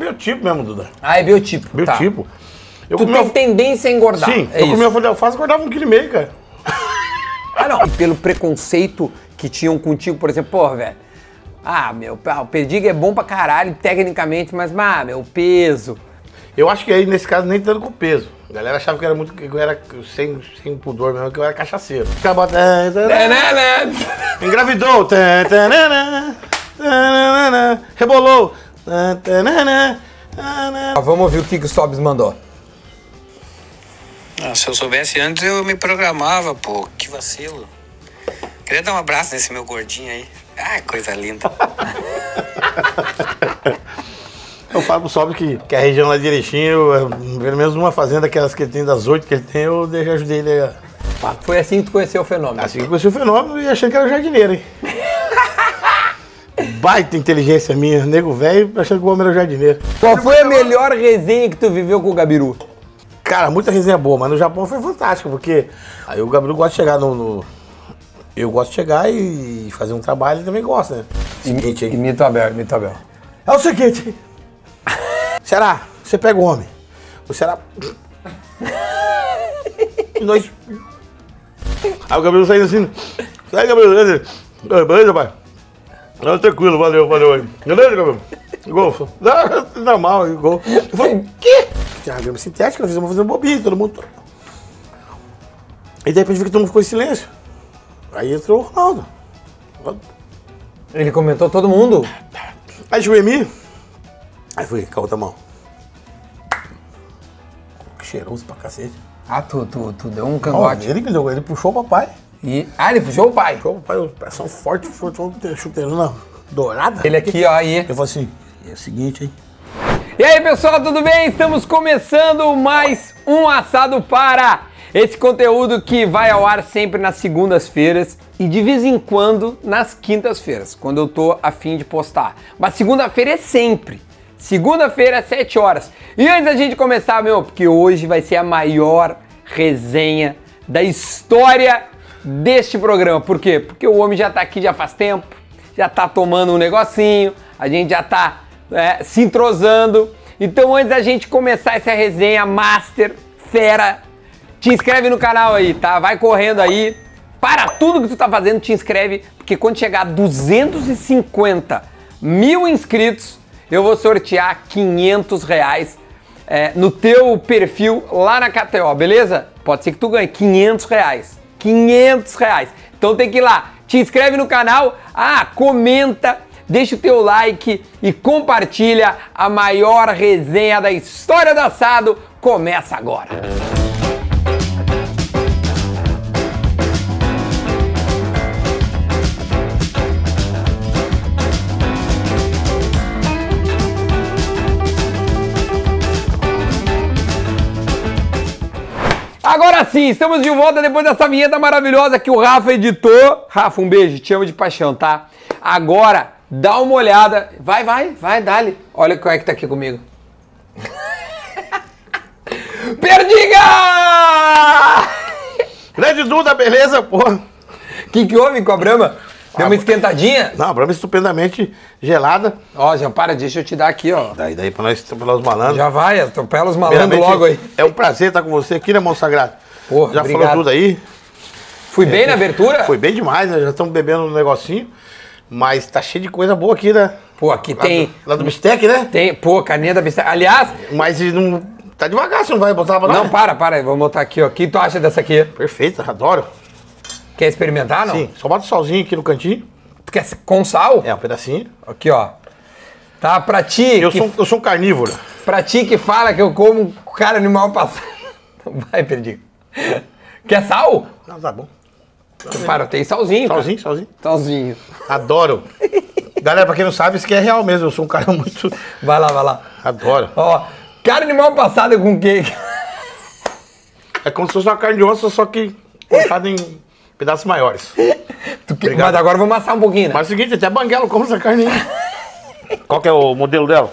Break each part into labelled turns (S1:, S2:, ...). S1: Biotipo mesmo, Duda.
S2: Ah, é biotipo. tá.
S1: Biotipo. Eu
S2: Tu
S1: comia-
S2: tem tendência a engordar.
S1: Sim,
S2: é
S1: eu
S2: isso.
S1: comia folha de alface e guardava um quilo e meio, cara.
S2: Ah, não. Pelo preconceito que tinham contigo, por exemplo, porra, velho. Ah, meu, pá, o Perdiga é bom pra caralho, tecnicamente, mas, ah, meu, peso.
S1: Eu acho que aí, nesse caso, nem tanto com peso. A galera achava que eu era muito. que eu era sem, sem pudor mesmo, que eu era cachaceiro. Ficava. tan, tan, tan,
S2: É, né, né?
S1: Engravidou. tan, tan, nan, tan, nan, nan, Rebolou. tan, tan, nan, nan, nan, nan.
S3: Ó, vamos ouvir o que, que o Sobs mandou.
S4: Ah, se eu soubesse antes, eu me programava, pô. Que vacilo. Queria dar um abraço nesse meu gordinho aí. Ah, coisa linda.
S1: Eu falo pro Sobe que, que a região lá de Erechim, eu, pelo menos uma fazenda, aquelas que ele tem, das oito que ele tem, eu dei- ajudei ele a.
S2: Foi assim que tu conheceu o fenômeno.
S1: Assim que eu conheci o fenômeno e achei que era jardineiro, hein? Baita inteligência minha, nego velho, achando que o homem era jardineiro.
S2: Qual foi a melhor resenha que tu viveu com o Gabiru?
S1: Cara, muita resenha boa, mas no Japão foi fantástico, porque aí o Gabriel gosta de chegar no. no- Eu gosto de chegar e fazer um trabalho, ele também gosta, né? Seguinte, hein?
S2: Imita o Abel, imita o Abel.
S1: É o seguinte. Será? Você pega o homem. O Será. e nós. Aí o Gabriel saindo assim. Sai, Gabriel. Beleza, Oi, Ah, beleza pai? Não, tranquilo, valeu, valeu aí. Beleza, Gabriel? Gol. Não, normal, gol. Eu falei, o quê? Tinha uma grama sintética, nós fizemos fazendo bobinha, todo mundo. E de repente vi que todo mundo ficou em silêncio. Aí entrou o Ronaldo.
S2: Ele comentou todo mundo?
S1: Aí chegou em mim. Aí fui com a outra mão. Que Cheiroso pra cacete.
S2: Ah, tu, tu, tu deu um
S1: Ó,
S2: cangote.
S1: ele que deu, ele puxou o papai.
S2: E... Ah, ele puxou o pai.
S1: Puxou o papai, pressão forte, forte, forte, chuteirona dourada.
S2: Ele aqui, ó, aí.
S1: Eu falei assim, é o seguinte, hein?
S2: E aí pessoal, tudo bem? Estamos começando mais um Assado Para! Esse conteúdo que vai ao ar sempre nas segundas-feiras e de vez em quando nas quintas-feiras, quando eu tô afim de postar. Mas segunda-feira é sempre. Segunda-feira, às 7 horas. E antes da gente começar, meu, porque hoje vai ser a maior resenha da história deste programa. Por quê? Porque o homem já tá aqui já faz tempo já tá tomando um negocinho, a gente já tá é, se entrosando. Então, antes da gente começar essa resenha master, fera, te inscreve no canal aí, tá? Vai correndo aí. Para tudo que tu tá fazendo, te inscreve, porque quando chegar a 250 mil inscritos, eu vou sortear 500 reais é, no teu perfil lá na KTO, beleza? Pode ser que tu ganhe 500 reais. 500 reais. Então tem que ir lá, te inscreve no canal, ah, comenta, deixa o teu like e compartilha a maior resenha da história do assado. Começa agora. Agora sim, estamos de volta depois dessa vinheta maravilhosa que o Rafa editou. Rafa, um beijo, te amo de paixão, tá? Agora, dá uma olhada. Vai, vai, vai, dali. Olha quem é que tá aqui comigo. Perdiga!
S1: Grande Duda, beleza? Porra.
S2: O que, que houve com a Brahma? Deu
S1: Ah,
S2: uma esquentadinha?
S1: Não, pra mim estupendamente gelada.
S2: Ó, já para, deixa eu te dar aqui, ó.
S1: Daí, daí pra nós, pra nós malandros.
S2: Já vai, atropela os malandros
S1: Primeiramente,
S2: logo aí.
S1: É um prazer estar com você aqui, né, Mão Sagrado?
S2: Porra,
S1: Já
S2: obrigado.
S1: falou tudo aí?
S2: Fui bem na abertura?
S1: Foi bem demais, né? Já estamos bebendo um negocinho. Mas tá cheio de coisa boa aqui, né?
S2: Pô, aqui
S1: Lá
S2: tem.
S1: do, lá do Bistec, né?
S2: Tem, pô, caneta da bicicleta. Aliás,
S1: Mas e não. Tá devagar, você não vai botar pra nós?
S2: não, para, para, vamos botar aqui, ó. O que tu acha dessa aqui?
S1: Perfeito, adoro.
S2: Quer experimentar, não?
S1: Sim, só bota o salzinho aqui no cantinho.
S2: Tu quer com sal?
S1: É, um pedacinho.
S2: Aqui, ó. Tá, pra ti,
S1: Eu
S2: que,
S1: sou, eu sou um carnívoro.
S2: pra ti que fala que eu como cara animal passado. Vai, perdi. Quer sal?
S1: Não, tá bom.
S2: Para, tem salzinho. cara.
S1: Salzinho, salzinho.
S2: Salzinho.
S1: Adoro. Galera, pra quem não sabe, isso aqui é real mesmo. Eu sou um cara muito.
S2: Vai lá, vai lá.
S1: Adoro.
S2: Ó, cara animal passado com queijo.
S1: É como se fosse uma carne de onça, só que cortada em pedaços maiores.
S2: Tu que-
S1: Obrigado.
S2: Mas agora eu vou amassar um pouquinho, né?
S1: Mas é o seguinte, até banguela como essa carne aí. Qual que é o modelo dela?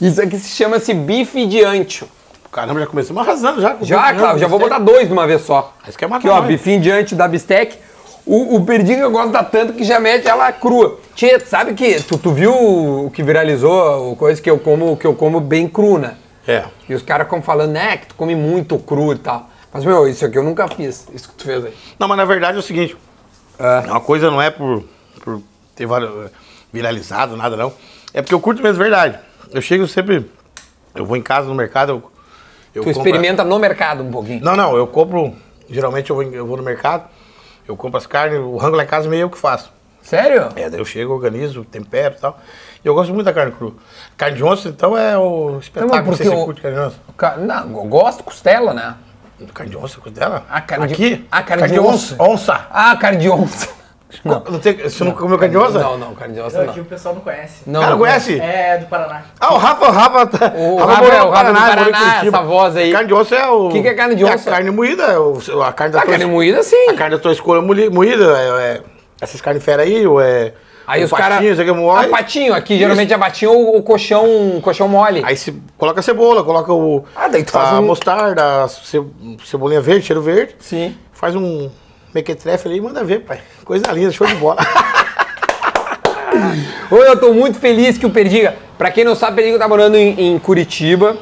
S2: Isso aqui se chama-se bife de ancho.
S1: Caramba, já começamos arrasando já. é
S2: Já, Cláudio, já vou botar dois de uma vez só.
S1: Isso que é matar
S2: Aqui, ó,
S1: nós.
S2: bifinho de ancho da bistec. O, o Perdiga gosta tanto que já mete ela crua. Tchê, tu sabe que tu, tu viu o que viralizou, o coisa que eu como, que eu como bem cru, né?
S1: É.
S2: E os caras ficam falando, né, que tu come muito cru e tal. Mas, meu, isso aqui eu nunca fiz, isso que tu fez aí.
S1: Não, mas na verdade é o seguinte.
S2: É.
S1: Uma coisa não é por, por ter vari- viralizado, nada não. É porque eu curto mesmo verdade. Eu chego sempre. Eu vou em casa, no mercado, eu. eu
S2: Tu
S1: compro-
S2: experimenta no mercado um pouquinho.
S1: Não, não, eu compro. Geralmente eu vou, em- eu vou no mercado, eu compro as carnes, o rango lá em casa meio eu que faço.
S2: Sério?
S1: É, daí eu chego, organizo, tempero e tal. E eu gosto muito da carne crua. Carne de onça, então, é o espetáculo. Não,
S2: porque
S1: sei se
S2: o-
S1: você curte carne de onça.
S2: Ca- Não, eu gosto, costela, né?
S1: Carne de onça, coisa dela?
S2: Ah, carne de-
S1: Aqui?
S2: ah, carne de onça.
S1: Onça.
S2: Ah, carne de onça. Não.
S1: Não tem- Você não, comeu carne de onça? É, tipo,
S2: Não, não, carne de onça
S3: Aqui
S2: não.
S3: o pessoal não conhece.
S2: Não, Tá,
S1: Cara,
S2: não.
S1: conhece?
S3: É do Paraná.
S1: Ah, o Rafa, o Rafa. tá-
S2: O Rafa é
S1: morou
S2: o
S1: no
S2: Rafa
S1: morou
S2: do
S1: em
S2: Paraná,
S1: Curitiba.
S2: essa voz aí.
S1: Carne de onça é o.
S2: Que que é carne de
S1: a
S2: onça?
S1: carne moída, é o- a carne da
S2: A
S1: tua.
S2: carne moída, sim.
S1: A carne da tua escolha moli- moída, é, é- essas carnes fera aí, ou é.
S2: Aí
S1: um
S2: os caras.
S1: patinho, isso aqui é mole.
S2: Ah, patinho, aqui geralmente é patinho ou, ou colchão, um colchão mole.
S1: Aí você coloca a cebola, coloca o.
S2: Ah, daí tu
S1: a
S2: faz um-
S1: mostarda, a ce- cebolinha verde, cheiro verde.
S2: Sim.
S1: Faz um mequetrefe ali e manda ver, pai. Coisa linda, show de bola.
S2: Ô, eu tô muito feliz que o Perdiga. Pra quem não sabe, o Perdiga tá morando em, em Curitiba.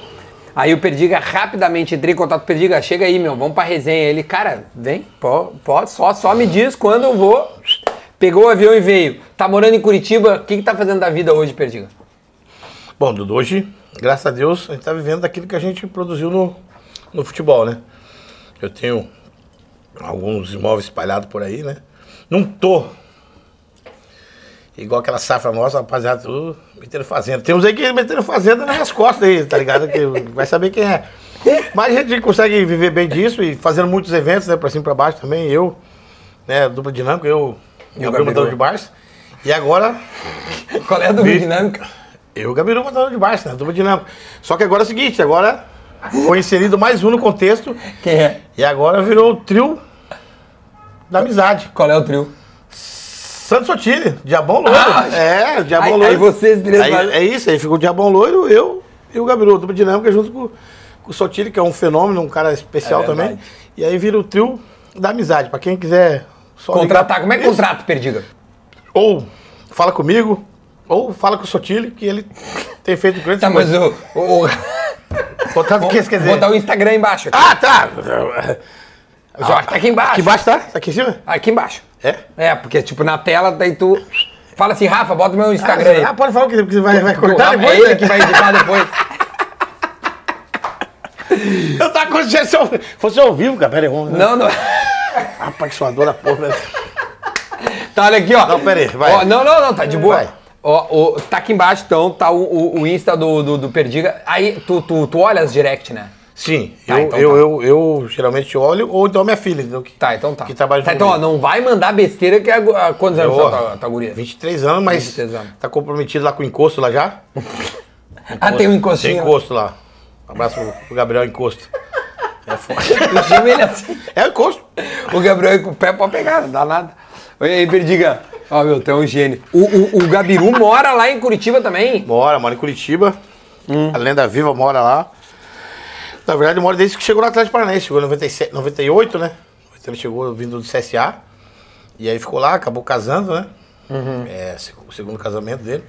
S2: Aí o Perdiga rapidamente entrei em contato com o Perdiga. Chega aí, meu, vamos pra resenha. Ele, cara, vem, po- pode, só, só me diz quando eu vou. Pegou o avião e veio. Tá morando em Curitiba. O que, que tá fazendo da vida hoje, Perdiga?
S1: Bom, Dudu, hoje, graças a Deus, a gente tá vivendo daquilo que a gente produziu no, no futebol, né? Eu tenho alguns imóveis espalhados por aí, né? Não tô. Igual aquela safra nossa, rapaziada, tudo metendo fazenda. Tem uns aí que metendo fazenda nas costas aí, tá ligado? Que vai saber quem é. Mas a gente consegue viver bem disso e fazendo muitos eventos, né? Pra cima e pra baixo também. Eu, né? Dupla dinâmica, eu e o Gabriel
S2: Gabiru.
S1: Matador de Barça. E agora
S2: Qual é a dúvida dinâmica?
S1: eu e o Gabiru matando de baixo, né? Dupla dinâmica. Só que agora é o seguinte, agora foi inserido mais um no contexto
S2: Quem é?
S1: e agora virou o trio da amizade.
S2: Qual é o trio?
S1: Santos Sotile, Diabão Loiro.
S2: Ah!
S1: é, o Diabão
S2: Aí-
S1: Loiro.
S2: aí vocês três
S1: Aí-
S2: fazem-
S1: É isso, aí ficou o Diabão Loiro, eu e o Gabiru, dupla dinâmica junto com, com o Sotile, que é um fenômeno, um cara especial
S2: É verdade.
S1: também. E aí vira o trio da amizade, pra quem quiser... Só
S2: Contratar.
S1: ligar.
S2: Como é que
S1: Isso.
S2: contrata o Perdiga?
S1: Ou fala comigo, ou fala com o Sotile, que ele tem feito grandes
S2: Tá, mas
S1: coisas.
S2: o. o, o
S1: Contrato o que, quer dizer?
S2: Vou botar o Instagram embaixo. Aqui.
S1: Ah, tá!
S2: Ó, tá aqui embaixo.
S1: Aqui embaixo tá? Tá aqui em cima?
S2: Aqui embaixo.
S1: É?
S2: É, porque tipo na tela, daí tu fala assim, Rafa, bota o meu Instagram aí.
S1: Ah, pode falar o que você vai, vai
S2: Porque o
S1: cortar
S2: Rafa
S1: depois.
S2: É
S1: né?
S2: ele que vai editar depois.
S1: Eu tava com se eu fosse ao vivo, cara. Pera aí, vamos.
S2: Não, não.
S1: Rapaz, que suador da porra. velho.
S2: Tá, olha aqui, ó.
S1: Não, pera aí, vai.
S2: Ó, não, não, não, tá de boa.
S1: Vai.
S2: Ó, ó, tá aqui embaixo, então, tá o, o, o Insta do, do, do Perdiga. Aí, tu, tu, tu olha as direct, né?
S1: Sim,
S2: Tá,
S1: eu,
S2: então
S1: eu,
S2: tá.
S1: eu, eu geralmente olho, ou então minha filha, entendeu? Que,
S2: Tá, então tá.
S1: Que trabalha
S2: tá,
S1: junto
S2: então, ó,
S1: comigo.
S2: não vai mandar besteira que a, a, quantos anos
S1: Eu,
S2: tá
S1: ó,
S2: a tua, tua guria?
S1: 23 anos, mas
S2: 23 anos.
S1: tá comprometido lá com o encosto lá já?
S2: Ah, tem um encostinho.
S1: Tem encosto lá. Um Abraço pro- pro Gabriel Encosto.
S2: O time, ele é assim.
S1: É o encosto.
S2: O Gabriel com o pé pode pegar, não dá nada. E aí, Perdiga. Ó, meu, tu é um gênio. O, o, o Gabiru mora lá em Curitiba também?
S1: Mora, mora em Curitiba.
S2: Hum.
S1: A lenda viva mora lá. Na verdade, mora desde que chegou no Atlético Paranaense. Chegou em 97, 98, né? Ele chegou vindo do CSA. E aí ficou lá, acabou casando, né?
S2: Uhum.
S1: É, se- o segundo casamento dele.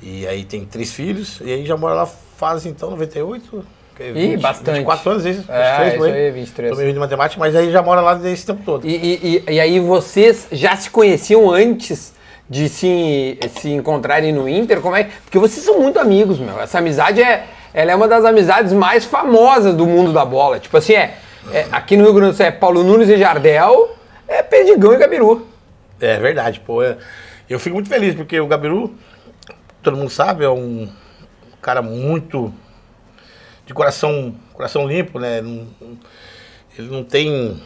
S1: E aí tem três filhos. E aí já mora lá faz, então, 98. que é
S2: Ih, bastante.
S1: 24 anos, isso.
S2: É,
S1: 23,
S2: isso
S1: por
S2: aí, 23.
S1: Tô meio ruim de matemática, mas aí já mora lá desde esse tempo todo.
S2: E, e- e- e aí vocês já se conheciam antes de se, se encontrarem no Inter? Como é? Porque vocês são muito amigos, meu. Essa amizade é, ela é uma das amizades mais famosas do mundo da bola. Tipo assim, é, é- aqui no Rio Grande do Sul é Paulo Nunes e Jardel, é Perdigão e Gabiru.
S1: É verdade, pô. é- Eu fico muito feliz, porque o Gabiru, todo mundo sabe, é um cara muito de coração, coração limpo, né? Não- não- ele não tem,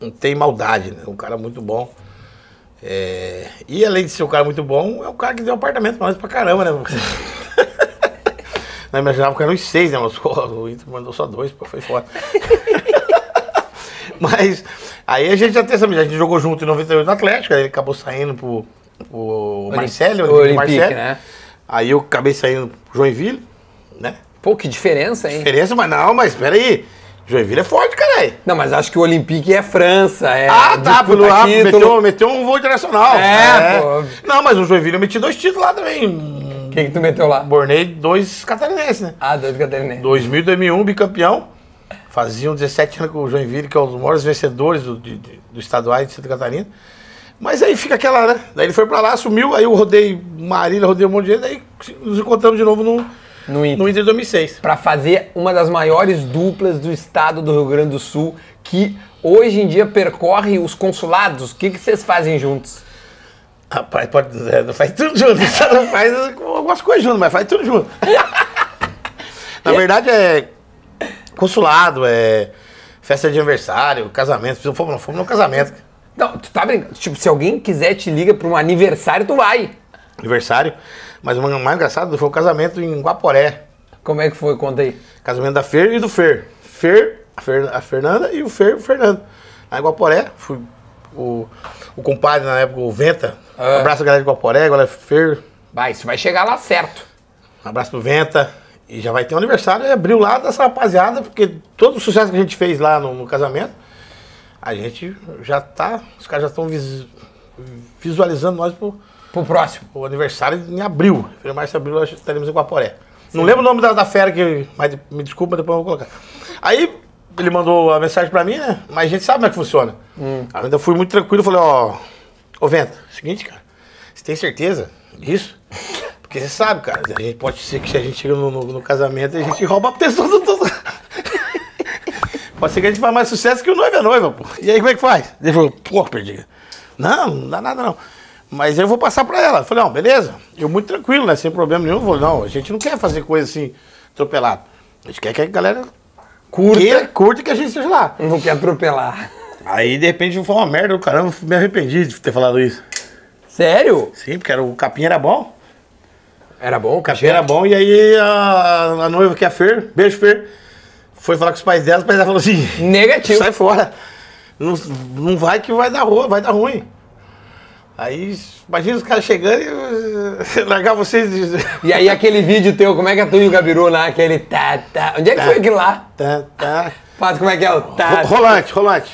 S1: não tem maldade, né? É um cara muito bom. É, e além de ser um cara muito bom, é um cara que deu apartamento pra nós pra caramba, né? Não imaginava que eram os seis, né? Mas pô, o Inter mandou só dois, pô, foi foda. Mas aí a gente já tem essa amizade. A gente jogou junto em 98 no Atlético, aí ele acabou saindo pro, pro Marcelo,
S2: o
S1: Olympique
S2: Olympique,
S1: Marcelo.
S2: né?
S1: Aí eu acabei saindo pro Joinville, né?
S2: Pô, que diferença, hein?
S1: Diferença, mas não, mas peraí. Joinville é forte, caralho.
S2: Não, mas acho que o Olympique é França, é
S1: Ah, tá,
S2: disputa
S1: pelo ah,
S2: título.
S1: meteu, meteu um voo direcional.
S2: É, pô.
S1: Não, mas o Joinville eu meti dois títulos lá também.
S2: O que que tu meteu lá?
S1: Bornei dois catarinenses, né?
S2: Ah, dois Catarinense.
S1: 2000 2001, bicampeão. Faziam 17 anos com o Joinville, que é um dos maiores vencedores do, de- de- do estadual de Santa Catarina. Mas aí fica aquela, né? Daí ele foi pra lá, sumiu, aí eu rodei Marília, rodei um monte de gente, daí nos encontramos de novo no,
S2: No Inter.
S1: no Inter 2006.
S2: Pra fazer uma das maiores duplas do estado do Rio Grande do Sul, que hoje em dia percorre os consulados. O que que vocês fazem juntos?
S1: Rapaz, pode, é, não faz tudo junto. Ela faz algumas coisas junto, mas faz tudo junto. Na verdade, é consulado, é festa de aniversário, casamento. Fomos, fomos, fomos no casamento.
S2: Não, tu tá brincando. Tipo, se alguém quiser te liga pra um aniversário, tu vai.
S1: Aniversário. Mas o mais engraçado foi o casamento em Guaporé.
S2: Como é que foi? Conta aí.
S1: Casamento da Fer e do Fer. Fer, a, Fer, a Fernanda e o Fer, o Fernando. Aí em Guaporé, fui o, o compadre na época, o Venta.
S2: Ah.
S1: Abraço a galera de Guaporé, galera Fer,
S2: Vai, isso vai chegar lá certo.
S1: Um abraço pro Venta. E já vai ter um aniversário em abril lá dessa rapaziada, porque todo o sucesso que a gente fez lá no, no casamento, a gente já tá. Os caras já estão vis- visualizando nós pro,
S2: Pro próximo.
S1: pro aniversário em abril. Fevereiro, março, abril, nós estaremos em Guaporé. Não lembro o nome da, da fera que. Mas de- me desculpa, depois eu vou colocar. Aí ele mandou a mensagem pra mim, né? Mas a gente sabe como é que funciona. Aí eu ainda fui muito tranquilo, falei, ó. Ô Venta, seguinte, cara, você tem certeza disso? Porque você sabe, cara, a gente pode ser que se a gente chega no, no- no casamento, a gente rouba a atenção do todo. Pode ser que a gente faça mais sucesso que o noivo é noiva, pô. E aí, como é que faz? Ele falou, pô, perdi. Não, não dá nada não. Mas eu vou passar pra ela. Eu falei, não, beleza. Eu muito tranquilo, né? Sem problema nenhum. Eu falei, não, a gente não quer fazer coisa assim, atropelado. A gente quer que a galera
S2: Curta.
S1: queira, curta que a gente esteja lá.
S2: Não quer atropelar.
S1: Aí, de repente, foi uma merda do caramba. Me arrependi de ter falado isso.
S2: Sério?
S1: Sim, porque era, o capim era bom.
S2: Era bom, o
S1: O cachê era bom, e aí a, a noiva, que é a Fer, beijo Fer, foi falar com os pais dela, os pais dela falaram assim,
S2: Negativo.
S1: sai fora, não, não vai que vai dar, ru- vai dar ruim. Aí, imagina os caras chegando e eh, largar vocês... de-
S2: E aí aquele vídeo teu, como é que é tu e o Gabiru lá? Aquele tá, tá. Onde é que foi aquilo lá?
S1: Tá, tá.
S2: Faz como é que é o tá,
S1: Ro- Rolante, rolante.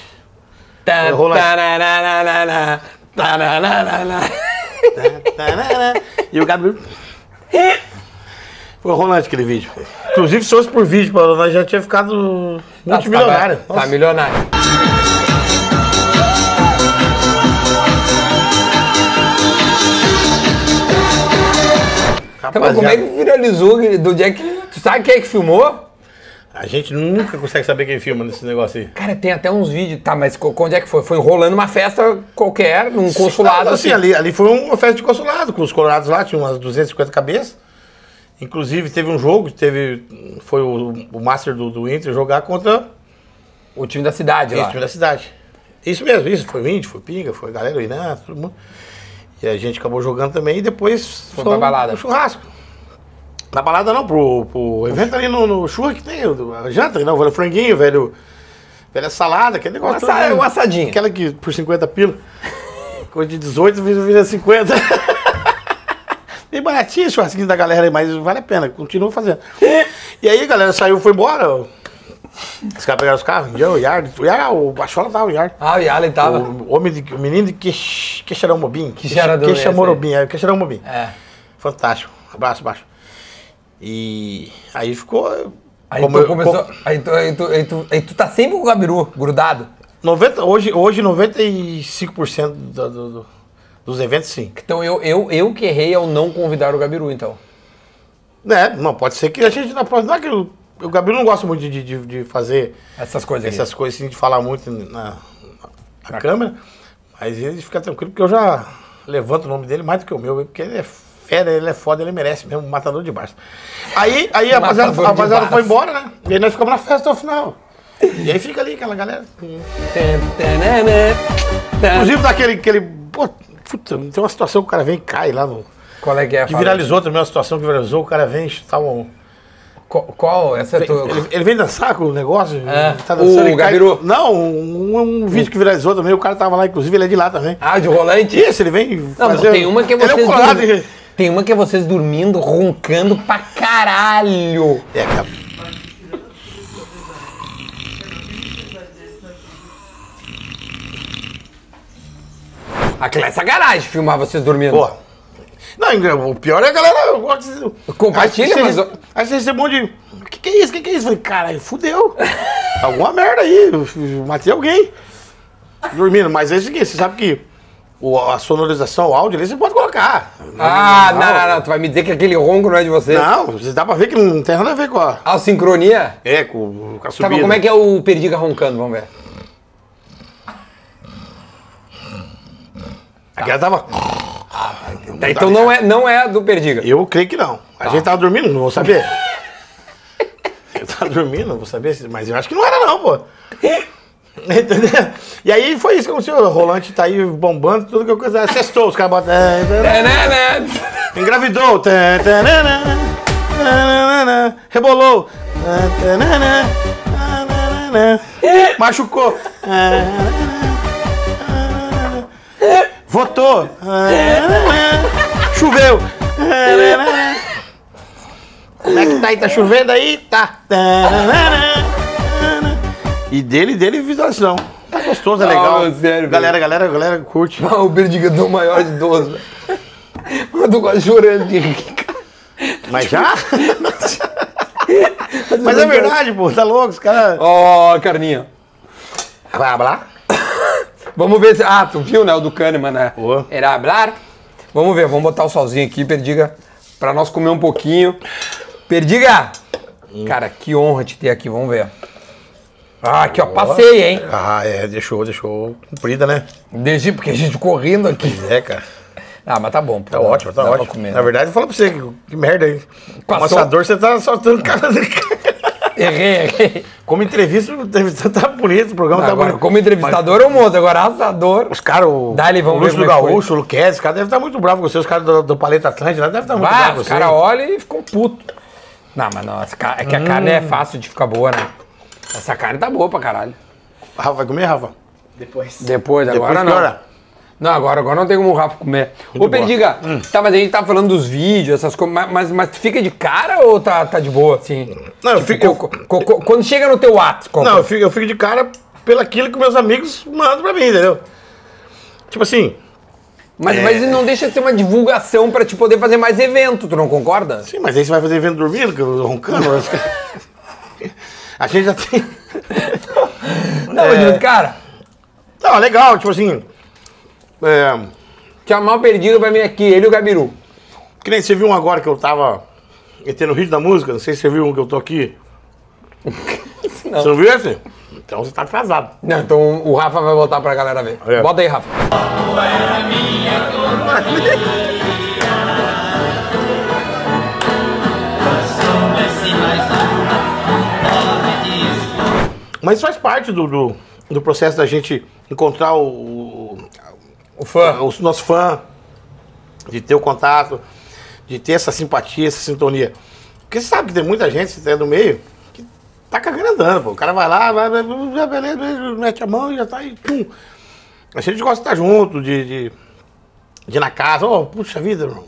S2: tá,
S1: é, rola-
S2: tararararara, tararararara.
S1: Tá, tá, né, né. E o Gabriel... Foi rolante aquele vídeo. Inclusive, se fosse por vídeo, Paulo, nós já tinha ficado
S2: Tá,
S1: multimilionário.
S2: Tá, tá
S1: Nossa.
S2: milionário. Tá, mas como é
S1: Rapaziada.
S2: que viralizou aquele- do Jack? Tu sabe quem é que filmou?
S1: A gente nunca consegue saber quem filma nesse negócio aí.
S2: Cara, tem até uns vídeos. Tá, mas co- onde é que foi? Foi rolando uma festa qualquer, num consulado.
S1: assim, ali, ali foi uma festa de consulado, com os colorados lá, tinha umas 250 cabeças. Inclusive teve um jogo, teve, foi o, o Master do, do Inter jogar contra
S2: O time da cidade
S1: esse
S2: lá.
S1: time da cidade. Isso mesmo, isso, foi o Indy, foi o Pinga, foi a galera, o Iná, todo mundo. E a gente acabou jogando também e depois
S2: Foi pra balada.
S1: um churrasco. Na balada não, pro, pro evento ali no, no churrasco que tem, o- a janta, não, velho franguinho, velho, velha salada, aquele negócio.
S2: Assa-
S1: todo, né?
S2: uma assadinha.
S1: Aquela que por 50 pila. Coisa de 18 vira- vira 50. Bem baratinho esse churrasquinho da galera aí, mas vale a pena, continua fazendo. E aí a galera saiu, foi embora. ó. Os caras pegaram os carros, o Yard, o Yard, ah, o Bachola tava, o Yard.
S2: Ah, o Yalen tava.
S1: O, homem de, o menino de Queix- Queixarão Mobim.
S2: Queixarão, esse aí.
S1: Morobim, é, Queixarão Mobim.
S2: É.
S1: Fantástico. Abraço, baixo. E aí ficou.
S2: Aí
S1: como
S2: tu
S1: eu-
S2: começou.
S1: co-
S2: Aí tu, aí, tu, aí, tu, aí tu tá sempre com o Gabiru grudado.
S1: 90, hoje, hoje 95% do- do- do- dos eventos, sim.
S2: Então eu, eu, eu que errei ao não convidar o Gabiru, então.
S1: Né? Não, pode ser que a gente na próxima. Não é que o, o Gabriel não gosta muito de, de- de- de fazer
S2: Essas coisas aqui.
S1: essas coisas assim, de falar muito na, na- na câmera, mas ele fica tranquilo porque eu já levanto o nome dele mais do que o meu, porque ele é fera, ele é foda, ele merece mesmo, um matador de barça. Aí, aí a rapaziada,
S2: Matador
S1: a
S2: de
S1: rapaziada foi
S2: Barça.
S1: embora, né? E aí nós ficamos na festa até o final. E aí fica ali aquela galera.
S2: Tantanana, tan-
S1: Inclusive daquele aquele. Pô, puta, tem uma situação que o cara vem e cai lá no.
S2: Qual é que é?
S1: Que
S2: Fala.
S1: viralizou também uma situação que viralizou, o cara vem chutar um.
S2: Qual, qual? Essa é tua.
S1: Ele, ele vem dançar com o negócio?
S2: É.
S1: Tá dançando
S2: O
S1: e cai-
S2: Gabiru.
S1: Não, um, um vídeo que viralizou também, o cara tava lá, inclusive, ele é de lá também.
S2: Ah, de rolante?
S1: Isso, ele vem
S2: Não, mas
S1: fazer...
S2: tem uma que é
S1: Ele
S2: vocês.
S1: é um colado.
S2: dorm-
S1: e-
S2: Tem uma que é vocês dormindo, roncando pra caralho.
S1: É, cara.
S2: Aquela essa garagem filmava vocês dormindo.
S1: Pô. Não, o pior é a galera.
S2: Compartilha,
S1: aí você-
S2: mas-
S1: Aí você recebe um monte de. O que, que é isso? O que, que é isso? Eu Falei, caralho, fudeu. Alguma merda aí. Eu eu matei alguém. Dormindo. Mas é o seguinte, você sabe que o- a sonorização, o áudio ali, você pode colocar.
S2: ah, não, não, não, Tu vai me dizer que aquele ronco não é de vocês.
S1: Não, você dá pra ver que não tem nada a ver com a.
S2: A sincronia?
S1: É, com, com a
S2: Tá,
S1: subida.
S2: mas como é que é o Perdiga roncando? Vamos ver.
S1: Aquela tava.
S2: Tá, então não é, não é a do Perdiga.
S1: Eu creio que não.
S2: Tá.
S1: A gente tava dormindo, não vou saber. eu tava dormindo, não vou saber, se- mas eu acho que não era não, pô. Entendeu? E aí foi isso que aconteceu. O rolante tá aí bombando, tudo que eu coisa. Cestou, os caras botam.
S2: É, né, né?
S1: Engravidou. Tã, tã, nã, nã, nã, nã, nã, Rebolou. Tã, tã, nã, nã, nã, nã, nã, nã. Machucou. Tã, nã, nã, nã, nã. Votou. Tã, nã, nã. Choveu. Tã, nã, nã. Como é que tá aí? Tá chovendo aí? Tá. Tã, nã, nã, nã, nã. E dele, dele, visualização. Tá gostoso, é legal.
S2: meu sério,
S1: galera, galera, galera, curte.
S2: Ah, o Perdiga do maior de 12. velho. Eu tô quase chorando de rir, cara.
S1: Mas já? Mas é verdade, pô, tá louco, os caras.
S2: Ó, Carninha.
S1: Blá, blá.
S2: Vamos ver se. Ah, tu viu, né? O do Kahneman, né?
S1: Boa.
S2: Era hablar. Vamos ver, vamos botar o solzinho aqui, Perdiga, pra nós comer um pouquinho. Perdiga!
S1: Hum.
S2: Cara, que honra te ter aqui, vamos ver. Ah, aqui ó, passei, hein?
S1: Ah, é, deixou, deixou cumprida, né?
S2: Desde porque a gente correndo aqui.
S1: É, cara.
S2: Ah, mas tá bom.
S1: Tá ótimo, tá ótimo.
S2: Comer, né?
S1: Na verdade, eu falo pra você, que, que merda aí. Com assador, você tá soltando cara.
S2: Errei, errei.
S1: Como entrevista, o entrevista tá bonito, o programa tá
S2: agora,
S1: bonito.
S2: como entrevistador, eu monto. Agora, assador.
S1: Os caras, o,
S2: Dá, ele,
S1: o
S2: vamos ver
S1: Lúcio do
S2: como é que foi.
S1: Gaúcho, o Luquez, os caras devem estar muito bravos com você, os caras do, do Paleta Atlântica, devem estar muito
S2: Ah,
S1: bravos com
S2: os
S1: você.
S2: caras olham e ficam putos. Não, mas não, essa ca- é que a carne
S1: Hum.
S2: é fácil de ficar boa, né? Essa carne tá boa pra caralho.
S1: Rafa, vai comer, Rafa?
S2: Depois, agora
S1: Depois que
S2: não.
S1: hora?
S2: Não, agora, agora não tem como o Rafa comer. Ô,
S1: boa. Hum.
S2: Perdiga, tá, mas a gente tá falando dos vídeos, essas coisas, mas, mas, mas tu fica de cara ou tá, tá de boa, assim?
S1: Não, Tipo, eu fico-
S2: co- co- co- quando chega no teu ato, co-
S1: Não, eu fico, eu fico de cara pelo aquilo que meus amigos mandam pra mim, entendeu? Tipo assim,
S2: mas,
S1: é.
S2: mas não deixa de ser uma divulgação pra te poder fazer mais evento, tu não concorda?
S1: Sim, mas aí você vai fazer evento dormindo, que eu- roncando. mas- A gente já tem.
S2: Não, mas,
S1: É.
S2: cara,
S1: Não, legal, tipo assim. é,
S2: chamar o Perdiga pra mim aqui, ele e o Gabiru.
S1: que nem você viu um agora que eu tava. Entrei no ritmo da música, não sei se você viu um que eu tô aqui. Você não viu esse? Então você tá atrasado.
S2: Não, então o Rafa vai voltar pra galera ver.
S1: É.
S2: Bota aí, Rafa.
S1: Mas isso faz parte do, do, do processo da gente encontrar o,
S2: O fã.
S1: É, o nosso fã, de ter o contato, de ter essa simpatia, essa sintonia. Porque você sabe que tem muita gente até do meio que tá cagando andando, pô. O cara vai lá, vai, vai, vai, beleza, beleza, mete a mão e já tá aí, pum. A gente gosta de estar junto, de, de, de ir na casa, ô, puxa vida, irmão.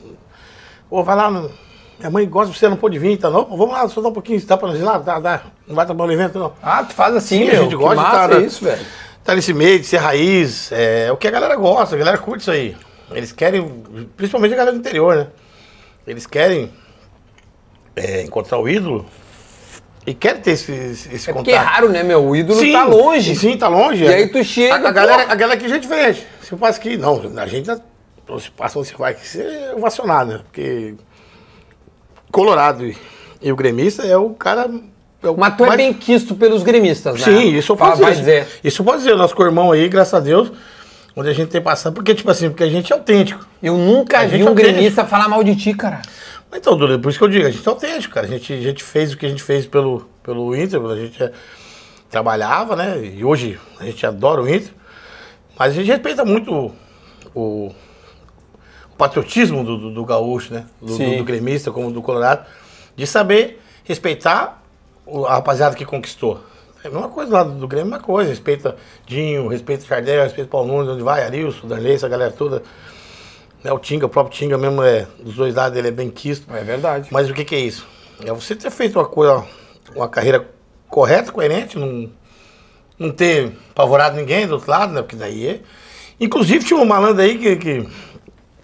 S1: Ô, vai lá, no- minha mãe gosta de você, não pode vir, tá não? Pô, vamos lá, só dá um pouquinho, dá pra nós ir lá, dá, dá. Não vai trabalhar no evento, não.
S2: Ah, tu faz assim,
S1: Sim,
S2: meu.
S1: a gente
S2: que
S1: gosta de
S2: massa
S1: tá-
S2: é isso, velho.
S1: tá nesse meio de ser raiz, é, é o que a galera gosta, a galera curte isso aí. Eles querem, principalmente a galera do interior, né? Eles querem é, encontrar o ídolo e querem ter esse, esse esse
S2: É porque é
S1: contato.
S2: raro, né, meu? O ídolo tá longe.
S1: Sim, tá longe.
S2: E
S1: é.
S2: aí tu chega,
S1: A, a galera,
S2: pô.
S1: a galera que a gente vende. Se passa aqui, não, a gente já. Se passa onde você vai, que você é ovacionado, né? Porque. Colorado e, e o gremista é o cara. É o
S2: Mas tu é
S1: mais-
S2: bem quisto pelos gremistas, né?
S1: Sim, isso eu
S2: Fala,
S1: posso
S2: Vai
S1: dizer.
S2: dizer.
S1: Isso eu posso dizer, nosso co-irmão aí, graças a Deus, onde a gente tem passado, porque, tipo assim, porque a gente é autêntico.
S2: Eu nunca
S1: A gente
S2: vi um
S1: aprende.
S2: gremista falar mal de ti, cara.
S1: Então, Duda, por isso que eu digo, a gente é autêntico, cara. A gente, a gente fez o que a gente fez pelo, pelo Inter, a gente é- trabalhava, né? E hoje a gente adora o Inter, mas a gente respeita muito o, o- o patriotismo do, do, do gaúcho, né? Do,
S2: Sim.
S1: do, do gremista, como do Colorado, de saber respeitar o- a rapaziada que conquistou. É a mesma coisa lá do Grêmio, é a mesma coisa. Respeita Dinho, respeita Chardel, respeita Paulo Nunes, onde vai, Arilson, Danley, essa galera toda. Né, o Tinga, o próprio Tinga mesmo, é, dos dois lados, ele é bem quisto.
S2: É verdade.
S1: Mas o que, que é isso? É você ter feito uma coisa, uma carreira correta, coerente, não, não ter apavorado ninguém do outro lado, né? Porque daí é. Inclusive tinha um malandro aí que, que,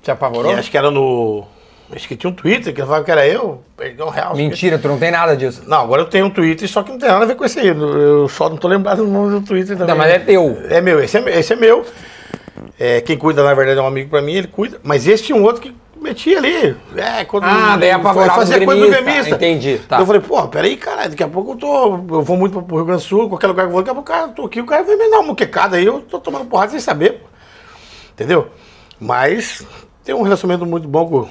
S2: Te apavorou?
S1: que acho que era no. Acho que tinha um Twitter que ele falava que era eu, perdeu um real.
S2: Mentira, tu não tem nada disso.
S1: Não, agora eu tenho um Twitter, só que não tem nada a ver com esse aí. Eu só não tô lembrado do nome do Twitter também.
S2: Não, mas é teu.
S1: É meu, esse é, meu- esse é meu. É, quem cuida, na verdade, é um amigo pra mim, ele cuida. Mas esse tinha um outro que metia ali. É, quando
S2: Ah, daí apavorava
S1: fazia
S2: o
S1: coisa do
S2: gremista.
S1: gremista.
S2: Entendi, tá.
S1: Eu falei, porra, peraí, cara, daqui a pouco eu tô. Eu vou muito pra- pro Rio Grande do Sul, qualquer lugar que eu vou, daqui a pouco cara, eu tô aqui, o cara vai me dar uma moquecada aí, eu tô tomando porrada sem saber. pô. Entendeu? Mas tem um relacionamento muito bom com,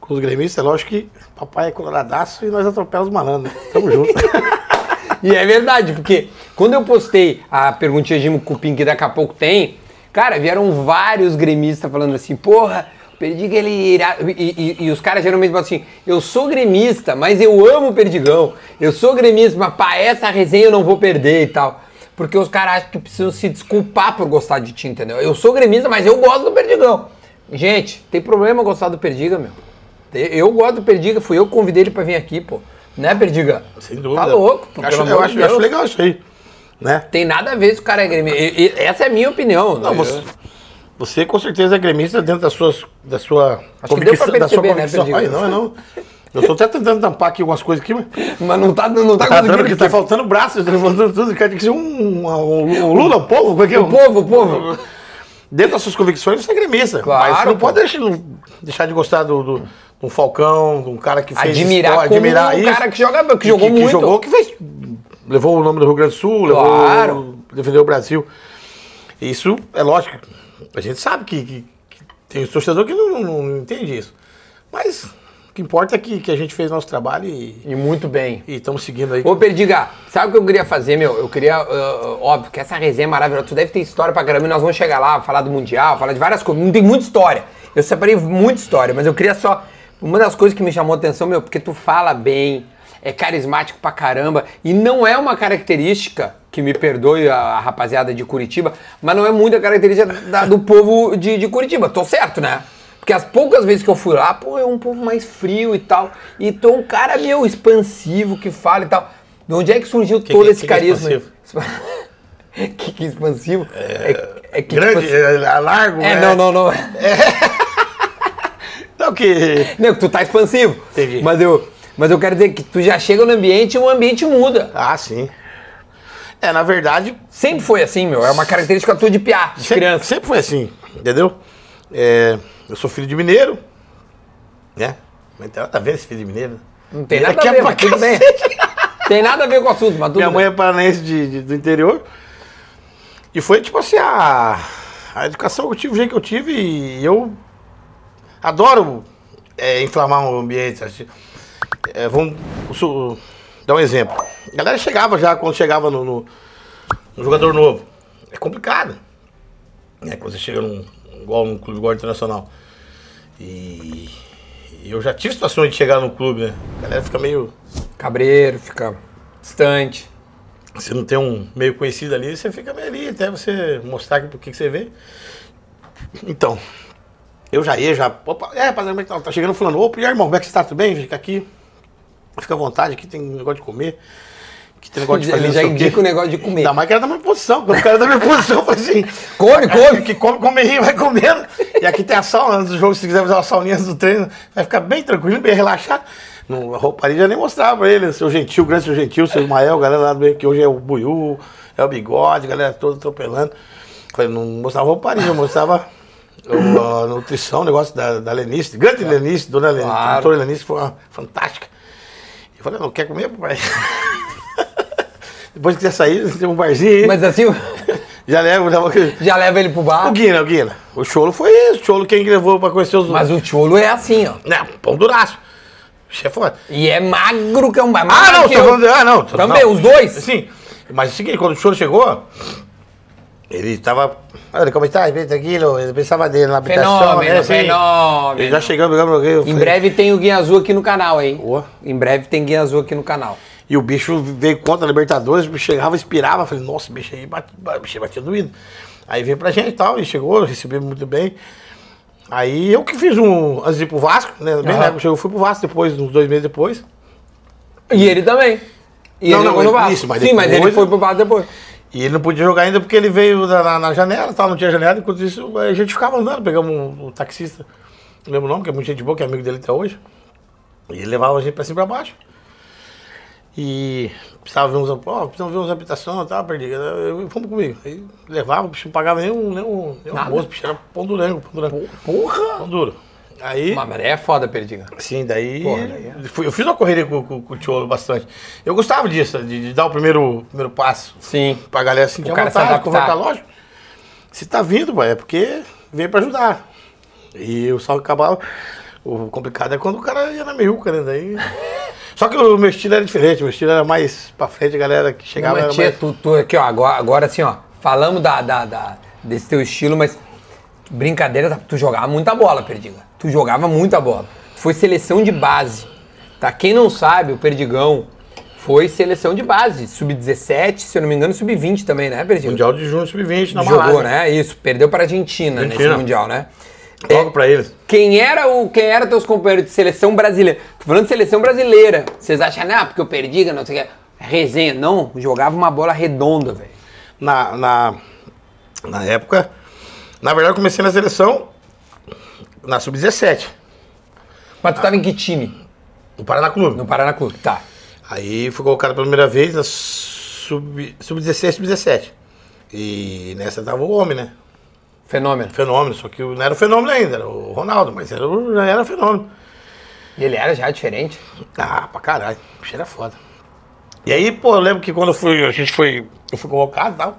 S1: com os gremistas, é lógico que papai é coloradaço e nós atropelamos os malandros. né? Tamo junto.
S2: E é verdade, porque quando eu postei a perguntinha de Jimo Cupim que daqui a pouco tem, cara, vieram vários gremistas falando assim, porra, Perdiga ele é irá. E, e- e os caras geralmente falam assim, eu sou gremista, mas eu amo o Perdigão. Eu sou gremista, mas pra essa resenha eu não vou perder e tal. Porque os caras acham que precisam se desculpar por gostar de ti, entendeu? Eu sou gremista, mas eu gosto do Perdigão. Gente, tem problema gostar do Perdiga, meu. Eu gosto do Perdiga, fui eu que convidei ele pra vir aqui, pô. Né, Perdiga?
S1: Sem dúvida.
S2: Tá louco, pô,
S1: Acho,
S2: pelo
S1: eu
S2: amor
S1: acho,
S2: de
S1: eu acho
S2: Deus.
S1: legal isso aí. Né?
S2: Tem nada a ver se o cara é gremista. E- e- Essa é a minha opinião.
S1: Não,
S2: né?
S1: você, você com certeza é gremista dentro das suas, da sua
S2: Acho que deu pra
S1: da sua
S2: perceber, né,
S1: convicção.
S2: Perdido?
S1: Ai, não, é não. Eu tô até tentando tampar aqui algumas coisas aqui, mas
S2: Mas não tá, não tá
S1: tá dando
S2: conseguindo.
S1: que tá faltando braços, tá faltando tudo. Cara, tem que ser um, um, um Lula, um povo, como é que é?
S2: O povo, o povo.
S1: Dentro das suas convicções, você é gremista.
S2: Claro,
S1: mas você não
S2: pô.
S1: pode deixar, deixar de gostar do, do, de um Falcão, de um cara que fez...
S2: Admirar
S1: história,
S2: como um cara que joga- que jogou
S1: que,
S2: muito.
S1: jogou, que fez... Levou o nome do Rio Grande do Sul,
S2: Claro.
S1: levou... Defendeu o Brasil. Isso é lógico. A gente sabe que, que- que tem os torcedores que não, não, não entende isso. Mas o que importa é que, que a gente fez nosso trabalho e
S2: E muito bem.
S1: estamos seguindo aí.
S2: Ô, Perdiga, sabe o que eu queria fazer, meu? Eu queria, ah, óbvio, que essa resenha é maravilhosa. Tu deve ter história pra caramba e nós vamos chegar lá, falar do Mundial, falar de várias coisas. Não tem muita história. Eu separei muita história, mas eu queria só. Uma das coisas que me chamou a atenção, meu, porque tu fala bem, é carismático pra caramba, e não é uma característica, que me perdoe a, a rapaziada de Curitiba, mas não é muito a característica da- do povo de, de Curitiba. Tô certo, né? Porque as poucas vezes que eu fui lá, pô, é um povo mais frio e tal. E tô um cara meio expansivo que fala e tal. De onde é que surgiu todo
S1: que-
S2: esse
S1: que que é
S2: carisma? aí? que, que expansivo? É, é que
S1: Grande,
S2: tipo assim-
S1: é, é largo,
S2: é,
S1: né?
S2: não, não, não.
S1: Não, que...
S2: Não, que tu tá expansivo.
S1: Entendi.
S2: Mas eu, mas eu quero dizer que tu já chega no ambiente e o ambiente muda.
S1: Ah, sim. É, na verdade,
S2: Sempre foi assim, meu. É uma característica tua de piá, de
S1: sempre,
S2: criança.
S1: sempre foi assim, entendeu? É, eu sou filho de mineiro, né? Mas tem nada a ver esse filho de mineiro.
S2: Não tem
S1: Ele
S2: nada
S1: aqui
S2: a
S1: é
S2: ver,
S1: pra
S2: mas tudo bem.
S1: cacete.
S2: Tem nada a ver com o assunto, mas tudo
S1: Minha mãe
S2: bem.
S1: é paranaense de, de- do interior. E foi tipo assim, a, a educação que eu tive, o jeito que eu tive, e eu adoro é, inflamar o ambiente. assim. É, vamos su- dar um exemplo. A galera chegava já, quando chegava no, no- no jogador novo. É complicado. Né? Quando você chega num, igual num clube igual internacional. E, e eu já tive situações de chegar no clube, né? A galera fica meio.
S2: Cabreiro, fica distante.
S1: Se não tem um meio conhecido ali, você fica meio ali, até você mostrar o que, que você vê. Então, eu já ia, já. Opa, é, rapaziada, como é que tá? Tá chegando fulano. Opa, e aí, irmão, como é que você tá? Tudo bem? Fica aqui. Fica à vontade, aqui tem negócio de comer. Aqui tem negócio de fazer.
S2: Ele
S1: não
S2: já né?
S1: sei quê.
S2: indica o negócio de comer.
S1: Ainda mais que era da minha posição. Quando o cara é da minha posição, eu falei assim.
S2: Come, come.
S1: Que come, come aí, vai comendo. E aqui tem a sauna antes do jogo, se quiser fazer uma sauninha antes do treino, vai ficar bem tranquilo, bem relaxado. Não, a rouparia já nem mostrava pra ele, seu Gentil, grande seu Gentil, seu Ismael, galera lá do meio que hoje é o Buiú, é o Bigode, galera toda atropelando. Falei, não mostrava rouparia, eu mostrava o- a nutrição, o negócio da, da Lenice, grande Lenice, dona Lenice,
S2: É. Claro.
S1: doutora Lenice, foi uma fantástica. Eu falei, não quer comer, papai? Depois que quiser sair, tem um barzinho aí.
S2: Mas assim,
S1: Já leva, já vou-
S2: já leva ele pro bar.
S1: o Guina, o Guina. O Cholo foi isso. O Cholo quem levou pra conhecer os...
S2: Mas o Tcholo é assim, ó.
S1: Não, pão duraço. Chefona.
S2: E é magro que é um bar.
S1: Ah, não,
S2: que
S1: tô
S2: eu.
S1: falando... Ah, não. tô-
S2: Também,
S1: não.
S2: os dois?
S1: Sim. Mas é o seguinte, quando o Cholo chegou, ele tava... Olha, como está? Bem tranquilo. Ele pensava dele na habitação.
S2: Fenômeno,
S1: né, assim.
S2: fenômeno.
S1: Ele já chegou, pegando alguém. eu
S2: Em
S1: falei-
S2: breve tem o Guinha Azul aqui no canal, hein?
S1: Boa.
S2: Em breve tem Guinha Azul aqui no canal.
S1: E o bicho veio contra a Libertadores, o bicho chegava, inspirava. Falei, nossa, o bicho aí bate, ba- o bicho batia doído. Aí veio pra gente e tal, e chegou, recebemos muito bem. Aí eu que fiz um, antes de ir pro Vasco, né? Bem
S2: Aham.
S1: na época, eu fui pro Vasco depois, uns dois meses depois.
S2: E ele também. E
S1: Não,
S2: ele
S1: não,
S2: jogou no
S1: mas-
S2: Vasco.
S1: isso, mas
S2: Sim, mas ele
S1: depois-
S2: foi pro bar depois.
S1: E ele não podia jogar ainda porque ele veio da- na, na janela, tal, não tinha janela. Enquanto isso, a gente ficava andando, pegamos um, um taxista, não lembro o nome, que é muita gente boa, que é amigo dele até hoje. E ele levava a gente pra cima e pra baixo. E precisava ver uns, ó, precisava ver uns habitações e tal, perdi. Eu- eu- Fomos comigo. Aí levava, o bicho não pagava nem um, nem um, nem um
S2: Nada.
S1: almoço, o bicho era pão durango, pão durango.
S2: Porra!
S1: Pão duro. Aí.
S2: Mas é foda, Perdiga.
S1: Sim, daí.
S2: Porra, daí é.
S1: fui- eu fiz uma correria com, com- com o Tiolo bastante. Eu gostava disso, de, de dar o primeiro, primeiro passo.
S2: Sim.
S1: Pra galera sentir
S2: O
S1: a
S2: cara tá. se
S1: assim vontade,
S2: adaptar.
S1: conversar, lógico. Se tá vindo, pai, é porque veio pra ajudar. E o salve acabava. O complicado é quando o cara ia na meiuca, né? Daí. Só que o meu estilo era diferente, meu estilo era mais pra frente, a galera que chegava
S2: Mas,
S1: era
S2: tia,
S1: mais.
S2: tu, tu aqui, ó, agora, agora assim, ó, falamos da, da, da- desse teu estilo, mas brincadeira, tá? tu jogava muita bola, Perdiga. Tu jogava muita bola. Foi seleção de base. Tá? Quem não sabe, o Perdigão foi seleção de base, sub-17, se eu não me engano, sub-20 também, né, Perdiga?
S1: Mundial um de Junho Sub-20 na
S2: Jogou,
S1: Malásia.
S2: né? Isso, perdeu pra Argentina,
S1: Argentina.
S2: nesse Mundial, né?
S1: Logo pra eles.
S2: Quem era o quem era teus companheiros de seleção brasileira? Tô falando de seleção brasileira. Vocês acham, ah, porque eu perdiga, não sei o que. Resenha, não, jogava uma bola redonda, velho.
S1: na, na, na época. Na verdade, eu comecei na seleção na sub-17,
S2: Mas tu tava em que time?
S1: no Paraná Clube.
S2: No Paraná Clube, tá.
S1: Aí fui colocado pela primeira vez na sub- sub-16, sub-17. E nessa tava o homem, né?
S2: Fenômeno.
S1: Fenômeno, só que não era o fenômeno ainda, era o Ronaldo, mas era, o- já era fenômeno.
S2: E ele era já diferente.
S1: Ah, pra caralho, o bicho era foda. E aí, pô, eu lembro que quando eu fui, a gente foi, eu fui convocado e tal.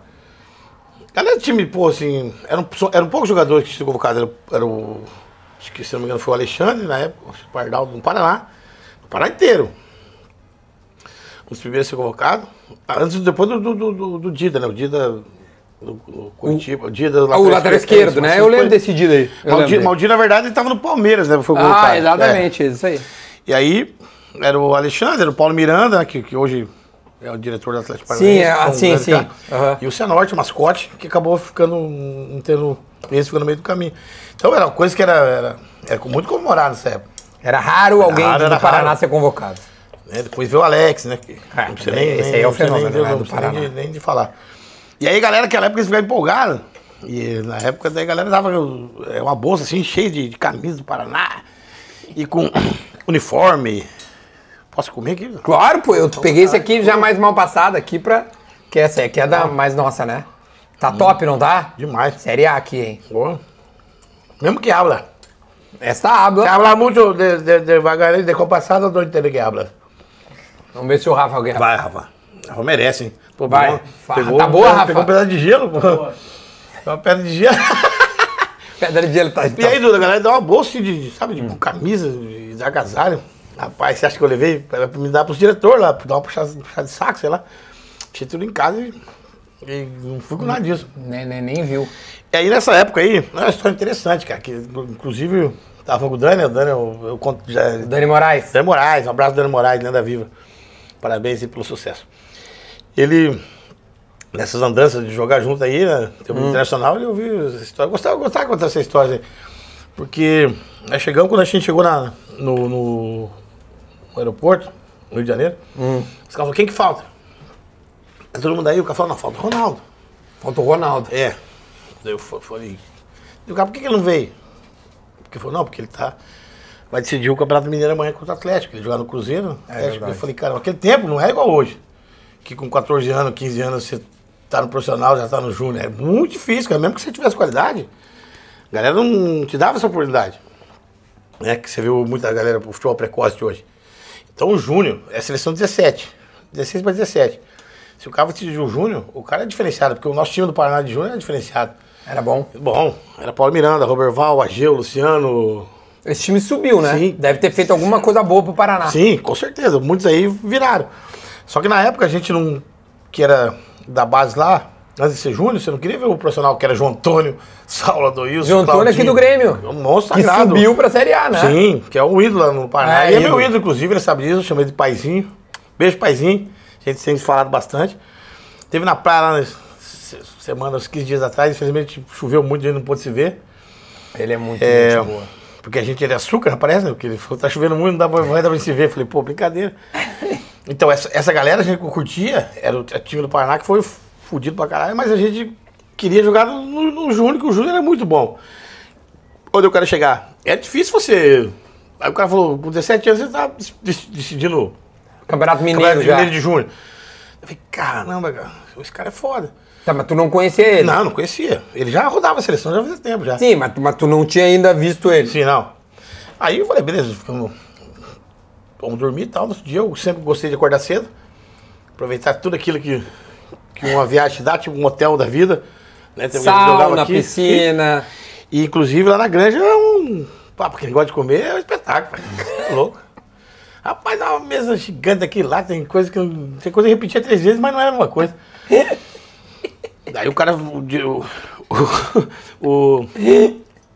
S1: Galera do time, pô, assim, eram, só- eram poucos jogadores que se convocados. Era, o- era o. Acho que, se não me engano, foi o Alexandre, na época, o Pardal do Paraná. Do Paraná inteiro. Um dos primeiros a ser convocado. Ah, Antes, depois do, do, do- do- do Dida, né? O Dida. Do, do Curitiba, o Dida do
S2: Ah, o lateral esquerdo,
S1: assim
S2: né? Eu lembro desse dia aí. Eu lembro
S1: Maldir,
S2: dele.
S1: Maldir, na verdade, ele tava no Palmeiras, né? Foi convocado.
S2: Ah,
S1: É.
S2: exatamente, isso aí.
S1: E aí, era o Alexandre, era o Paulo Miranda, né, que, que hoje é o diretor do Atlético
S2: Sim, é, ah,
S1: que um
S2: sim,
S1: grande
S2: sim.
S1: cara.
S2: Aham.
S1: E o Cianorte, o mascote, que acabou ficando, um- não tendo, esse ficou no meio do caminho. Então era uma coisa que era, era, era muito comemorada nessa época.
S2: Era raro alguém
S1: raro, era
S2: do Paraná
S1: raro.
S2: ser convocado.
S1: né? Depois veio o Alex, né? que
S2: É,
S1: não precisa nem,
S2: esse
S1: nem-
S2: aí é o
S1: não precisa
S2: fenômeno,
S1: nem,
S2: né,
S1: Não
S2: do
S1: precisa
S2: Paraná.
S1: nem, de- nem de falar. E aí, galera, naquela época eles ficaram empolgados. E na época daí a galera dava é, uma bolsa assim, cheia de, de camisa do Paraná. E com uniforme. Posso comer aqui?
S2: Claro, pô, eu peguei esse aqui já mais mal passado aqui pra. Que essa aqui é da mais nossa, né? Tá top, não tá?
S1: Demais.
S2: Série A aqui, hein?
S1: Boa. Mesmo que habla.
S2: Essa habla.
S1: Que habla muito de, de, devagar e descompassado, não entende que habla.
S2: Vamos ver se o Rafa ganha.
S1: Vai, Rafa. Rafa merece, hein? Pô,
S2: Vai.
S1: bom.
S2: Fa- tá boa, Rafa?
S1: Pegou um pedaço de gelo, pô. Pegou uma pedra de gelo.
S2: Pedra de gelo tá.
S1: E aí, Duda, a galera dá uma bolsa de, de, sabe, de camisa, de, de agasalho. Rapaz, você acha que eu levei pra pra me dar pros diretores lá, pra dar uma puxada, puxada de saco, sei lá. Tinha tudo em casa e, e não fui com nada disso.
S2: Nem, nem, nem viu.
S1: E aí nessa época aí, é uma história interessante, cara, que inclusive eu tava com o Dani, o Dani, eu, eu conto já,
S2: Dani Moraes.
S1: Dani Moraes, um abraço Dani Moraes, lenda viva. Parabéns aí pelo sucesso. Ele, nessas andanças de jogar junto aí, né, teve um internacional, ele ouviu essa história. Eu Gostava, eu gostava de contar essa história. aí. Porque nós chegamos, quando a gente chegou na, no, no- no aeroporto, no Rio de Janeiro, os caras falaram, quem que falta? Aí todo mundo aí, o cara falou, não, falta o Ronaldo.
S2: Falta o Ronaldo.
S1: É. Daí eu fa- falei. E o cara, "Ah, por que, que ele não veio? Porque falou, não, porque ele tá. Vai decidir o Campeonato Mineiro amanhã contra o Atlético. Ele jogar no Cruzeiro. Atlético.
S2: verdade.
S1: Eu falei, cara, naquele tempo não é igual hoje. Que com 14 anos, 15 anos, você tá no profissional, já tá no júnior. É muito difícil, cara. Mesmo que você tivesse qualidade, a galera não te dava essa oportunidade. Né? Que você viu muita galera pro futebol precoce de hoje. Então o Júnior é seleção 17. 16 para 17. Se o cara decidir o Júnior, o cara é diferenciado, porque o nosso time do Paraná de Júnior é diferenciado.
S2: Era bom.
S1: Bom, era Paulo Miranda, Roberval, Ageu, Luciano.
S2: Esse time subiu, né?
S1: Sim.
S2: Deve ter feito alguma coisa boa pro Paraná.
S1: Sim, com certeza. Muitos aí viraram. Só que na época a gente não. que era da base lá, antes de ser Júnior, você não queria ver o profissional que era João Antônio, Saulo Adoilson.
S2: João Antônio aqui
S1: Claudinho.
S2: do Grêmio.
S1: É Um monstro
S2: que
S1: sagrado.
S2: subiu pra Série A, né?
S1: Sim, que é um ídolo lá no Paraná. e
S2: É,
S1: é
S2: ídolo.
S1: meu ídolo, inclusive, ele sabe disso, eu chamei de paizinho. Beijo, paizinho. A gente tem se falado bastante. Teve na praia lá nas se- semana, uns 15 dias atrás, infelizmente choveu muito, a gente não pôde se ver.
S2: Ele é muito
S1: É,
S2: gente boa.
S1: Porque a gente é de açúcar, parece, né? Porque ele falou, tá chovendo muito, não dá pra, vai dar pra se ver. Eu falei, pô, brincadeira. Então, essa, essa galera, a gente curtia, era o time do Paraná que foi, fudido pra caralho, mas a gente queria jogar no, no Júnior, que o Júnior era muito bom. Onde eu quero chegar? É difícil você. Aí o cara falou, com 17 anos você tá dec- decidindo é
S2: Campeonato
S1: o
S2: Mineiro
S1: campeonato de
S2: já.
S1: janeiro de junho. Eu falei, caramba, cara, esse cara é foda.
S2: Tá, mas tu não conhecia ele.
S1: Não, não conhecia. Ele já rodava a seleção já fazia tempo já.
S2: Sim, mas, tu- mas tu não tinha ainda visto ele.
S1: Sim, não. Aí eu falei, beleza, ficamos. Vamos dormir e tal. No outro dia eu sempre gostei de acordar cedo. Aproveitar tudo aquilo que, que uma viagem te dá, tipo um hotel da vida. Né? Tem um amigo que jogava
S2: Sauna,
S1: aqui.
S2: piscina.
S1: E, inclusive lá na granja é um. Pá, porque ele gosta de comer, é um espetáculo. pai. É louco. Rapaz, dá uma mesa gigante aqui e lá, tem coisa que. eu- Tem coisa que eu repetia três vezes, mas não era uma coisa. Daí o cara. O, di- o, o, o-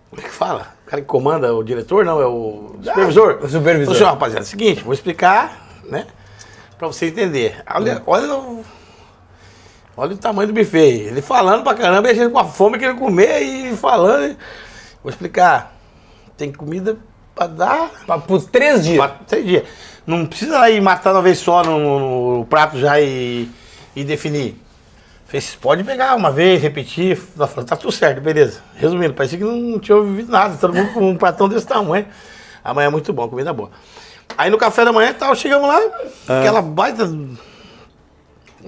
S1: como é que fala? O cara que comanda, o diretor, não, é o supervisor.
S2: o supervisor.
S1: Falou assim, ó, rapaziada, é o seguinte, vou explicar, né? Pra você entender. Olha, olha, o- olha o tamanho do buffet. aí. Ele falando pra caramba e a gente com a fome querendo comer e falando. e- Vou explicar. Tem comida pra dar
S2: Pra- Por três dias.
S1: Quatro, três dias. Não precisa ir matar de uma vez só no, no- no prato já e, e definir. Fez, pode pegar uma vez, repetir. Ela falou, tá tudo certo, beleza. Resumindo, parecia que não tinha ouvido nada. Todo mundo com um pratão desse tamanho. Amanhã é muito bom, comida boa. Aí no café da manhã e tal, chegamos lá, aquela baita. Como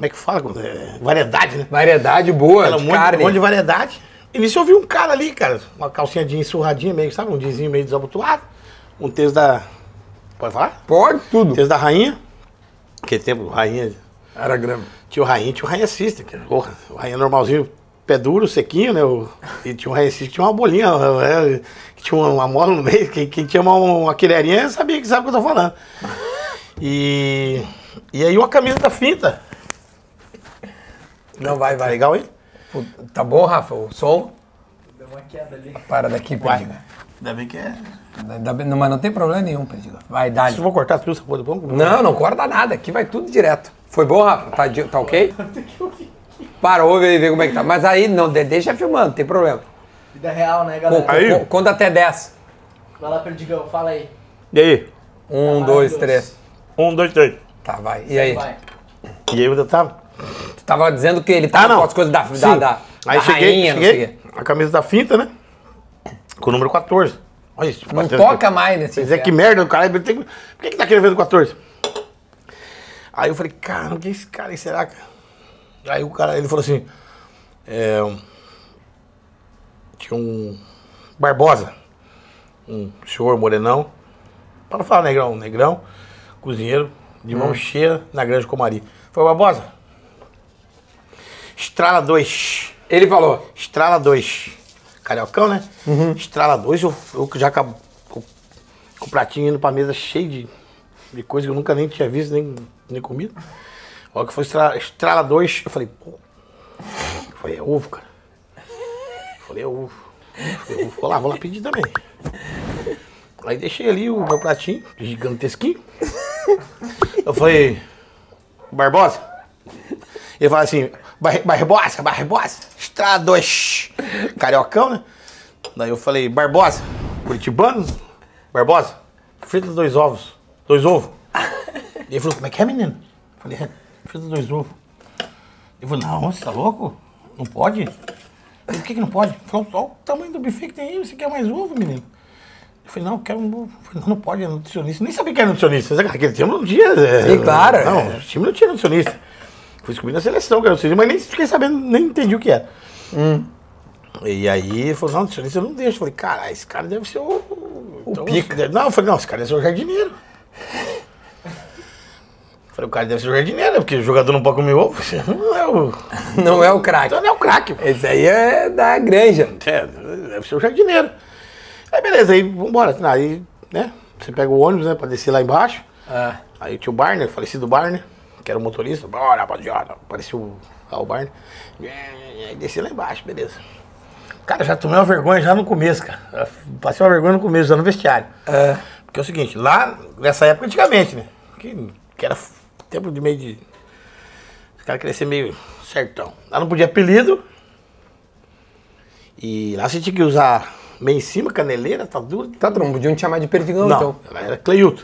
S1: é que fala? É, variedade, né?
S2: Variedade boa
S1: Ela, um
S2: de
S1: monte-
S2: carne.
S1: um monte de variedade. E nisso eu vi um cara ali, cara, uma calcinha jeans surradinha, meio, sabe? Um jeansinho meio desabotoado. Um texto da. Pode falar? Um
S2: Pode tudo.
S1: Texto da rainha. Aquele tempo, rainha.
S2: Era grama.
S1: Tinha o rainha, tinha o rainha sister, cara. Porra, o rainha normalzinho, pé duro, sequinho, né? O- e tinha o rainha sister que tinha uma bolinha, né? que tinha uma, uma mola no meio. Quem, quem tinha uma, uma quilerinha sabia que sabe o que eu tô falando. E. E aí uma camisa da finta.
S2: Não, vai,
S1: Tá
S2: vai.
S1: legal, hein?
S2: Puta, Tá bom, Rafa? O som? Deu uma queda ali. Para daqui, né? Perdiga.
S1: Ainda bem que é.
S2: Ainda bem- não, Mas não tem problema nenhum, Perdiga. Vai, dá-lhe.
S1: Vocês vão cortar tudo essa porra do pão?
S2: Não, não corta nada, aqui vai tudo direto. Foi bom, Rafa? Tá, di- tá ok? Para, ouve aí, vê como é que tá. Mas aí, não, de- deixa filmando, não tem problema.
S3: Vida real, né,
S2: Co-
S3: galera?
S2: co-
S1: Aí?
S2: co- conta até 10.
S3: Vai lá, Perdigão, fala aí.
S1: E aí?
S2: Um, dois,
S3: Deus.
S2: três.
S1: Um, dois, três.
S2: Tá, vai. E aí?
S3: Tá, Vai.
S1: E aí tá? eu ainda tava.
S2: Tu tava dizendo que ele tava com as coisas da, da,
S1: Ah, Sim.
S2: da,
S1: Aí
S2: da
S1: cheguei,
S2: rainha, não sei
S1: cheguei
S2: o quê.
S1: a camisa da finta, né? Com o número 14. Olha isso.
S2: Não
S1: batendo-
S2: toca mais nesse
S1: Pois é, que
S2: inferno.
S1: merda, o cara. ele tem- Por que, que tá querendo ver o 14? Aí eu falei, cara, que esse cara aí será? cara? Aí o cara, ele falou assim. é, um- tinha um. Barbosa. Um senhor morenão. Pra não falar negrão, negrão. Cozinheiro, de mão cheia na Grande Comari. Foi Barbosa. Estrala 2.
S2: Ele falou,
S1: Estrala 2. Cariocão, né? Estrala 2, eu, eu já acabo com, com o pratinho indo pra mesa cheio de, de coisa que eu nunca nem tinha visto, nem, nem comido. A hora que foi estrala, estrala 2, eu falei, pô. Eu falei, é ovo, cara. Eu falei, é ovo. Eu falei, é ovo. Vou lá, vou lá pedir também. Aí deixei ali o meu pratinho, gigantesquinho. Eu falei, Barbosa? Ele fala assim, "Bar- Barbosa, Barbosa, Estrada 2. Cariocão, né? Daí eu falei, Barbosa, Curitibano, Barbosa, frita dois ovos, dois ovos. Ele falou, como é que é, menino? Eu falei, é, frita dois ovos. Ele falou, não, você tá louco? Não pode? Eu falei, Por que, que não pode? Ele falou, olha o tamanho do buffet que tem aí, você quer mais ovo, menino? Eu falei, não, eu quero um ovo. Eu falei, não, não pode, é nutricionista. Nem sabia que era nutricionista. Sabe, Naquele tempo não tinha. é,
S2: Sim, claro,
S1: Não,
S2: é.
S1: o time não tinha nutricionista. Fui descobrir na seleção que era nutricionista, mas nem fiquei sabendo, nem entendi o que era.
S2: Hum.
S1: E aí ele falou, não, nutricionista eu não deixa. Eu falei, cara, esse cara deve ser o. O então
S2: pica.
S1: Não, eu falei, não, esse cara deve ser o jardineiro. Eu Falei, o cara deve ser o jardineiro, né? porque o jogador não pode comer ovo. Não é o.
S2: não é o craque.
S1: Então não é o craque. pô.
S2: Esse aí é da granja.
S1: É, deve ser o jardineiro. Aí beleza, aí vambora. Aí, né? Você pega o ônibus, né? Pra descer lá embaixo.
S2: Ah,
S1: Aí tinha o Barney, o falecido Barney, que era o motorista. Bora, rapaziada. Apareceu o- lá o Barney. Aí desci lá embaixo, beleza. Cara, já tomei uma vergonha já no começo, cara. Eu Passei uma vergonha no começo, já no vestiário.
S2: É.
S1: Porque é o seguinte, lá, nessa época, antigamente, né? Que, que era f- tempo de meio de... Os caras queriam ser meio certão. Lá não podia apelido. E lá você tinha que usar meio em cima, caneleira, tá duro, tá
S2: tá, tu não podiam te chamar de perdigão,
S1: não,
S2: então.
S1: ela era Cleilton.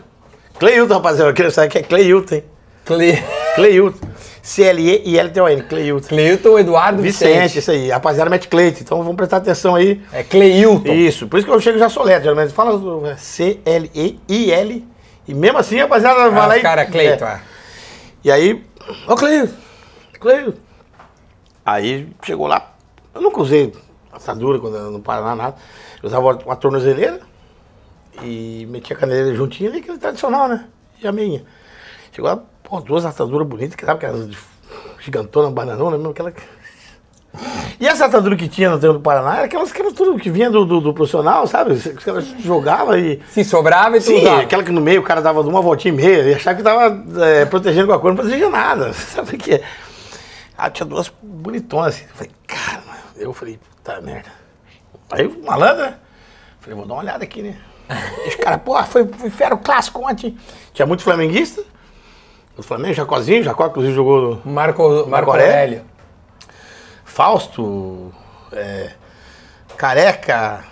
S1: Cleilton, rapaziada, eu queria saber que é Cleilton, hein?
S2: Cle...
S1: Cleiuto. C-L-E-I-L-T-O-N, Cleiuto.
S2: Cleilton Eduardo
S1: Vicente,
S2: Vicente.
S1: isso aí. Rapaziada, mete Cleito. Então vamos prestar atenção aí.
S2: É Cleilton.
S1: Isso, por isso que eu chego já soleto, geralmente. Fala é, C-L-E-I-L. E mesmo assim, rapaziada, vai
S2: Ah,
S1: lá e.
S2: cara, Cleiton.
S1: É.
S2: ah.
S1: E aí, ô Cleio, Cleio. Aí chegou lá, eu nunca usei assadura quando eu era no Paraná, nada. Eu usava uma tornozeleira e metia a caneleira juntinha ali, aquele tradicional, né? E a minha. Chegou lá, pô, duas assaduras bonitas, que sabe aquelas gigantonas, bananona mesmo, aquela. que- E essa atadura que tinha no tempo do Paraná era aquelas que era tudo que vinha do, do, do profissional, sabe? Que ela jogava e.
S2: Se sobrava e tudo.
S1: Sim, aquela que no meio o cara dava uma voltinha e meia e achava que tava é, protegendo alguma coisa, não protegia nada. Sabe o que é? Ah, tinha duas bonitonas assim. Eu falei, cara, eu falei, puta merda. Aí o malandro, né? Falei, vou dar uma olhada aqui, né? Os caras, porra, foi, foi fera o clássico ontem. Tinha muito flamenguista. O Flamengo, Jacozinho, Jacó, inclusive, jogou no
S2: Marco, Marco
S1: Marco Aurélio.
S2: Aurélio.
S1: Fausto, é, Careca,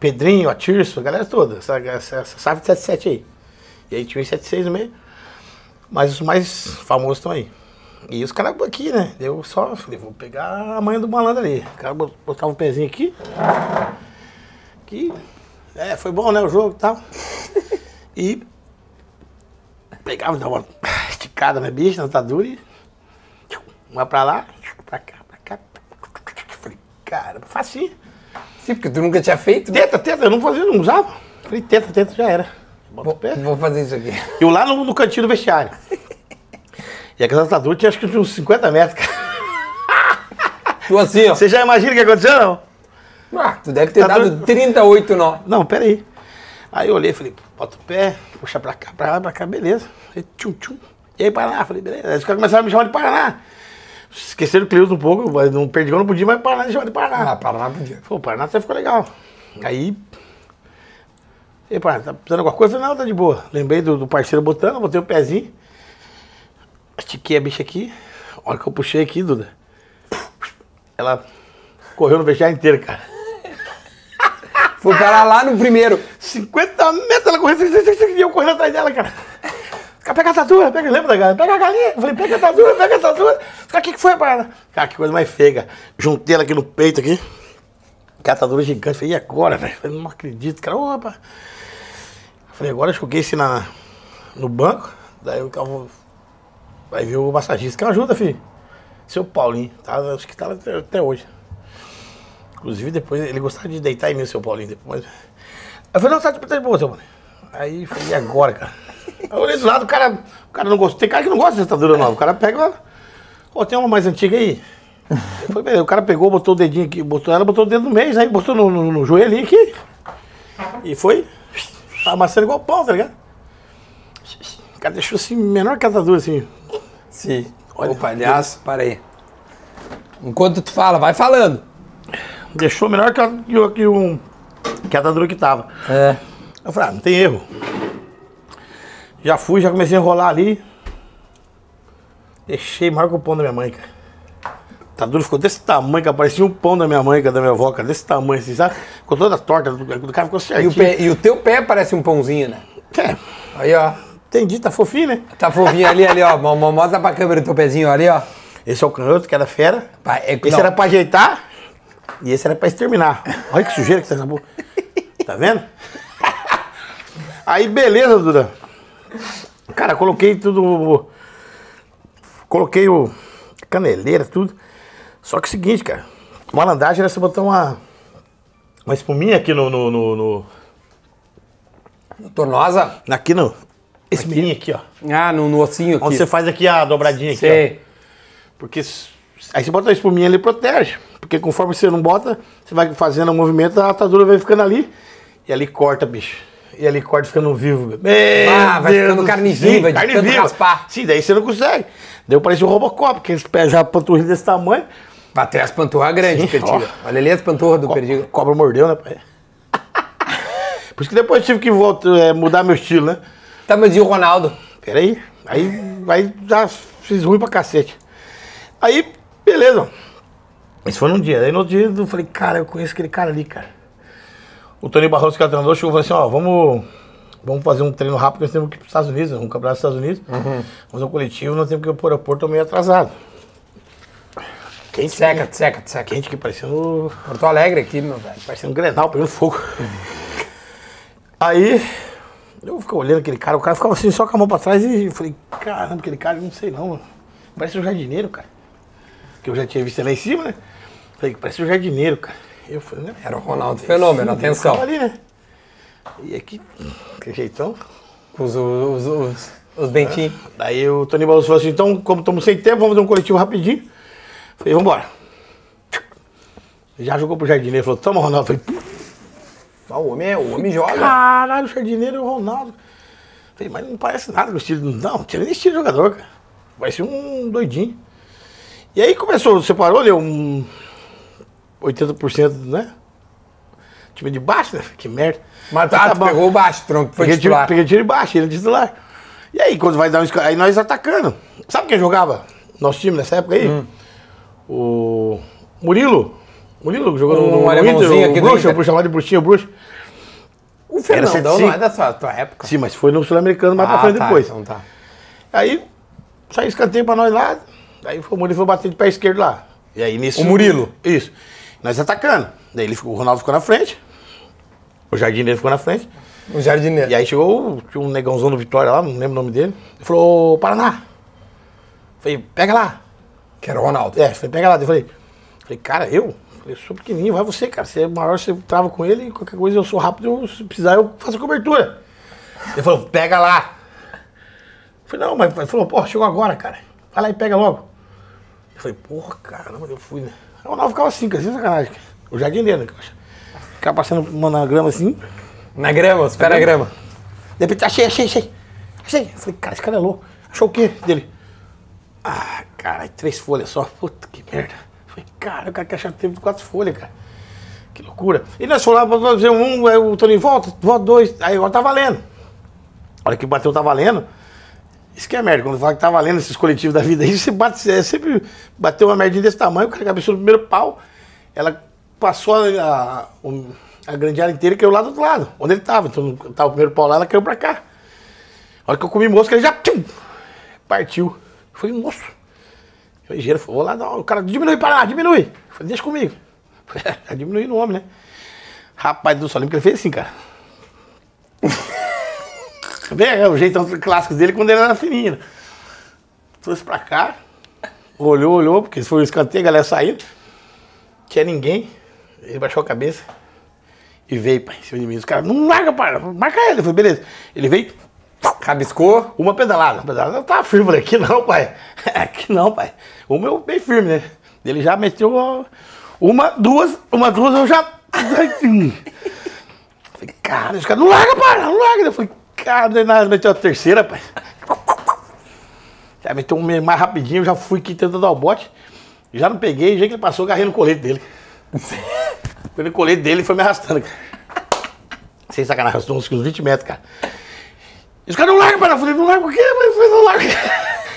S1: Pedrinho, Atirso, a galera toda, essa, essa, essa Saf 77 aí. E aí tinha o 76 no meio, mas os mais famosos estão aí. E os caras aqui, né? Eu só falei, vou pegar a manha do malandro ali. O cara bot- botava o pezinho aqui, que é, foi bom, né, o jogo e tal. E pegava, dava uma esticada na bicha, na atadura e uma pra lá, pra cá, pra cá. Falei, cara, facinho.
S2: Sim, porque tu nunca tinha feito. né?
S1: Tenta, tenta, eu não fazia, não usava. Falei, tenta, tenta, já era. Bota o
S2: Vou,
S1: pé.
S2: vou fazer isso aqui.
S1: Eu lá no, no cantinho do vestiário. E aquela atadura tinha acho que uns 50 metros. cara.
S2: Tu assim, ó.
S1: Você já imagina o que aconteceu, não?
S2: Ah, tu deve ter
S1: Tá
S2: dado
S1: doido?
S2: 38 nó.
S1: Não, peraí. Aí eu olhei, falei, bota o pé, puxa pra cá, pra lá, pra cá, beleza. Aí, tchum, tchum. E aí, Paraná, falei, beleza. Aí os caras começaram a me chamar de Paraná. Esqueceram o Cleuso um pouco, mas não perdigão não podia, mas Paraná me chamava de Paraná.
S2: Ah, Paraná podia.
S1: Pô, Paraná até ficou legal. Aí. E aí, Paraná, tá precisando de alguma coisa? Eu falei, Não, tá de boa. Lembrei do, do parceiro botando, botei o pezinho. Estiquei a bicha aqui. A hora que eu puxei aqui, Duda. Ela correu no vestiário inteiro, cara.
S2: Fui parar lá no primeiro.
S1: 50 metros ela correndo, e eu correndo atrás dela, cara. Cara, Pega a atadura, pega, lembra da galera? Pega a galinha. Eu falei, pega a atadura, pega a atadura. Cara, o que, que foi, Paraná? Cara, que coisa mais feia. cara. Juntei ela aqui no peito aqui. Catadura gigante. Falei, e agora, velho? Falei, não acredito, cara. Opa. Falei, agora eu joguei esse na, no banco. Daí o cara vai ver o massagista. Que ajuda, filho. Seu Paulinho. Tá, acho que tá lá até, até hoje. Inclusive, depois ele gostava de deitar em mim, seu Paulinho. Depois, mas... Eu falei, não, tá de, tá de boa, seu Paulinho. Aí eu falei, e agora, cara? Eu olhei do lado, o cara, o cara não gosta. Tem cara que não gosta de ditadura nova. O cara pega. ó, Ó, tem uma mais antiga aí. Eu falei, beleza, o cara pegou, botou o dedinho aqui, botou ela, botou o dedo no meio, aí botou no, no, no joelhinho aqui. E foi amassando igual pão, tá ligado? O cara deixou assim, menor catadura, assim.
S2: Sim.
S1: Olha,
S2: Ô, palhaço, para aí. Enquanto tu fala, vai falando.
S1: Deixou menor que, a- que, o- que um catadura que tava.
S2: É.
S1: Eu falei, ah, não tem erro. Já fui, já comecei a enrolar ali. Deixei maior que o pão da minha mãe, cara. Tá duro, ficou desse tamanho, cara. Parecia um pão da minha mãe, cara, da minha avó, cara. Desse tamanho, assim, sabe? Ficou toda torta, o cara ficou
S2: E o,
S1: certinho.
S2: pé- e o teu pé parece um pãozinho, né?
S1: É,
S2: Aí, ó.
S1: entendi, tá fofinho, né?
S2: Tá fofinho ali, ali, ó. Mo- mo- Mostra pra câmera o teu pezinho ali, ó.
S1: Esse é o canhoto, que era fera.
S2: Pa- é-
S1: esse
S2: não.
S1: era pra ajeitar e esse era pra exterminar. Olha que sujeira que tá essa boca. Tá vendo? Aí, beleza, Duda. Cara, coloquei tudo. Coloquei o caneleira, tudo. Só que é o seguinte, cara. Malandragem era você botar uma. Uma espuminha aqui no. no, no, no
S2: Tornosa?
S1: aqui no. Esse menino aqui, ó.
S2: Ah, no, no ossinho aqui.
S1: Onde você faz aqui a dobradinha aqui, ó.
S2: Sei.
S1: Porque s- aí você bota a espuminha ali e protege. Porque conforme você não bota, você vai fazendo o movimento, a atadura vai ficando ali. E ali corta, bicho. E ali corta ficando vivo. meu. Meu
S2: Ah, vai
S1: Deus
S2: ficando
S1: do-
S2: carne
S1: Sim,
S2: viva, de
S1: carne
S2: tanto
S1: viva.
S2: raspar.
S1: Sim, daí você não consegue. Daí eu parecia um Robocop, porque eles pesam a panturrilha desse tamanho.
S2: Bateu as panturras grandes,
S1: Sim,
S2: Perdiga. Olha ali as panturras do Perdiga.
S1: Co cobra mordeu, né, pai? Por isso que depois eu tive que voltar, é, mudar meu estilo, né?
S2: Tá, mas e o Ronaldo?
S1: Peraí. Aí, aí já fiz ruim pra cacete. Aí, beleza. Isso foi num dia. Aí no outro dia eu falei, cara, eu conheço aquele cara ali, cara. O Tony Barroso, que é o treinador, chegou e falou assim, ó, vamos Vamos fazer um treino rápido, nós temos que ir para os Estados Unidos, um campeonato dos Estados Unidos. Vamos fazer um coletivo, nós temos que ir para o aeroporto meio atrasado. Quente, né?
S2: Seca, seca, seca.
S1: quente que parecendo
S2: Porto Alegre aqui, meu velho.
S1: Parecia um grenal, pegando fogo. Aí, eu ficava olhando aquele cara, o cara ficava assim, só com a mão pra trás e eu falei, caramba, aquele cara, eu não sei não, mano. Parece um jardineiro, cara. Que eu já tinha visto ele lá em cima, né? Falei, parece um jardineiro, cara. Eu falei, né?
S2: Era o Ronaldo Fenômeno, atenção.
S1: Tava ali, né? E aqui, que jeitão.
S2: Com os, os, os, os dentinhos.
S1: Daí o Tony Balos falou assim, então, como estamos sem tempo, vamos fazer um coletivo rapidinho. Falei, vambora. Já jogou pro jardineiro, falou, toma, Ronaldo. Falei,
S2: Ah, o, homem, é- o homem joga.
S1: Caralho, o jardineiro é o Ronaldo. Falei, mas não parece nada com o estilo. Não, não tinha nem estilo de jogador, cara. Parecia um doidinho. E aí começou, separou ali um 80%, né? Time de baixo, né? Que merda.
S2: Mas tá, tu
S1: bom.
S2: pegou o baixo, tronco, foi
S1: Peguei tiro,
S2: titular.
S1: peguei tiro de baixo, ele é titular. E aí, quando vai dar um esca- Aí nós atacando. Sabe quem jogava? Nosso time nessa época aí?
S2: Hum.
S1: O Murilo. Murilo jogou
S2: Um
S1: no, no
S2: alemãozinho
S1: Inter,
S2: aqui
S1: o
S2: do
S1: Bruxo,
S2: Inter.
S1: eu chamava de Bruxinho, o Bruxo.
S2: O Fernandão não
S1: 75.
S2: é da sua tua época.
S1: Sim, mas foi no Sul-Americano mais pra frente
S2: tá,
S1: depois.
S2: Então tá.
S1: Aí saiu escanteio pra nós lá, aí o Murilo foi bater de pé esquerdo lá. E aí nisso.
S2: O Murilo?
S1: Isso. Nós atacando. Daí ele ficou, o Ronaldo ficou na frente. O jardineiro ficou na frente.
S2: O jardineiro.
S1: E aí chegou o- tinha um negãozão do Vitória lá, não lembro o nome dele. Ele falou, ô Paraná. Eu Falei, pega lá.
S2: Que era o Ronaldo.
S1: É, eu falei, pega lá. Eu falei, eu falei, cara, eu? Eu Falei, sou pequenininho, vai você, cara. Você é maior, você trava com ele, qualquer coisa eu sou rápido, eu, se precisar eu faço a cobertura. Ele falou, pega lá. Eu falei, não, mas ele falou, pô, chegou agora, cara. Vai lá e pega logo. Eu falei, porra, caramba, eu fui, né? Aí o Nau ficava assim, cara, sem sacanagem. cara. O jardineiro, né? que eu acho. Ficava passando uma na grama assim.
S2: Na grama, os pés na grama.
S1: De repente, achei, achei, achei. Achei. Eu Falei, cara, esse cara é louco. Achou o quê dele? Ah, cara, três folhas só. Puta que merda. Eu Falei, cara, o cara que achava que teve quatro folhas, cara. Que loucura. E nós fomos lá pra fazer um, aí o Tony volta, volta dois. Aí agora tá valendo. A hora que bateu, tá valendo. Isso que é merda. Quando fala que tá valendo esses coletivos da vida aí, você bate, é, sempre bateu uma merdinha desse tamanho, o cara cabeçou no primeiro pau. Ela passou a, a, o- a grande área inteira e caiu lá do outro lado, onde ele tava. Então, tava o primeiro pau lá, ela caiu pra cá. A hora que eu comi mosca, ele já tchum, partiu. Eu falei, moço. Eu ligeiro, falei, vou lá, dar uma- o cara diminui para lá, diminui. Eu falei, deixa comigo. Eu falei, Já diminui no homem, né? Rapaz do lembro que ele fez assim, cara. Vem, é o jeitão clássico dele quando ele era fininho. né? Trouxe pra cá, olhou, olhou, porque foi o escanteio, a galera saindo. Tinha ninguém. Ele baixou a cabeça e veio, pai, em cima de mim. Os caras, não larga, para, marca ele. Eu falei, beleza. Ele veio,
S2: Rabiscou.
S1: uma pedalada, uma pedalada. Eu tava firme, falei, aqui não, pai. Aqui não, pai. Uma eu bem firme, né? Ele já meteu uma- uma, duas, uma, duas, eu já. falei, cara, os caras, não larga, para, não larga. Eu falei, cara, não é nada, meteu a terceira, pai. Já meteu um meio mais rapidinho, eu já fui aqui tentando dar o bote. Já não peguei, o jeito que ele passou, eu agarrei no colete dele. Foi no colete dele e foi me arrastando, cara. Sem sacanagem, arrastou uns 20 metros, cara. E os caras não largam, para Eu falei, não larga o quê? Mas foi, não larga.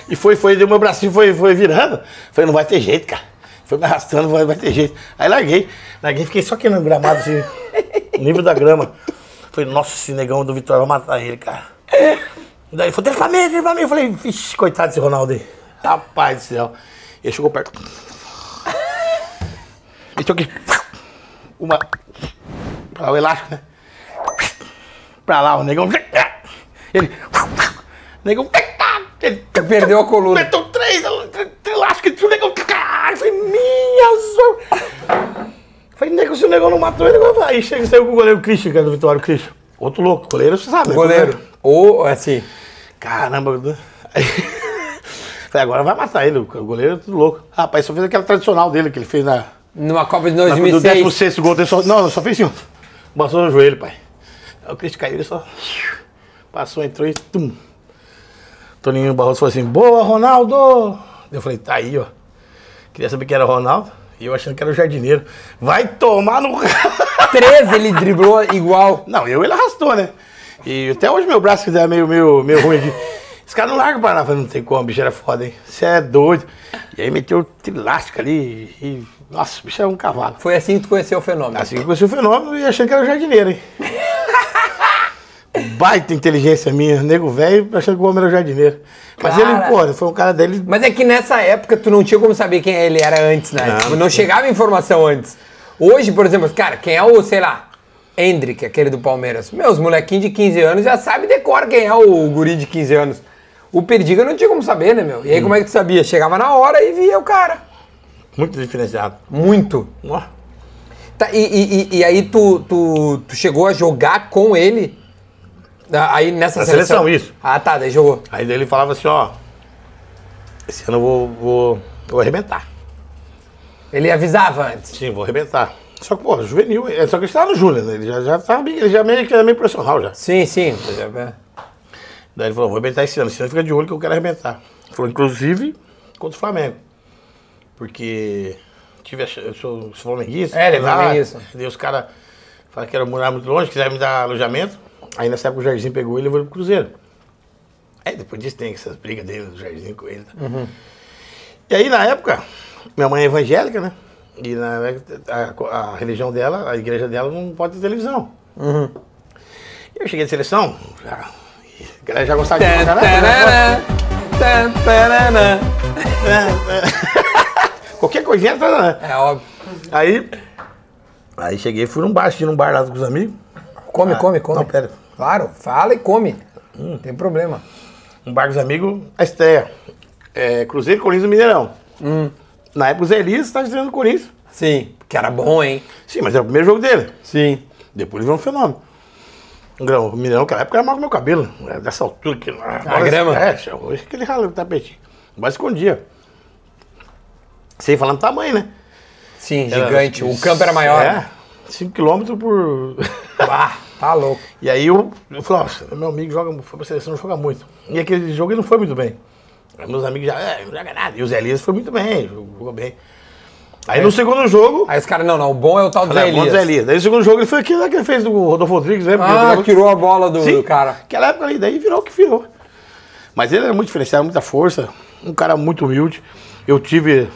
S1: E foi, foi, deu meu bracinho, foi, foi virando. Falei, não vai ter jeito, cara. Foi me arrastando, vai, vai ter jeito. Aí larguei. Larguei, fiquei só aqui no gramado, assim, no nível da grama. Falei, nossa, esse negão do Vitória vai matar ele, cara. Daí ele falou, deixa pra mim, deixa pra mim. Eu falei, vixe, coitado desse Ronaldo aí. Rapaz do céu. Ele chegou perto. Ele tinha aqui. Uma. Pra lá o elástico, né? Pra lá, o negão. É. Ele. Negão. Ele
S2: Perdeu a coluna.
S1: Meteu três, três elásticos, o negão. Eu falei, minha zona. Eu Falei, nego, se o negão não matou ele, vai. Aí chega, saiu com o goleiro Christian, cara, do Vitória, o Christian. Outro louco, goleiro, você sabe, né?
S2: Goleiro. Ou, assim,
S1: Caramba, né? Aí, falei, agora vai matar ele, o goleiro é tudo louco. Rapaz, só fez aquela tradicional dele que ele fez na.
S2: numa Copa de
S1: na do
S2: 2006.
S1: 16 gol dele só. Não, só fez assim, ó. Passou no joelho, pai. Aí o Cristo caiu, ele só. Passou, entrou e. Tum. Toninho Barroso falou assim: Boa, Ronaldo! Eu falei: Tá aí, ó. Queria saber quem era o Ronaldo e eu achando que era o jardineiro. Vai tomar no.
S2: 13 ele driblou igual.
S1: Não, eu ele arrastou, né? E até hoje meu braço ainda é meio, meio, meio ruim aqui. Esse cara não larga o Paraná. Eu Falei, não tem como, bicho era foda, hein? Você é doido. E aí meteu trilástico ali e. e- Nossa, o bicho é um cavalo.
S2: Foi assim que tu conheceu o fenômeno.
S1: Assim que eu conheci o fenômeno e achei que era o jardineiro, hein? baita inteligência minha, nego velho, achando que o homem era jardineiro. Mas
S2: Cara.
S1: ele, pô, foi um cara dele.
S2: Mas é que nessa época tu não tinha como saber quem ele era antes, né?
S1: Não.
S2: Tipo, Não, chegava informação antes. Hoje, por exemplo, cara, quem é o, sei lá, Hendrick, aquele do Palmeiras? Meus molequinhos de 15 anos já sabe decora quem é o guri de 15 anos. O Perdiga não tinha como saber, né, meu? E
S1: Hum.
S2: aí como é que tu sabia? Chegava na hora e via o cara.
S1: Muito diferenciado.
S2: Muito.
S1: Ó.
S2: Tá, e, e- e- e aí tu, tu, tu chegou a jogar com ele? Ah, Aí nessa
S1: Na
S2: seleção.
S1: seleção, isso.
S2: Ah, tá, daí jogou.
S1: Aí ele falava assim, ó. Esse ano eu vou, vou, vou arrebentar.
S2: Ele avisava antes.
S1: Sim, vou arrebentar. Só que, pô, juvenil, é, só que ele estava no Júnior, né? Ele já, já tava bem, ele já meio que era meio profissional já.
S2: Sim, sim. é.
S1: Daí ele falou, vou arrebentar esse ano, esse ano fica de olho que eu quero arrebentar. Ele falou, inclusive, contra o Flamengo. Porque tive a, ch- eu sou, sou flamenguista.
S2: É, ele é
S1: lá,
S2: flamenguista.
S1: Daí os caras falaram que era um morar muito longe, quiseram me dar alojamento. Aí nessa época o Jairzinho pegou ele e levou ele pro Cruzeiro. Aí depois disso tem essas brigas dele, do Jairzinho com ele. tá? E aí na época, minha mãe é evangélica, né? E na época, a, a religião dela, a igreja dela não pode ter televisão. E eu cheguei de seleção, já, a galera já gostava de mim pra caralho, né?
S2: Tantarana, tantarana.
S1: Qualquer coisinha entra, né?
S2: É óbvio.
S1: Aí. Aí cheguei, fui num bar, assisti num bar lá com os amigos.
S2: Come, come, come.
S1: Não, pera.
S2: Claro, fala e come. Não tem problema.
S1: Um bar com os amigos, a estreia. É, Cruzeiro, Corinthians e Mineirão. Na época o Zé Elias estava estreando no Corinthians.
S2: Sim. Que era bom, hein?
S1: Sim, mas era o primeiro jogo dele.
S2: Sim.
S1: Depois ele virou um fenômeno. O Grão, o Mineirão, naquela época, era mal com meu cabelo. Era dessa altura que. A
S2: grama?
S1: É, hoje que ele rala o tapete. Mas escondia. Sem falar no tamanho, né?
S2: Sim,
S1: Era-
S2: gigante. O campo era maior.
S1: É. 5km por.
S2: Ah, tá louco.
S1: E aí eu, eu falei, nossa, meu amigo joga, foi pra seleção, joga muito. E aquele jogo ele não foi muito bem. Aí meus amigos já, é, não joga nada. E o Zé Elias foi muito bem, jogou bem. Aí no segundo jogo,
S2: Aí os caras, não, não, o bom é o tal do É. Zé
S1: falei, "Bom,
S2: Elias.
S1: Zé Elias. Daí no segundo jogo ele foi aquilo lá que ele fez do Rodolfo Rodrigues, né? Porque ele
S2: Ah,
S1: jogava-
S2: tirou a bola do,
S1: Sim,
S2: do cara.
S1: Aquela época ali, daí virou o que virou. Mas ele era muito diferenciado, muita força, um cara muito humilde. Eu tive,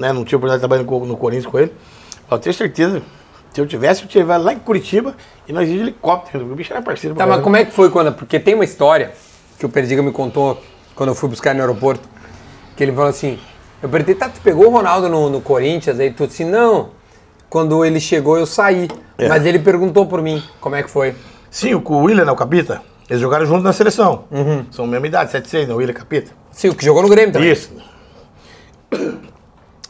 S1: né, não tive oportunidade de trabalhar no, Co- no Corinthians com ele. Eu tenho certeza, se eu tivesse, eu tivesse lá em Curitiba e nós íamos de helicóptero. O bicho era parceiro.
S2: Tá, mas como é que foi quando. Porque tem uma história que o Perdiga me contou quando eu fui buscar ele no aeroporto. Que ele falou assim: Eu perguntei, tá, tu pegou o Ronaldo no, no Corinthians? Aí tu disse: Não. Quando ele chegou, eu saí.
S1: É.
S2: Mas ele perguntou por mim como é que foi.
S1: Sim, o com o Willian, né, o Capita, eles jogaram junto na seleção. São a mesma idade, 76, né? O Willian e Capita.
S2: Sim, o que jogou no Grêmio também.
S1: Isso.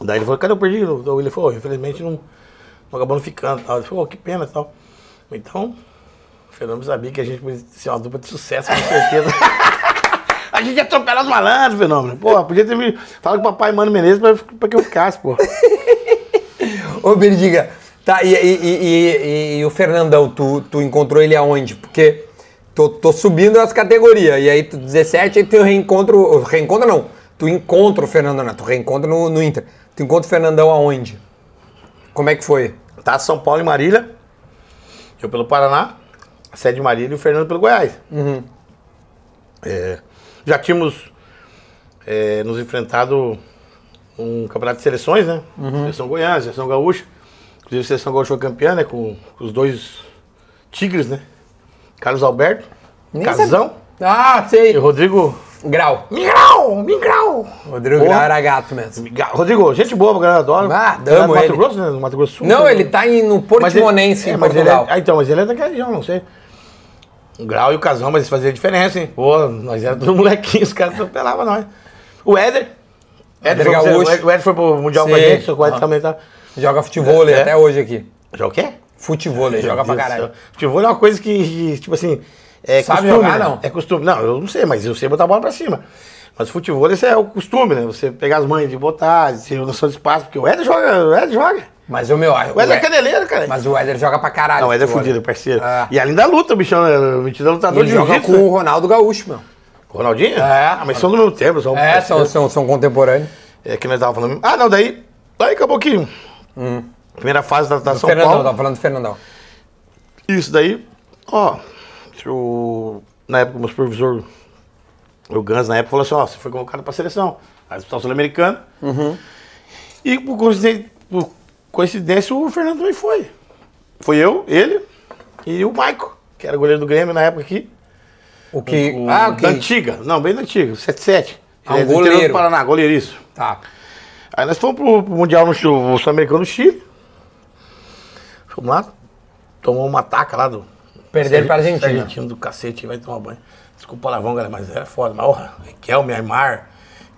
S1: Daí ele falou, cadê o perdido? O Willian falou, "Oh, infelizmente não, não acabou não ficando. Tal. Ele falou, "Oh, que pena e tal. Então, o Fernando sabia que a gente podia ser uma dupla de sucesso, com certeza. a gente ia atropelar os malandros, Fenômeno. Pô, podia ter me falado com o papai Mano Menezes pra, pra que eu ficasse, pô.
S2: Ô, Berdiga, tá, e, e- e- e- e o Fernandão, tu, tu encontrou ele aonde? Porque tô, tô subindo as categorias, e aí tu 17, aí tu reencontro, reencontro não, tu encontra o Fernandão, não, tu reencontra no, no Inter. Tu encontra o Fernandão aonde? Como é que foi?
S1: Tá São Paulo e Marília, eu pelo Paraná, a sede de Marília e o Fernando pelo Goiás.
S2: Uhum.
S1: É, já tínhamos é, nos enfrentado um campeonato de seleções, né?
S2: Uhum.
S1: Seleção Goiás, Seleção Gaúcha. Inclusive a Seleção Gaúcha foi campeã, né? Com, com os dois tigres, né? Carlos Alberto, Casão
S2: Ah,
S1: e
S2: sei.
S1: Rodrigo...
S2: Grau.
S1: Migrau! Migrau!
S2: Rodrigo
S1: Porra.
S2: Grau era gato mesmo.
S1: Migrau. Rodrigo, gente boa, pra galera adora.
S2: Ah,
S1: Ele é do
S2: amo
S1: Mato
S2: ele.
S1: Grosso, né? Do Mato Grosso do Sul.
S2: Não,
S1: né?
S2: ele tá em, no
S1: Mas ele-
S2: Portimonense,
S1: é,
S2: em
S1: mas ele
S2: Portugal.
S1: é- ah, então, mas ele é daquela região, não sei. O Grau e o Casão, mas eles faziam diferença, hein? Pô, nós éramos todos molequinhos, os caras atropelavam nós. O Éder. Éder
S2: Éder
S1: foi pro-
S2: Gaúcho.
S1: o Éder- o Éder foi pro Mundial com a
S2: Sim.
S1: gente, só que o Éder
S2: Aham.
S1: também tá.
S2: Joga futebol
S1: É.
S2: até hoje aqui.
S1: Já o quê?
S2: Futebol, joga pra caralho.
S1: Futebol é uma coisa que, tipo assim. É
S2: Sabe
S1: costume,
S2: jogar,
S1: né?
S2: não?
S1: É costume. Não, eu não sei, mas eu sei botar a bola pra cima. Mas futebol, esse é o costume, né? Você pegar as mães de botar, você noção de espaço, porque o Éder joga, o Éder joga.
S2: Mas o meu...
S1: O Éder é caneleiro, cara.
S2: Mas o Éder joga pra caralho.
S1: Não, ele é
S2: futevôlei.
S1: fudido, parceiro.
S2: Ah.
S1: E além da luta, o bichão é metido a
S2: E
S1: lutador
S2: ele
S1: de
S2: joga
S1: jiu-jitsu.
S2: com o Ronaldo Gaúcho, meu.
S1: Ronaldinho?
S2: É.
S1: Ah, mas são do mesmo tempo, são.
S2: É, são, são, são contemporâneos.
S1: É que nós tava falando. Ah, não, daí. Daí acabou que. Primeira fase da, da São
S2: Fernandão,
S1: Paulo.
S2: tava falando Hum. do Fernandão.
S1: Isso daí, ó. se o- na época, o meu supervisor, o Gans, na época, falou assim: ó, você foi convocado pra seleção, a disputa sul-americana.
S2: Uhum.
S1: E por coincidência, por coincidência, o Fernando também foi. Foi eu, ele e o Maico, que era goleiro do Grêmio na época aqui.
S2: O que.
S1: O-
S2: ah, ok.
S1: Da antiga, não, bem da antiga, 77.
S2: Ah, um
S1: Ele é do
S2: goleiro.
S1: interior do Paraná, goleiro, isso.
S2: Tá.
S1: Aí nós fomos pro, pro Mundial no Chile, o Sul-Americano no Chile. Fomos lá, tomamos uma taca lá do.
S2: Perderam pra Argentina.
S1: Argentino do cacete, vai tomar banho. Desculpa o palavrão, galera, mas era foda. Mas, porra, Riquelme, Aymar,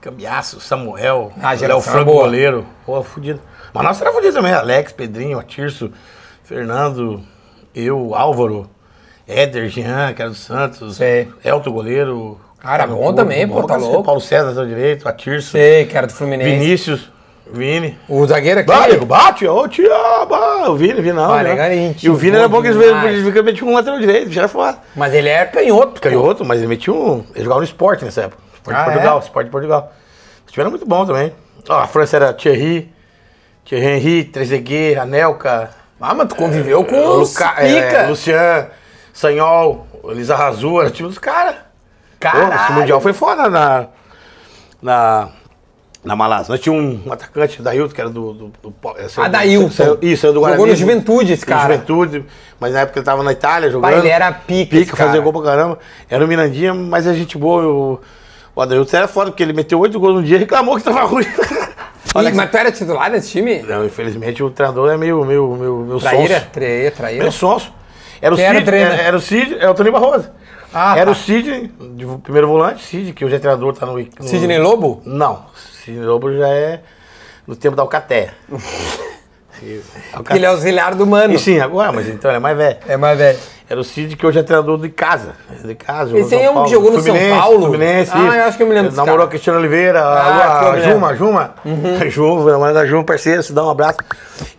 S1: Cambiaço, Samuel,
S2: Ah,
S1: Léo
S2: geração
S1: Franco,
S2: boa.
S1: goleiro. Porra, fudido. Mas nossa era fudido também. Alex, Pedrinho, Atirso, Fernando, eu, Álvaro, Éder, Jean, que era do Santos,
S2: Sei.
S1: Elton, goleiro.
S2: Cara, bom
S1: Carlos
S2: também,
S1: Gomes,
S2: pô, tá
S1: cacete,
S2: louco.
S1: Paulo César, seu direito, Atirso.
S2: Sei, que era do Fluminense.
S1: Vinícius, Vini.
S2: O zagueiro aqui.
S1: Vai, nego, bate, ô tio, ah, o Vini, Vini não.
S2: Vai,
S1: né?
S2: legal, hein,
S1: E o Vini
S2: bom
S1: era bom que eles
S2: demais.
S1: metiam um lateral direito, já era foda.
S2: Mas ele é canhoto.
S1: Canhoto, mas ele metia um. Ele jogava no esporte nessa época. Esporte
S2: Ah,
S1: de Portugal,
S2: é?
S1: esporte de Portugal. Eles tiveram muito bom também. Ó, a França era Thierry, Thierry Henry, Trezeguet, Anelka,
S2: Ah, mas tu conviveu com
S1: eh,
S2: os
S1: Luca- eh,
S2: pica.
S1: Lucian, Sanhol, Elisa Razua, era o time dos caras.
S2: Caralho.
S1: Esse Mundial foi foda na. Na. Na Malásia. Nós tínhamos um atacante, Dailton, que era do. do, do, do saiu-
S2: Dailton.
S1: saiu- Isso, saiu do
S2: Jogou
S1: Guarani.
S2: no Juventude, esse
S1: No
S2: cara.
S1: Juventude, mas na época ele tava na Itália jogando.
S2: ele era pica, esse
S1: Pica, fazia
S2: cara.
S1: gol pra caramba. Era o Mirandinha, mas a gente boa. O, o Adailton era foda, porque ele meteu oito gols num dia e reclamou que tava ruim. Olha
S2: Ih,
S1: que-
S2: mas tu era titular desse time?
S1: Não, infelizmente o treinador é meio, meio, meio, meio
S2: Traíra,
S1: sonso.
S2: traíra, traíra.
S1: Meu sonso. Era o
S2: Quem era o
S1: Cid,
S2: treino?
S1: era, era o Cid, é o Tony Barroso.
S2: Ah,
S1: era
S2: tá.
S1: o Cid, de vo- primeiro volante, Cid, que hoje é treinador, tá no. no
S2: Sidney Lobo?
S1: Não, Sidney Lobo já é no tempo da Alcaté.
S2: Ele é auxiliar do mano.
S1: E sim, agora, mas então ele é mais velho.
S2: É mais velho.
S1: Era o Cid que hoje é treinador de casa. De casa jogou
S2: Esse
S1: no
S2: aí é um
S1: São
S2: que jogou no São
S1: Fluminense,
S2: Paulo?
S1: Fluminense,
S2: Ah, eu acho que eu me lembro
S1: Ele
S2: desse
S1: Namorou
S2: cara.
S1: a Cristiano Oliveira,
S2: Ah,
S1: a-
S2: acho
S1: a,
S2: que eu me Uhum.
S1: Juma, Juma. Juma, namorada da Juma, parceiro, se dá um abraço.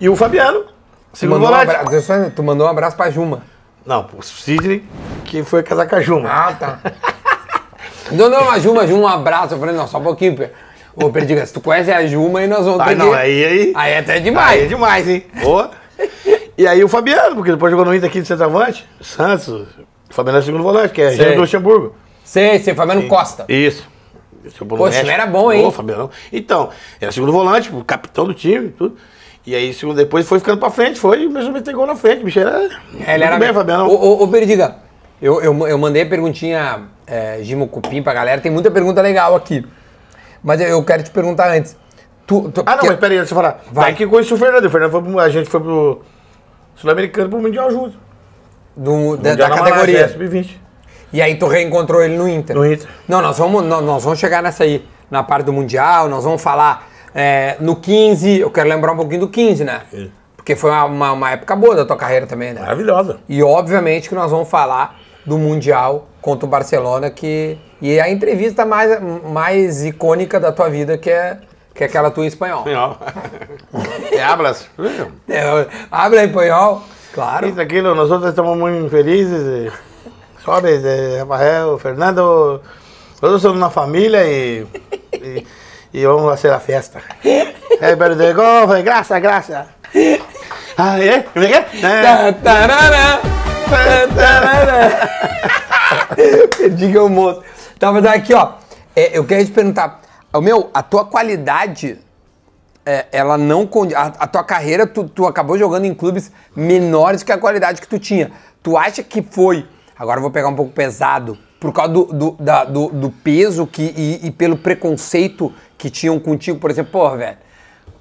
S1: E o Fabiano,
S2: Tu
S1: segundo
S2: mandou, um
S1: volante.
S2: abraço, tu mandou um abraço pra Juma.
S1: Não, o Sidney que foi casar com a Juma.
S2: Ah, tá. não, não, a Juma, a Juma, um abraço. Eu falei, não, só um pouquinho, Pê. Ô, Perdiga, se tu conhece a Juma, aí nós vamos
S1: Ah,
S2: ter
S1: não,
S2: que...
S1: aí, aí.
S2: Aí é até demais.
S1: Aí é demais, hein? Boa. e aí o Fabiano, porque depois jogou no Inter aqui de centroavante, Santos, o Fabiano é o segundo volante, que é
S2: Sei.
S1: Jair do Luxemburgo.
S2: Sei, sei, Fabiano Costa.
S1: Isso. Esse é o Bruno
S2: Pô, esse
S1: Mestre.
S2: não era bom, hein?
S1: Ô, Fabiano. Então, era segundo volante, o capitão do time, tudo. E aí, segundo, depois foi ficando pra frente, foi e mesmo meteu gol na frente, bicho. Era.
S2: É,
S1: Muito
S2: Ele era...
S1: bem, Fabiano.
S2: Ô, ô, ô, Perdiga, eu, eu, eu mandei a perguntinha é, Gimo Cupim pra galera. Tem muita pergunta legal aqui. Mas eu, eu quero te perguntar antes. Tu, tu-
S1: Ah, não,
S2: porque-
S1: mas peraí, deixa eu falar.
S2: Vai.
S1: Daí que conheci o Fernando. O Fernando foi pro, a gente foi pro Sul-Americano pro Mundial junto.
S2: do- da,
S1: Mundial é
S2: da
S1: na Malásia,
S2: categoria.
S1: Sub-20.
S2: E aí tu reencontrou ele no Inter.
S1: No Inter.
S2: Não, nós vamos, nó- nós, vamos chegar nessa aí, na parte do Mundial, nós vamos falar é, no 15, eu quero lembrar um pouquinho do 15, né?
S1: Sim. É.
S2: Porque foi uma, uma, uma época boa da tua carreira também, né?
S1: Maravilhosa.
S2: E obviamente que nós vamos falar do Mundial contra o Barcelona, que. E a entrevista mais, mais icônica da tua vida, que é, que é aquela tua em espanhol.
S1: Espanhol. Te hablas.
S2: É, abre aí, espanhol. Claro.
S1: Sim, tranquilo, nosotros estamos muy felices, eh, suaves, eh, Rafael, Fernando, todos somos una familia y, y- y vamos a hacer la fiesta. Eh, pero de golpe, gracias, gracias. Ah, ¿eh? ¿De qué? Eh,
S2: Tá, tarará, tá, tarará. Perdi que eu moço. Tá, mas aqui, ó. é, eu quero te perguntar. ô, Meu, a tua qualidade, é, ela não. condi- A, a tua carreira, tu, tu acabou jogando em clubes menores que a qualidade que tu tinha. Tu acha que foi. Agora eu vou pegar um pouco pesado. Por causa do, do, da- do, do peso que, e, e pelo preconceito que tinham contigo, por exemplo, porra, velho.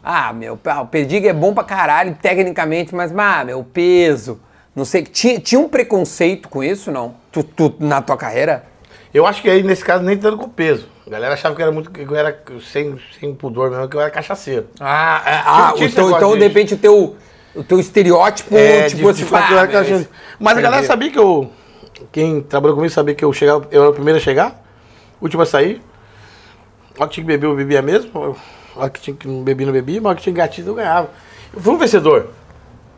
S2: Ah, meu, pá, o Perdiga é bom pra caralho, tecnicamente, mas, ah, meu, peso. Não sei, tinha, tinha um preconceito com isso, não? Tu, tu- na tua carreira?
S1: Eu acho que aí, nesse caso, nem tanto com peso. A galera achava que eu era muito, que eu era sem, sem pudor mesmo, que eu era cachaceiro.
S2: Ah,
S1: ah, tinha esse
S2: então,
S1: negócio
S2: então de
S1: disso.
S2: repente, o teu, o teu estereótipo,
S1: É,
S2: tipo
S1: de,
S2: assim,
S1: de fato,
S2: pá,
S1: eu era
S2: meu,
S1: cachaceiro.
S2: esse-
S1: Mas a galera
S2: Entendi.
S1: sabia que eu. Quem trabalhou comigo sabia que eu chegava, eu era o primeiro a chegar, o último a sair. A hora que tinha que beber, eu bebia mesmo. A hora que tinha que não beber, não bebia. Mas a hora que tinha gatilho, eu ganhava. Eu fui um vencedor.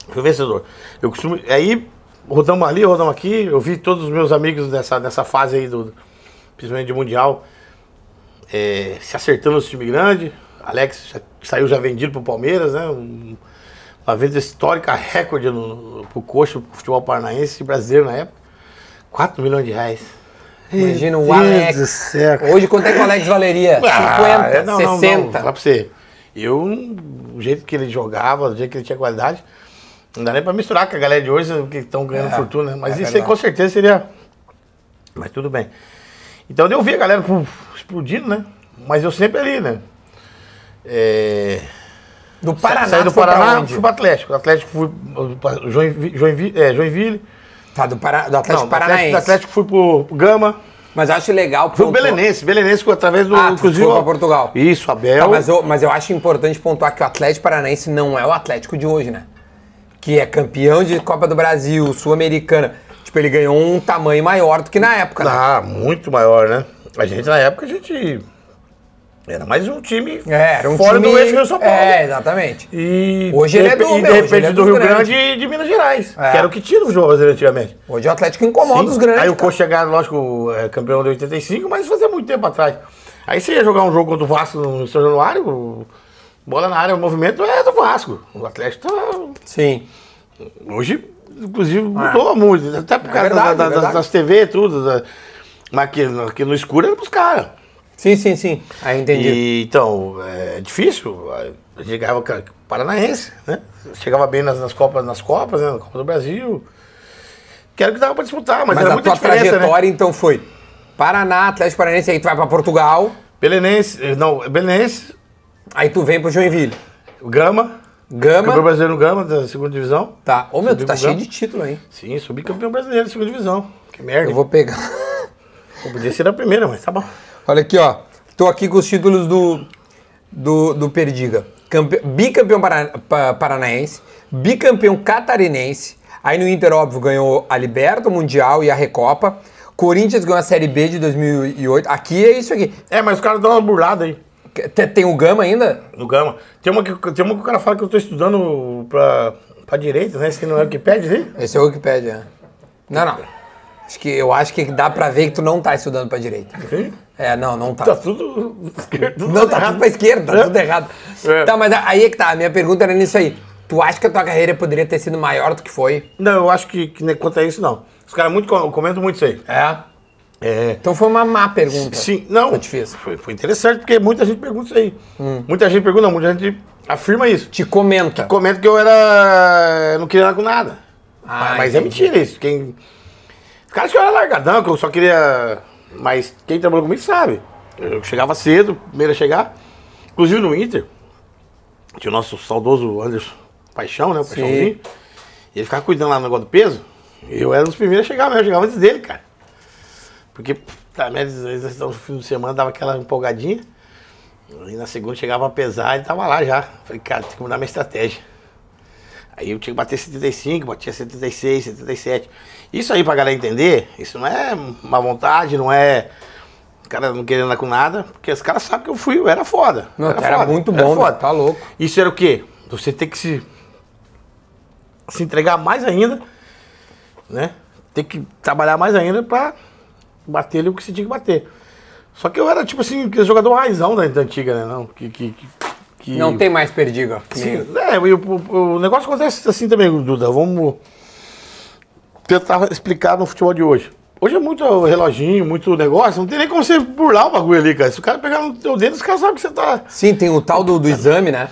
S1: Fui um vencedor. Eu costumo. Aí, rodamos ali, rodamos aqui. Eu vi todos os meus amigos nessa, nessa fase aí, do, principalmente de Mundial, é, se acertando no time grande. Alex já- saiu já vendido pro Palmeiras, né? Um- uma venda histórica, recorde no, no, pro coxa, pro futebol paranaense e brasileiro na época. 4 milhões de reais.
S2: Imagina
S1: Meu
S2: o
S1: Deus
S2: Alex.
S1: do céu, cara.
S2: Hoje, quanto é que o Alex valeria?
S1: Ah,
S2: 50,
S1: é, não, não, não,
S2: 60.
S1: Fala pra você. Eu, o jeito que ele jogava, o jeito que ele tinha qualidade, não dá nem pra misturar com a galera de hoje que estão ganhando fortuna. né? Mas
S2: é
S1: isso aí
S2: verdade.
S1: com certeza seria Mas tudo bem. Então eu vi a galera pum, explodindo, né? Mas eu sempre ali, né? É...
S2: Do Paraná,
S1: Saí do
S2: foi pra
S1: Paraná,
S2: onde?
S1: fui pro Atlético. O Atlético fui pra Joinvi- Joinvi- é, Joinville.
S2: Tá, do, Para... do Atlético
S1: Não, do Atlético,
S2: Paranaense.
S1: do Atlético fui pro pro Gama.
S2: Mas eu acho legal.
S1: Fui o
S2: pontuar-
S1: Belenense, Belenense com- através do.
S2: Ah, tu
S1: inclusive,
S2: foi pra
S1: ó,
S2: Portugal.
S1: Isso, Abel.
S2: Tá, mas, eu, mas eu acho importante pontuar que o Atlético Paranaense não é o Atlético de hoje, né? Que é campeão de Copa do Brasil, Sul-Americana. Tipo, ele ganhou um tamanho maior do que na época, né?
S1: Ah, muito maior, né? A gente, na época, a gente. Era mais um time
S2: É, era um
S1: fora
S2: time...
S1: do eixo Rio São Paulo.
S2: É, exatamente.
S1: E de
S2: Hoje ele é
S1: repe-
S2: do-
S1: e
S2: meu,
S1: de
S2: hoje
S1: repente
S2: ele é
S1: do
S2: do
S1: Rio
S2: Grande.
S1: Grande e de Minas Gerais,
S2: É.
S1: que era o que tinha no futebol brasileiro antigamente.
S2: Hoje o Atlético incomoda os
S1: Sim.
S2: grandes.
S1: Aí o
S2: cara.
S1: Coxa chegaram, lógico, é, campeão de 85, mas fazia muito tempo atrás. Aí você ia jogar um jogo contra o Vasco no São Januário, o- bola na área, o movimento é do Vasco. O Atlético tá
S2: Sim.
S1: Hoje, inclusive, mudou muito. Até por causa
S2: verdade,
S1: da-
S2: é
S1: da-
S2: verdade.
S1: das TV e tudo. da- Mas aqui, aqui no escuro era pros caras.
S2: Sim, sim, sim. Aí entendi.
S1: E, então, é difícil. Eu chegava ca- paranaense, né? Chegava bem nas, nas Copas, nas Copas, né? Na Copa do Brasil. Que era o que dava pra disputar, mas,
S2: Mas
S1: era
S2: a
S1: muita
S2: tua
S1: diferença, né?
S2: trajetória, então, foi Paraná, Atlético Paranaense, aí tu vai pra Portugal,
S1: Belenense, eh, não, Belenense,
S2: aí tu vem pro Joinville.
S1: Gama, campeão
S2: Gama,
S1: brasileiro no Gama, da segunda divisão.
S2: tá. Ô, meu, tu
S1: Subiu
S2: tá
S1: pro
S2: cheio
S1: Gama.
S2: de título, hein?
S1: Sim, subcampeão brasileiro da segunda divisão. Que merda.
S2: Eu
S1: hein?
S2: vou pegar...
S1: Podia ser a primeira, mas tá bom.
S2: Olha aqui, ó. Tô aqui com os títulos do, do, do Perdiga. Campe- Bicampeão para- pa- paranaense, bicampeão catarinense. Aí no Inter, óbvio, ganhou a Liberta, o Mundial e a Recopa. Corinthians ganhou a Série B de 2008. Aqui é isso aqui.
S1: É, mas os caras dão uma burlada aí.
S2: Te- Tem o Gama ainda?
S1: No Gama. Tem uma, que, tem uma que o cara fala que eu tô estudando pra, pra direita, né? Isso que não é o que pede, né?
S2: Esse é o Wikipedia. né? Não, não. Acho que, eu acho que dá pra ver que tu não tá estudando pra direita.
S1: Sim.
S2: É, não, não
S1: Tá tudo esquerdo.
S2: Não, tá tudo pra esquerda, tá
S1: É.
S2: tudo errado.
S1: É.
S2: Tá, mas aí é que tá, a minha pergunta era nisso aí. Tu acha que a tua carreira poderia ter sido maior do que foi?
S1: Não, eu acho que, que nem quanto a isso, não. Os caras muito, com- comentam muito isso aí.
S2: É.
S1: É.
S2: Então foi uma má pergunta.
S1: Sim, não.
S2: Foi difícil. Hum.
S1: Foi, foi interessante, porque muita gente pergunta isso aí. Muita gente pergunta, muita gente afirma isso.
S2: Te comenta.
S1: Comenta que eu era. não queria nada com nada.
S2: Ah,
S1: mas é
S2: entendi.
S1: mentira isso. Quem... Os caras que eu era largadão, que eu só queria. Mas quem trabalhou comigo sabe. Eu chegava cedo, primeiro a chegar. Inclusive no Inter, tinha o nosso saudoso Anderson Paixão, né? O Paixãozinho. Ele ficava cuidando lá do negócio do peso. E eu era um dos primeiros a chegar mesmo, eu chegava antes dele, cara. Porque, puta merda, às vezes no fim de semana dava aquela empolgadinha. E na segunda chegava a pesar e tava lá já. Falei, cara, tem que mudar minha estratégia. Aí eu tinha que bater 75, batia 76, 77. Isso aí pra galera entender, isso não é má vontade, não é. O cara não querendo andar com nada, porque os caras sabem que eu fui, eu era foda.
S2: Não,
S1: eu
S2: tu era
S1: foda,
S2: muito
S1: eu
S2: bom, né? Tá louco.
S1: Isso era o quê? Você tem que se. se entregar mais ainda, né? Tem que trabalhar mais ainda pra bater ali o que você tinha que bater. Só que eu era, tipo assim, aquele jogador raizão da, da antiga, né? Não, que, que, que- que-
S2: Não tem mais perdiga.
S1: Sim, é, e o, o- o negócio acontece assim também, Duda. Vamos tentar explicar no futebol de hoje. Hoje é muito reloginho, muito negócio, não tem nem como você burlar o bagulho ali, cara. Se o cara pegar no teu dedo, os caras sabem que você tá.
S2: Sim, tem o tal do, do exame, né?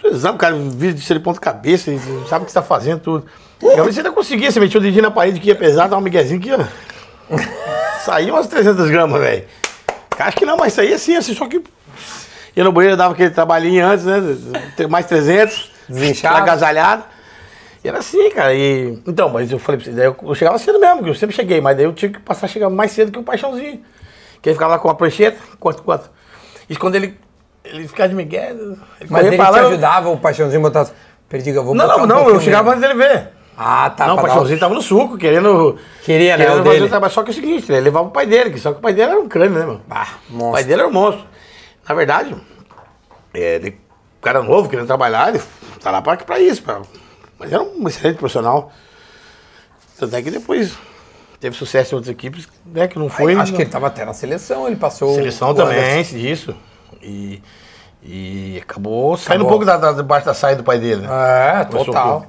S1: Você sabe, o cara vive de ser ponta-cabeça, ele sabe o que você tá fazendo, tudo. Realmente você não conseguia, você metia o dedinho na parede que ia pesar, dava um miguezinho que ia. Saía umas 300 gramas, velho. Acho que não, mas saía assim, assim, só que. Ia no banheiro, dava aquele trabalhinho antes, né? Ter Mais 300.
S2: Desinchava.
S1: Agasalhado. E era assim, cara. E... Então, mas eu falei pra você, daí eu eu chegava cedo mesmo, que eu sempre cheguei, mas daí eu tinha que passar a chegar mais cedo que o Paixãozinho. Que ele ficava lá com a prancheta, quanto, quanto. E quando ele, ele ficava de migué, ele
S2: Mas
S1: corria
S2: ele
S1: pra
S2: te
S1: lá, eu-
S2: ajudava, o Paixãozinho botava... assim, Perdiga, eu vou
S1: não,
S2: botar
S1: não,
S2: um
S1: não, eu
S2: pouquinho
S1: chegava
S2: mesmo.
S1: antes dele ver.
S2: Ah, tá.
S1: não, o
S2: pra dar-
S1: Paixãozinho tava no suco, querendo.
S2: Queria, né, o
S1: Querendo
S2: dele.
S1: fazer o trabalho. Só que é o seguinte, né, ele levava o pai dele, que só que o pai dele era um crânio, né, meu?
S2: Bah,
S1: o pai
S2: monstro.
S1: dele era um monstro. Na verdade, é, ele, o cara novo, querendo trabalhar, ele tá lá pra, pra isso. pra- mas era um excelente profissional. Tanto é que depois teve sucesso em outras equipes, né, que não foi.
S2: Acho
S1: não-
S2: que ele né? tava até na seleção, ele passou...
S1: Seleção
S2: o
S1: também,
S2: Anderson.
S1: isso. E, e acabou saindo
S2: Acabou.
S1: um pouco da, da, debaixo da saia do pai dele, né?
S2: É,
S1: Começou
S2: total.
S1: com-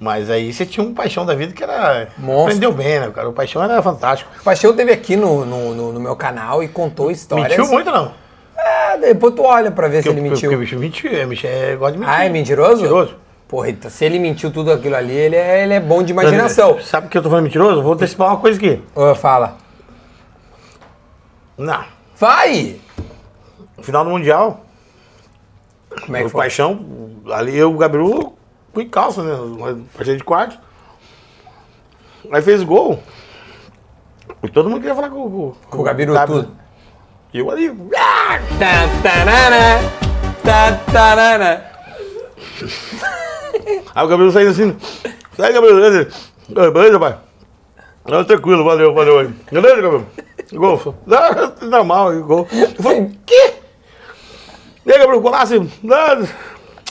S1: Mas aí você tinha um paixão da vida que era.
S2: Monstro.
S1: Aprendeu bem, né, cara? O paixão era fantástico.
S2: O Paixão teve aqui no, no, no- no meu canal e contou histórias.
S1: Mentiu muito, não.
S2: Ah, depois tu olha pra ver se
S1: Porque-
S2: ele mentiu.
S1: Porque o bicho mentiu, é, bicho é, gosta de mentir.
S2: Ah, é mentiroso?
S1: Mentiroso.
S2: Porra, então, se ele mentiu tudo aquilo
S1: né?
S2: ali, ele é, ele é bom de imaginação.
S1: Sabe por que eu tô falando mentiroso? Vou antecipar uma coisa aqui.
S2: Ô, fala.
S1: Não.
S2: Vai!
S1: Final do Mundial,
S2: Como é que
S1: o
S2: foi?
S1: Paixão, ali eu e o Gabiru fui calça, né? uma Partida de quarto. Aí fez gol. E todo mundo queria falar com, com,
S2: Com o Gabiru
S1: Gabi.
S2: tudo.
S1: E eu ali. ah!
S2: Tá, tarana, tá, tarana.
S1: Aí o Gabriel saindo assim. Sai, Gabriel. Ele, "Ah, Beleza, pai? Não, tranquilo, valeu, valeu aí. Beleza, Gabriel? Gol. só. Não, normal, aí, gol. Eu falei, o quê? E aí, Gabriel, golaço? assim, Nada.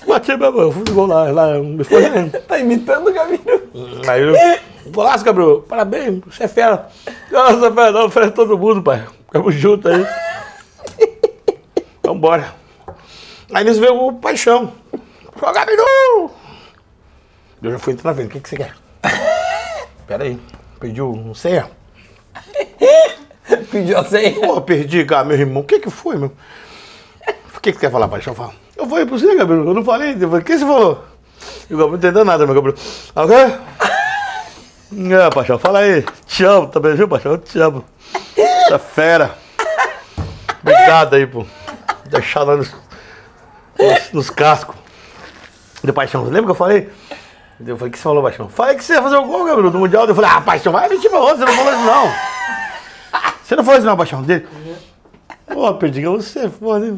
S1: Bati mesmo, eu fui de gol lá, lá, me foi.
S2: Tá imitando o Gabiru.
S1: Aí eu, golaço, Gabriel, parabéns, você é fera. Nossa, fera, não, fera é todo mundo, pai. Ficamos juntos aí. Vambora. Aí nisso veio o paixão. Falou, Gabiru! Eu já fui entrar na frente, o que, que você quer? Pera aí, pediu um senha.
S2: Pediu a senha.
S1: Porra, perdi, cara, meu irmão. O que que foi, meu? O que que quer falar, paixão? Fala. Eu falei pra você, Gabriel. Eu não falei. Eu falei, O que você falou? Eu não entendeu nada, meu Gabriel. Ah, o quê? É, paixão, fala aí. Te amo também, viu, paixão? Eu te amo. Você é fera. Obrigado aí, pô. Deixar lá nos, nos, nos cascos. De paixão, lembra que eu falei? Eu falei, o que você falou, Paixão? Falei que você ia fazer o gol, Gabriel, do Mundial. Eu falei, ah, Paixão, vai mentir pra outro, você não falou isso não. Você não falou isso não, Paixão, dele. Pô, Perdigão, você, pô. né?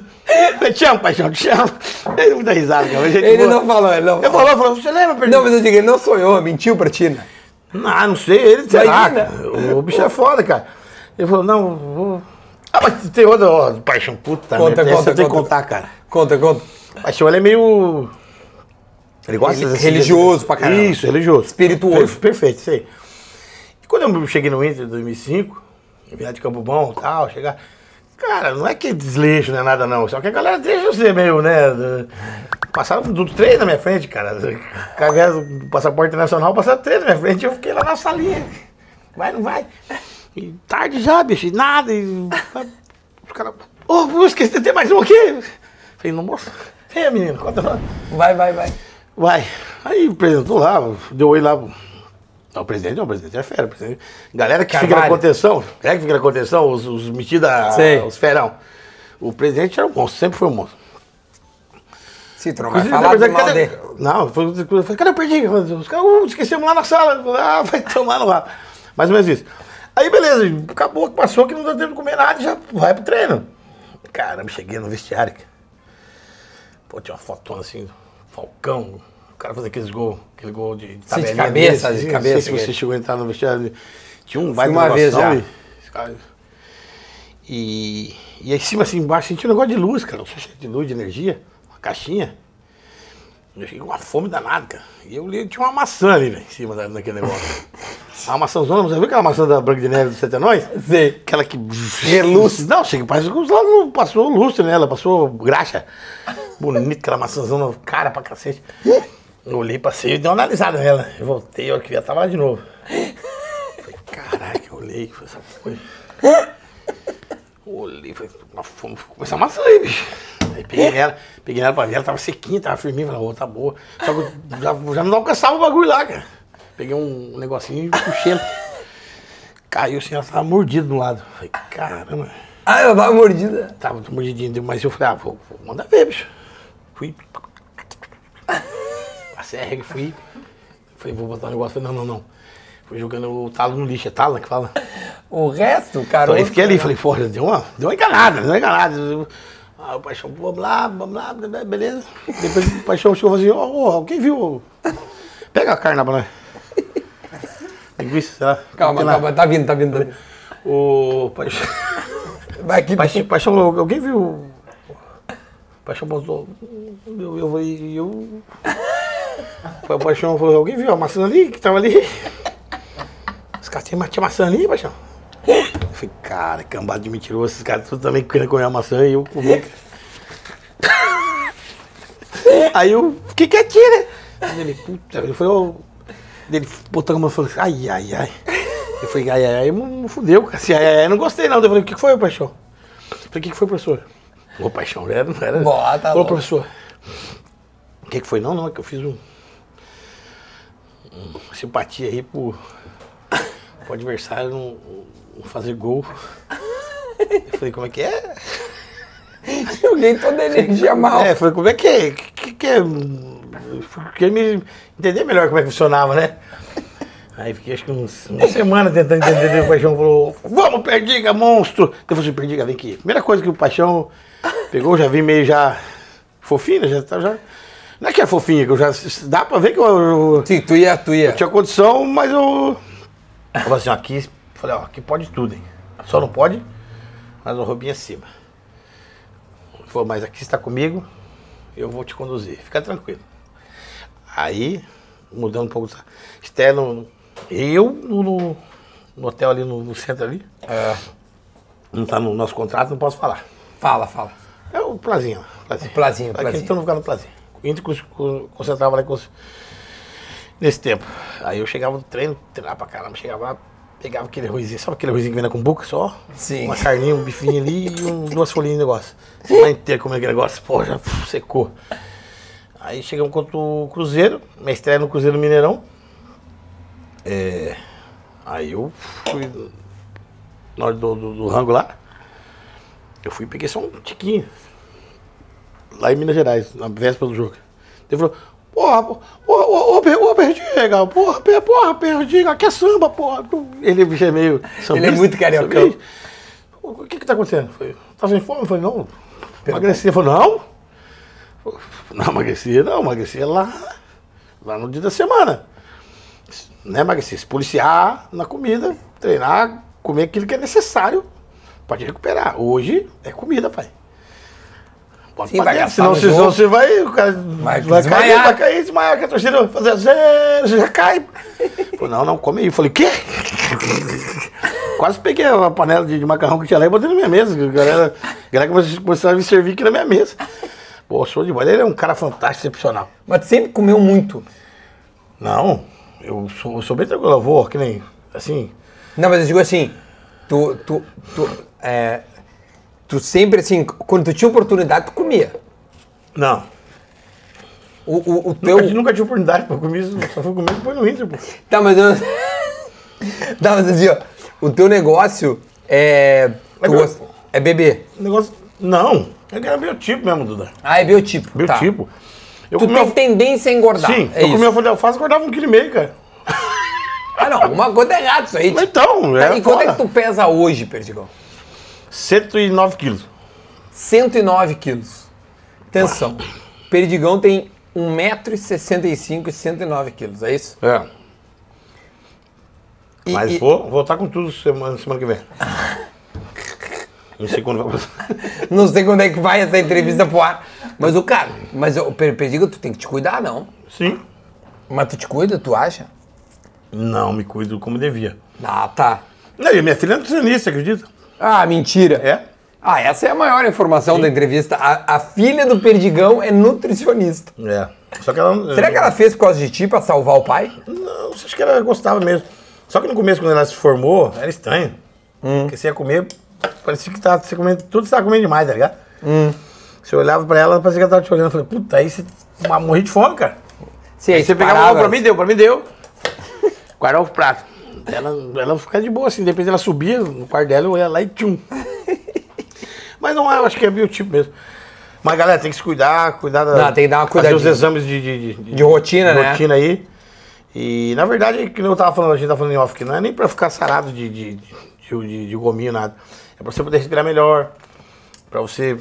S1: Eu te amo, Paixão, te amo. Ele deu muita risada, cara. gente
S2: Ele
S1: boa.
S2: não falou, ele não
S1: Ele
S2: falou.
S1: falou, falou, você lembra,
S2: Não,
S1: Perdigão?
S2: mas eu digo, ele não sonhou, mentiu pra ti, né?
S1: Ah, não sei, ele sei lá,
S2: Imagina.
S1: cara. O, o bicho é foda, cara. Ele falou, não, vou... Ah, mas tem outra, ó, Paixão, puta
S2: Conta,
S1: merda, essa
S2: conta,
S1: eu tenho que
S2: conta.
S1: contar, cara.
S2: Conta, conta.
S1: Paixão, ele é meio... Ele gosta
S2: Ele-
S1: desse-
S2: religioso pra caramba.
S1: Isso, religioso.
S2: Espirituoso.
S1: Per- perfeito, isso aí. E quando eu cheguei no Inter em 2005, viagem de Campo Bom e tal, chegar... Cara, não é que desleixo, não é nada não. Só que a galera deixa você meio, né... Passaram do três na minha frente, cara. Carregaram o passaporte nacional, passaram três na minha frente e eu fiquei lá na salinha. Vai, não vai? E tarde já, bicho, e nada. E... Os caras... Ô, oh, esqueci de ter mais um aqui. Falei, não, moço. Vem, menino, conta lá.
S2: Vai, vai, vai.
S1: Vai. Aí apresentou lá, deu oi lá. pro- Não, o presidente não, o presidente é fera. o presidente- Galera que fica na
S2: Carvalho.
S1: contenção, galera que fica na contenção, os, os metidos,
S2: Sei.
S1: os ferão. O presidente era um monstro, sempre foi um monstro.
S2: Se tu não vai
S1: Inclusive, é
S2: falar
S1: na
S2: do
S1: verdade,
S2: mal
S1: cadê-
S2: dele.
S1: Não, foi outra coisa. Eu falei, cadê o Perdigo? Os caras, uh, esquecemos lá na sala. Ah, vai tomar no rabo. Mais ou menos isso. Aí, beleza, acabou que passou, que não deu tempo de comer nada, já vai pro treino. Caramba, cheguei no vestiário. cara. Pô, tinha uma fotona assim, Falcão. O cara fazendo aqueles gols, aquele gol de, de
S2: Sim, de
S1: tabelinha
S2: cabeça,
S1: desse,
S2: de
S1: assim,
S2: cabeça,
S1: Não sei se você
S2: que-
S1: chegou a entrar no vestiário. Tinha um vai
S2: uma vez já.
S1: E, e aí em cima, assim, embaixo, senti um negócio de luz, cara. Um sachê de luz, de energia, uma caixinha. Eu cheguei com uma fome danada, cara. E eu li, tinha uma maçã ali, velho, em cima da, daquele negócio. A maçãzona, você viu aquela maçã da Branca de Neve dos Sete Anões?
S2: Sei.
S1: Aquela que...
S2: Reluz.
S1: Não, chega, parece que lá não passou lustre nela, passou graxa. Bonita aquela maçãzona, cara pra cacete. Eu olhei, passei e dei uma analisada nela. Eu voltei, eu que já tava lá de novo. Falei, caraca, eu olhei, que foi essa coisa. Olhei, falei, uma fome, ficou essa maçã aí, bicho. Aí peguei ela, peguei ela pra ver, ela tava sequinha, tava firminha, falei, ô, tá boa. Só que eu já, já não alcançava o bagulho lá, cara. Peguei um negocinho e puxei ela. Caiu assim, ela tava mordida do lado. Falei, caramba.
S2: Ah, ela tava mordida.
S1: Tava mordidinho, mas eu falei, ah, vou, vou mandar ver, bicho. Fui. Passei a regra, fui. Falei, vou botar um negócio. Falei, não, não, não. Fui jogando o talo no lixo, é talo que fala?
S2: O resto, cara. "Ah,
S1: Então aí fiquei ali, falei, porra, deu uma, deu uma enganada, deu uma enganada. Aí o Paixão, blá, blá, blá, blá, blá, blá, beleza. Depois o Paixão chegou e falou assim, ô, ô, quem viu? Pega a carne lá pra nós. Linguiça, sei lá.
S2: Calma,
S1: Tem lá.
S2: calma, tá vindo, tá vindo. Tá vindo.
S1: O Paixão...
S2: Vai aqui.
S1: Paixão, Paixão, alguém viu? Paixão botou. Eu, eu falei, eu. Foi o Paixão falou, alguém viu a maçã ali que tava ali? Os caras tinham tinha maçã ali, Paixão? Eu falei, cara, cambada de mentiroso, esses caras tudo também querendo comer a maçã e eu comi. Aí eu fiquei quietinho, né? Aí Ele, puta, ele falou, ele botou a mão e falou, ai, ai, ai. Eu falei, ai, ai, ai, não não fudeu, cara. Assim, ai, ai, ai, não gostei não. Eu falei, o que que foi, paixão? Eu falei, o que que foi, professor? Ô, paixão, não era, não era.
S2: Bota
S1: Falou,
S2: logo.
S1: professor. O que que foi? Não, não, é que eu fiz um, um simpatia um, aí pro, pro adversário não, não fazer gol. Eu falei, como é que é?
S2: Joguei toda a tá energia mal.
S1: É, falei, como é que é? Que, que é? Fiquei me entender melhor como é que funcionava, né? Aí fiquei acho que uns, uma semana tentando entender é o Paixão falou, vamos, Perdiga, monstro! Eu falei assim, Perdiga, vem aqui. Primeira coisa que o Paixão pegou, já vi meio já fofinho, já, tá- já. Não é que é fofinha, que eu já. Dá pra ver que eu- eu
S2: Sim, tu ia, tu ia.
S1: tinha condição, mas eu. Eu falei assim, ó, aqui, falei, ó, aqui pode tudo, hein? Só não pode, mas o Robinho acima. Ele Falou, mas aqui está comigo, eu vou te conduzir, fica tranquilo. Aí, mudando um pouco, tá? Esté no- eu no, no- no hotel ali, no, no centro ali,
S2: É.
S1: não tá no nosso contrato, não posso falar.
S2: Fala, fala.
S1: É o Plazinha. lá, Plazinha.
S2: O Plazinha, o
S1: Aqui,
S2: Plazinha.
S1: Então não ficava no Plazinha. O Inter cons- co- concentrava lá com os- nesse tempo. Aí eu chegava do treino, treinava pra caramba, chegava lá, pegava aquele arrozinho, sabe aquele arrozinho que vem na cumbuca só?
S2: Sim.
S1: Uma carninha, um bifinho ali e um- duas folhinhas de negócio. Semana inteira comendo aquele negócio, pô, já puf, secou. Aí chegamos contra o Cruzeiro, minha estreia no Cruzeiro Mineirão. É, aí eu fui na hora do, do, do rango lá. Eu fui e peguei só um tiquinho. Lá em Minas Gerais, na véspera do jogo. Ele falou, porra, porra, ô, ô, ô, per- ô, perdiga, porra, per- porra, perdiga, que é samba, porra. Ele bicho é meio
S2: Ele é muito carioca.
S1: sambista. O que que tá acontecendo? Eu Falei, tá sem fome? Eu falei, não. Emagreci. Ele falou, não. Eu falei, Não emagreci, não. Emagreci lá, lá no dia da semana. Né, emagreci. Se policiar na comida, treinar, comer aquilo que é necessário pra te recuperar. Hoje é comida, pai. Pode
S2: Sim,
S1: pra
S2: vai
S1: dentro,
S2: gastar
S1: senão,
S2: no
S1: senão
S2: jogo.
S1: você vai, o cara
S2: Vai
S1: vai, cair,
S2: desmaiar.
S1: vai cair, desmaiar, que a torcida vai fazer zero, você já cai. Falei, não, não, come aí. Eu falei, o quê? Quase peguei a panela de, de macarrão que tinha lá e botei na minha mesa. que A galera, a galera começou, começou a me servir aqui na minha mesa. Pô, show de bola. Ele é um cara fantástico, excepcional.
S2: Mas tu sempre comeu muito.
S1: Não, eu sou, eu sou bem tranquilo, eu vou, que nem, assim...
S2: Não, mas eu digo assim, tu, tu, tu, é, tu sempre assim, quando tu tinha oportunidade, tu comia.
S1: Não,
S2: O, o, o teu...
S1: nunca, ti- nunca tive oportunidade pra comer isso, só fui comer depois no Inter, pô.
S2: Tá, mas eu... tá, mas assim, ó, o teu negócio é... tu
S1: meu-
S2: gosta- É beber.
S1: Negócio... Não, é que era biotipo mesmo, Duda.
S2: Ah, é biotipo. tá.
S1: Biotipo. Eu
S2: Tu
S1: comi
S2: tem tendência a engordar.
S1: Sim,
S2: é
S1: eu
S2: isso.
S1: comia folha de alface e guardava um quilo e meio, cara.
S2: Ah, não, alguma coisa é errada isso aí.
S1: Mas Então,
S2: Tá,
S1: era
S2: e quanto é
S1: foda.
S2: que tu pesa hoje, Perdigão?
S1: 109 quilos.
S2: 109 quilos. Atenção, Perdigão tem 1,65m e 109 quilos, é isso?
S1: É.
S2: E-
S1: Mas
S2: e-
S1: vou voltar com tudo semana, semana que vem. Não sei quando vai passar.
S2: Não sei quando é que vai essa entrevista pro ar. Mas o cara, mas o Per- Perdigão, tu tem que te cuidar, não.
S1: Sim.
S2: Mas tu te cuida, tu acha?
S1: Não, me cuido como devia.
S2: Ah, tá.
S1: Não, e minha filha é nutricionista, acredita?
S2: Ah, mentira.
S1: É.
S2: Ah, essa é a maior informação da entrevista. A, a filha do Perdigão é nutricionista.
S1: É. Só que ela...
S2: Será que ela fez por causa de ti pra salvar o pai?
S1: Não, acho que ela gostava mesmo. Só que no começo, quando ela se formou, era estranho. Porque você ia comer, parecia que tava, você comendo, tudo estava comendo demais, tá ligado? Você olhava pra ela, parecia que ela tava te olhando. Eu falei, puta, aí você ma- morri de fome, cara.
S2: Sim,
S1: Aí você pegava, "Não, pra mim deu, pra mim deu. Guardava o prato. Ela, ela ficava de boa assim, depois ela subia no quarto dela, eu ia lá e tchum. Mas não é, eu acho que é biotipo mesmo. Mas galera, tem que se cuidar, cuidar da,
S2: Não, tem que dar uma
S1: fazer os
S2: cuidadinha.
S1: exames de, de, de,
S2: De rotina, né?
S1: rotina aí. E na verdade, que eu tava falando, a gente tava falando em off, que não é nem pra ficar sarado de, de, de, de- de gominho, nada. É pra você poder respirar melhor, pra você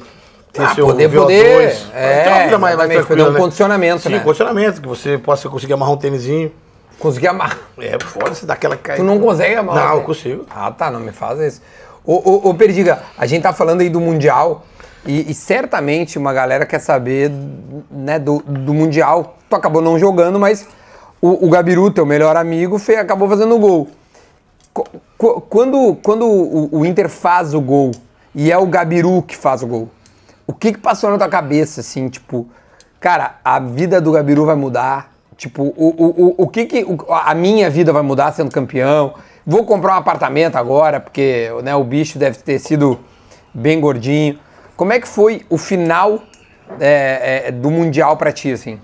S1: ter
S2: Ah,
S1: seu
S2: poder-
S1: VO2,
S2: poder,
S1: pra
S2: é,
S1: ter uma vida mais, mais
S2: exatamente,
S1: tranquila,
S2: poder um condicionamento,
S1: Sim,
S2: né?
S1: condicionamento, que você possa conseguir amarrar um tênisinho.
S2: Consegui amarrar.
S1: É, foda se dá aquela caída.
S2: Tu não consegue amarrar.
S1: Não,
S2: né?
S1: eu consigo.
S2: Ah, tá, não me faz isso. Ô, ô, ô, Perdiga, a gente tá falando aí do Mundial e, e certamente uma galera quer saber né, do, do Mundial. Tu acabou não jogando, mas o, o Gabiru, teu melhor amigo, fe- acabou fazendo o gol. Co- co- Quando, quando o, o Inter faz o gol e é o Gabiru que faz o gol, o que que passou na tua cabeça, assim, tipo, cara, a vida do Gabiru vai mudar? Tipo, o, o, o, o que que o- a minha vida vai mudar sendo campeão? Vou comprar um apartamento agora, porque né, o bicho deve ter sido bem gordinho. Como é que foi o final é, é, do Mundial pra ti, assim?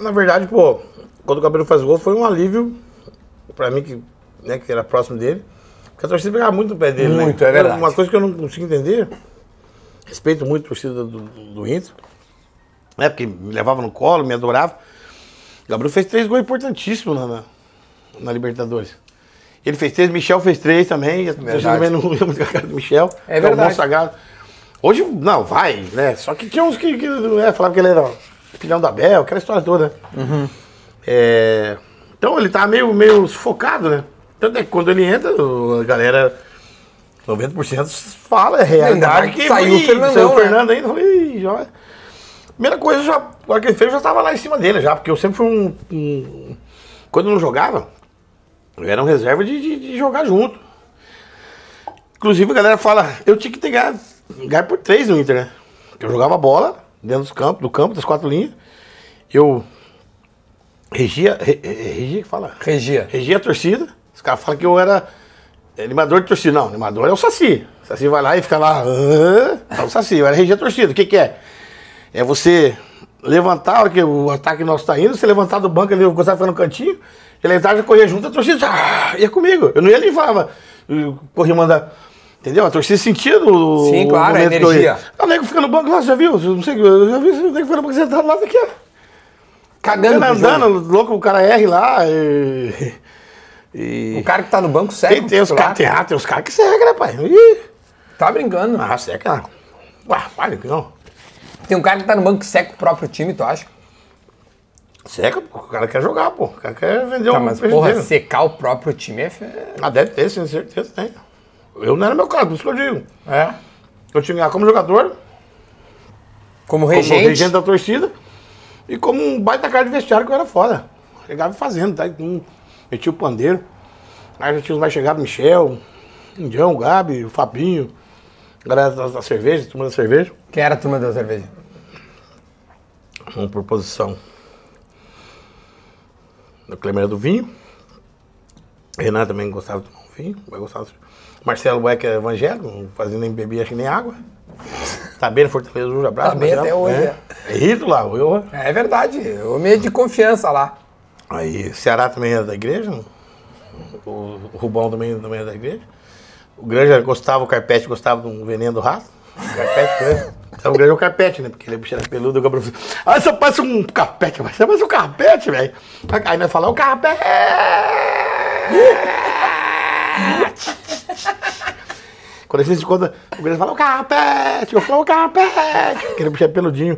S1: Na verdade, pô, quando o Gabriel faz o gol, foi um alívio pra mim, que, né, que era próximo dele. Porque a torcida pegava muito no pé dele, né?
S2: Muito, é verdade.
S1: Uma coisa que eu não consigo entender, respeito muito a torcida do, do Inter, né? Porque me levava no colo, me adorava. O Gabriel fez três gols importantíssimos na, na, na Libertadores. Ele fez três, Michel fez três também, e a torcida
S2: Verdade.
S1: também não ia muito com a cara do Michel.
S2: É
S1: que um
S2: verdade.
S1: monstro sagrado. Hoje, não, vai, né? Só que tinha uns que, que é, falavam que ele era filhão da Bel, aquela história toda, né? É, então ele tá meio, meio sufocado, né? Tanto é que quando ele entra, o- a galera, 90% fala, é realidade.
S2: mais que saiu o
S1: Ih,
S2: Fernandão,
S1: saiu o
S2: né?
S1: Fernando ainda, eu falei, "Ih, já. Primeira coisa, já, a hora que ele fez, eu já tava lá em cima dele, já, porque eu sempre fui um. um- quando eu não jogava, eu era um reserva de, de- de jogar junto. Inclusive a galera fala, eu tinha que ter ganhado, ganhado por três no Inter, né? Eu jogava bola dentro dos campos, do campo, das quatro linhas. Eu regia, re- re- regia que fala?
S2: Regia.
S1: Regia a torcida. Os caras falam que eu era animador de torcida. Não, animador é o Saci. O Saci vai lá e fica lá. "Hã?" É o Saci, eu era regia a torcida. O que, que é? É você levantar, a hora que o ataque nosso tá indo, você levantar do banco ali, eu gostava de ficar no cantinho, ele entrava, já corria junto, a torcida já, ia comigo. Eu não ia ali e falava, eu corria mandar. Entendeu? A torcida sentia o.
S2: Sim,
S1: o
S2: claro, a
S1: momento que eu ia.
S2: energia.
S1: Ah, O nego fica no banco lá, você já viu? Não sei, eu já vi, o nego fica no banco sentado lá, daqui, ó.
S2: Cagando. pro jogo.
S1: andando, louco, o cara erre lá. E...
S2: O cara que tá no banco segue.
S1: Tem,
S2: o
S1: tem os
S2: titular.
S1: caras, tem, ah, tem os caras que seca, né, pai? Ih,
S2: Tá brincando.
S1: ah, seca. Ué, vale que não.
S2: Tem um cara que tá no banco que seca o próprio time, tu acha?
S1: Seca, pô. O cara quer jogar, pô. O cara quer vender
S2: Tá,
S1: um
S2: mas
S1: frigideiro.
S2: porra, secar o próprio time é. fe-
S1: Ah, deve ter, sim, certeza tem. Eu não era meu caso, por isso que eu digo.
S2: É.
S1: Eu tinha que ganhar como jogador, como
S2: Como regente.
S1: regente da torcida e como um baita cara de vestiário que eu era fora. Chegava fazendo, tá? Hum, metia o pandeiro. Aí já tinha os mais chegados, Michel, Indião, Gabi, o Fabinho, a galera da, da cerveja, turma da cerveja.
S2: Quem era a turma da cerveja?
S1: Uma proposição. O Clemer era do vinho. Renato também gostava de tomar um vinho. Vai gostar do... Marcelo Boeck é evangélico, não fazia nem bebia, acho que nem água. Tá bem no Fortaleza, um abraço.
S2: Tá bem
S1: Marcelo.
S2: até hoje,
S1: É, é ídolo lá. Eu...
S2: É verdade. O meio de confiança lá.
S1: Aí, Ceará também era da igreja. né? O Rubão também, também era da igreja. O Granja gostava, o Carpete gostava de um veneno do rato. O Carpete, né? Então, o Granja é o Carpete, né? Porque ele é bicho era peludo. O Gabriel falou, ah, você parece um carpete, mas você parece um carpete, velho. Aí nós falamos, o carpete! Quando a gente se conta, o Granja fala, o carpete! Eu falo, o carpete! Aquele bicho é peludinho.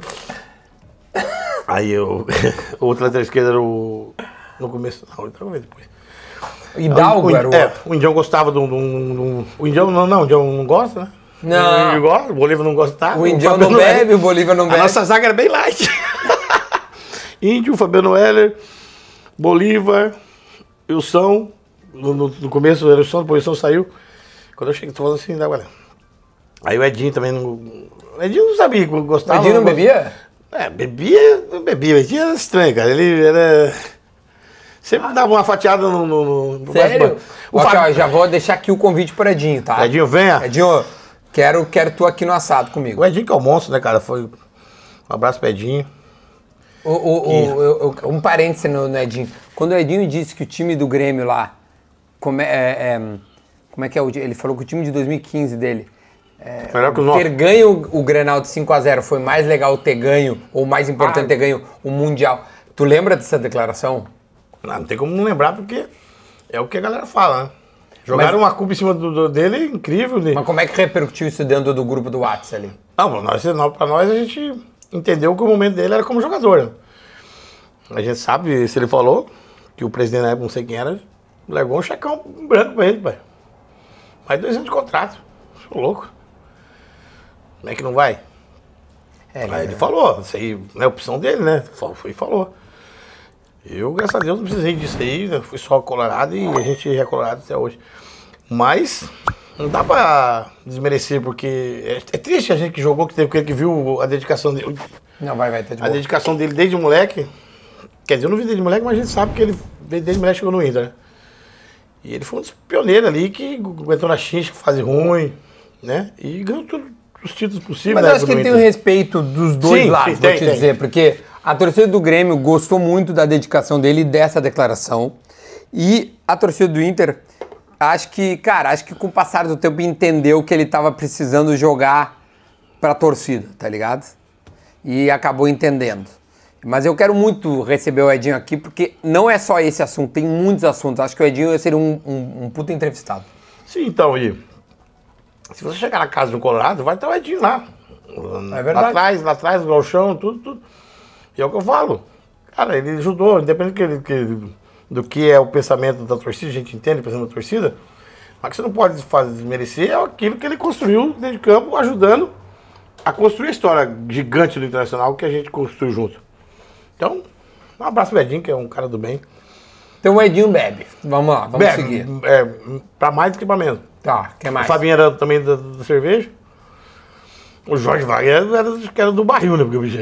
S1: Aí eu. o outro lateral esquerdo era o. No começo. Não, ele tava depois.
S2: Hidalgo
S1: o,
S2: era o
S1: é,
S2: outro.
S1: o Indião gostava de um. de um- de um- o Indião não, não, o Indião não gosta, né?
S2: Não.
S1: Ele gosta, o Bolívar não gostava.
S2: O Indião não
S1: Fabiano
S2: bebe,
S1: Heller.
S2: o Bolívar não bebe.
S1: A nossa zaga era bem light. Índio, Fabiano Heller, Bolívar, Wilson. No, no, no começo era o Wilson, depois o Wilson saiu. Quando eu cheguei, tô falando assim, dá agora. Aí o Edinho também não. O Edinho não sabia,
S2: O
S1: gostava.
S2: Edinho não
S1: gostava.
S2: bebia?
S1: É, bebia, não bebia, mas tinha era estranho, cara. Ele era. Sempre dava uma fatiada no. no, no-
S2: Sério?
S1: O
S2: Ó, aqui, ó,
S1: Fábio.
S2: já vou deixar aqui o convite pro Edinho, tá?
S1: Edinho, venha.
S2: Edinho, quero, quero tu aqui no assado comigo.
S1: O Edinho que é o monstro, né, cara? Foi. Um abraço pro Edinho.
S2: O- o- o- eu- eu- um parêntese no, no Edinho. Quando o Edinho disse que o time do Grêmio lá. Como é, é- é- como é que é o. di- Ele falou que o time de 2015 dele.
S1: É, Melhor que o nosso.
S2: Ter ganho o Grenal de 5x0 foi mais legal ter ganho, ou mais importante ter ganho o Mundial. Tu lembra dessa declaração?
S1: Ah, Não, não tem como não lembrar, porque é o que a galera fala, né? Jogaram uma cuba em cima do, do- dele, incrível. Né?
S2: Mas como é que repercutiu isso dentro do grupo do Whats ali?
S1: Não, pra nós, não, pra nós a gente entendeu que o momento dele era como jogador. A gente sabe, se ele falou, que o presidente na época, não sei quem era, largou um checão branco pra ele, pai. Mais dois anos de contrato. Sou louco. Como é que não vai?
S2: É,
S1: Aí ele falou, isso aí não é opção dele, né? Falou, Foi e falou. Eu, graças a Deus, não precisei disso aí, né? fui só colorado e a gente é colorado até hoje. Mas não dá pra desmerecer, porque é, é triste a gente que jogou, que teve que- que viu a dedicação dele.
S2: Não, vai, vai, tá de
S1: A
S2: boa.
S1: dedicação dele desde moleque. Quer dizer, eu não vi desde moleque, mas a gente sabe que ele veio desde moleque chegou no Inter, né? E ele foi um dos pioneiros ali que aguentou na xincha, fase ruim, né? E ganhou todos os títulos possíveis.
S2: Mas
S1: na
S2: eu acho que
S1: época do
S2: ele tem um o
S1: Inter.
S2: respeito dos dois
S1: Sim,
S2: lados,
S1: sim,
S2: vou
S1: tem,
S2: te
S1: tem.
S2: dizer, porque a torcida do Grêmio gostou muito da dedicação dele e dessa declaração. E a torcida do Inter Acho que, cara, acho que com o passar do tempo entendeu que ele tava precisando jogar pra torcida, tá ligado? E acabou entendendo. Mas eu quero muito receber o Edinho aqui, porque não é só esse assunto, tem muitos assuntos. Acho que o Edinho seria um, um, um puta entrevistado.
S1: Sim, então, e se você chegar na casa do Colorado, vai estar o Edinho lá. Lá
S2: É verdade.
S1: atrás, lá atrás, no galchão, tudo, tudo. E é o que eu falo. Cara, ele ajudou, independente que ele- que- do que é o pensamento da torcida, a gente entende o pensamento da torcida, mas que você não pode fazer desmerecer é aquilo que ele construiu dentro de campo, ajudando a construir a história gigante do Internacional que a gente construiu junto. Então, um abraço pro Edinho, que é um cara do bem.
S2: Então o Edinho bebe. Vamos lá, vamos
S1: Bem,
S2: seguir.
S1: é, pra mais do que pra menos.
S2: Tá, quer
S1: O
S2: mais?
S1: Fabinho era também da, da cerveja. O Jorge Wagner era, era, dos que era do barril, né? Porque o bicho.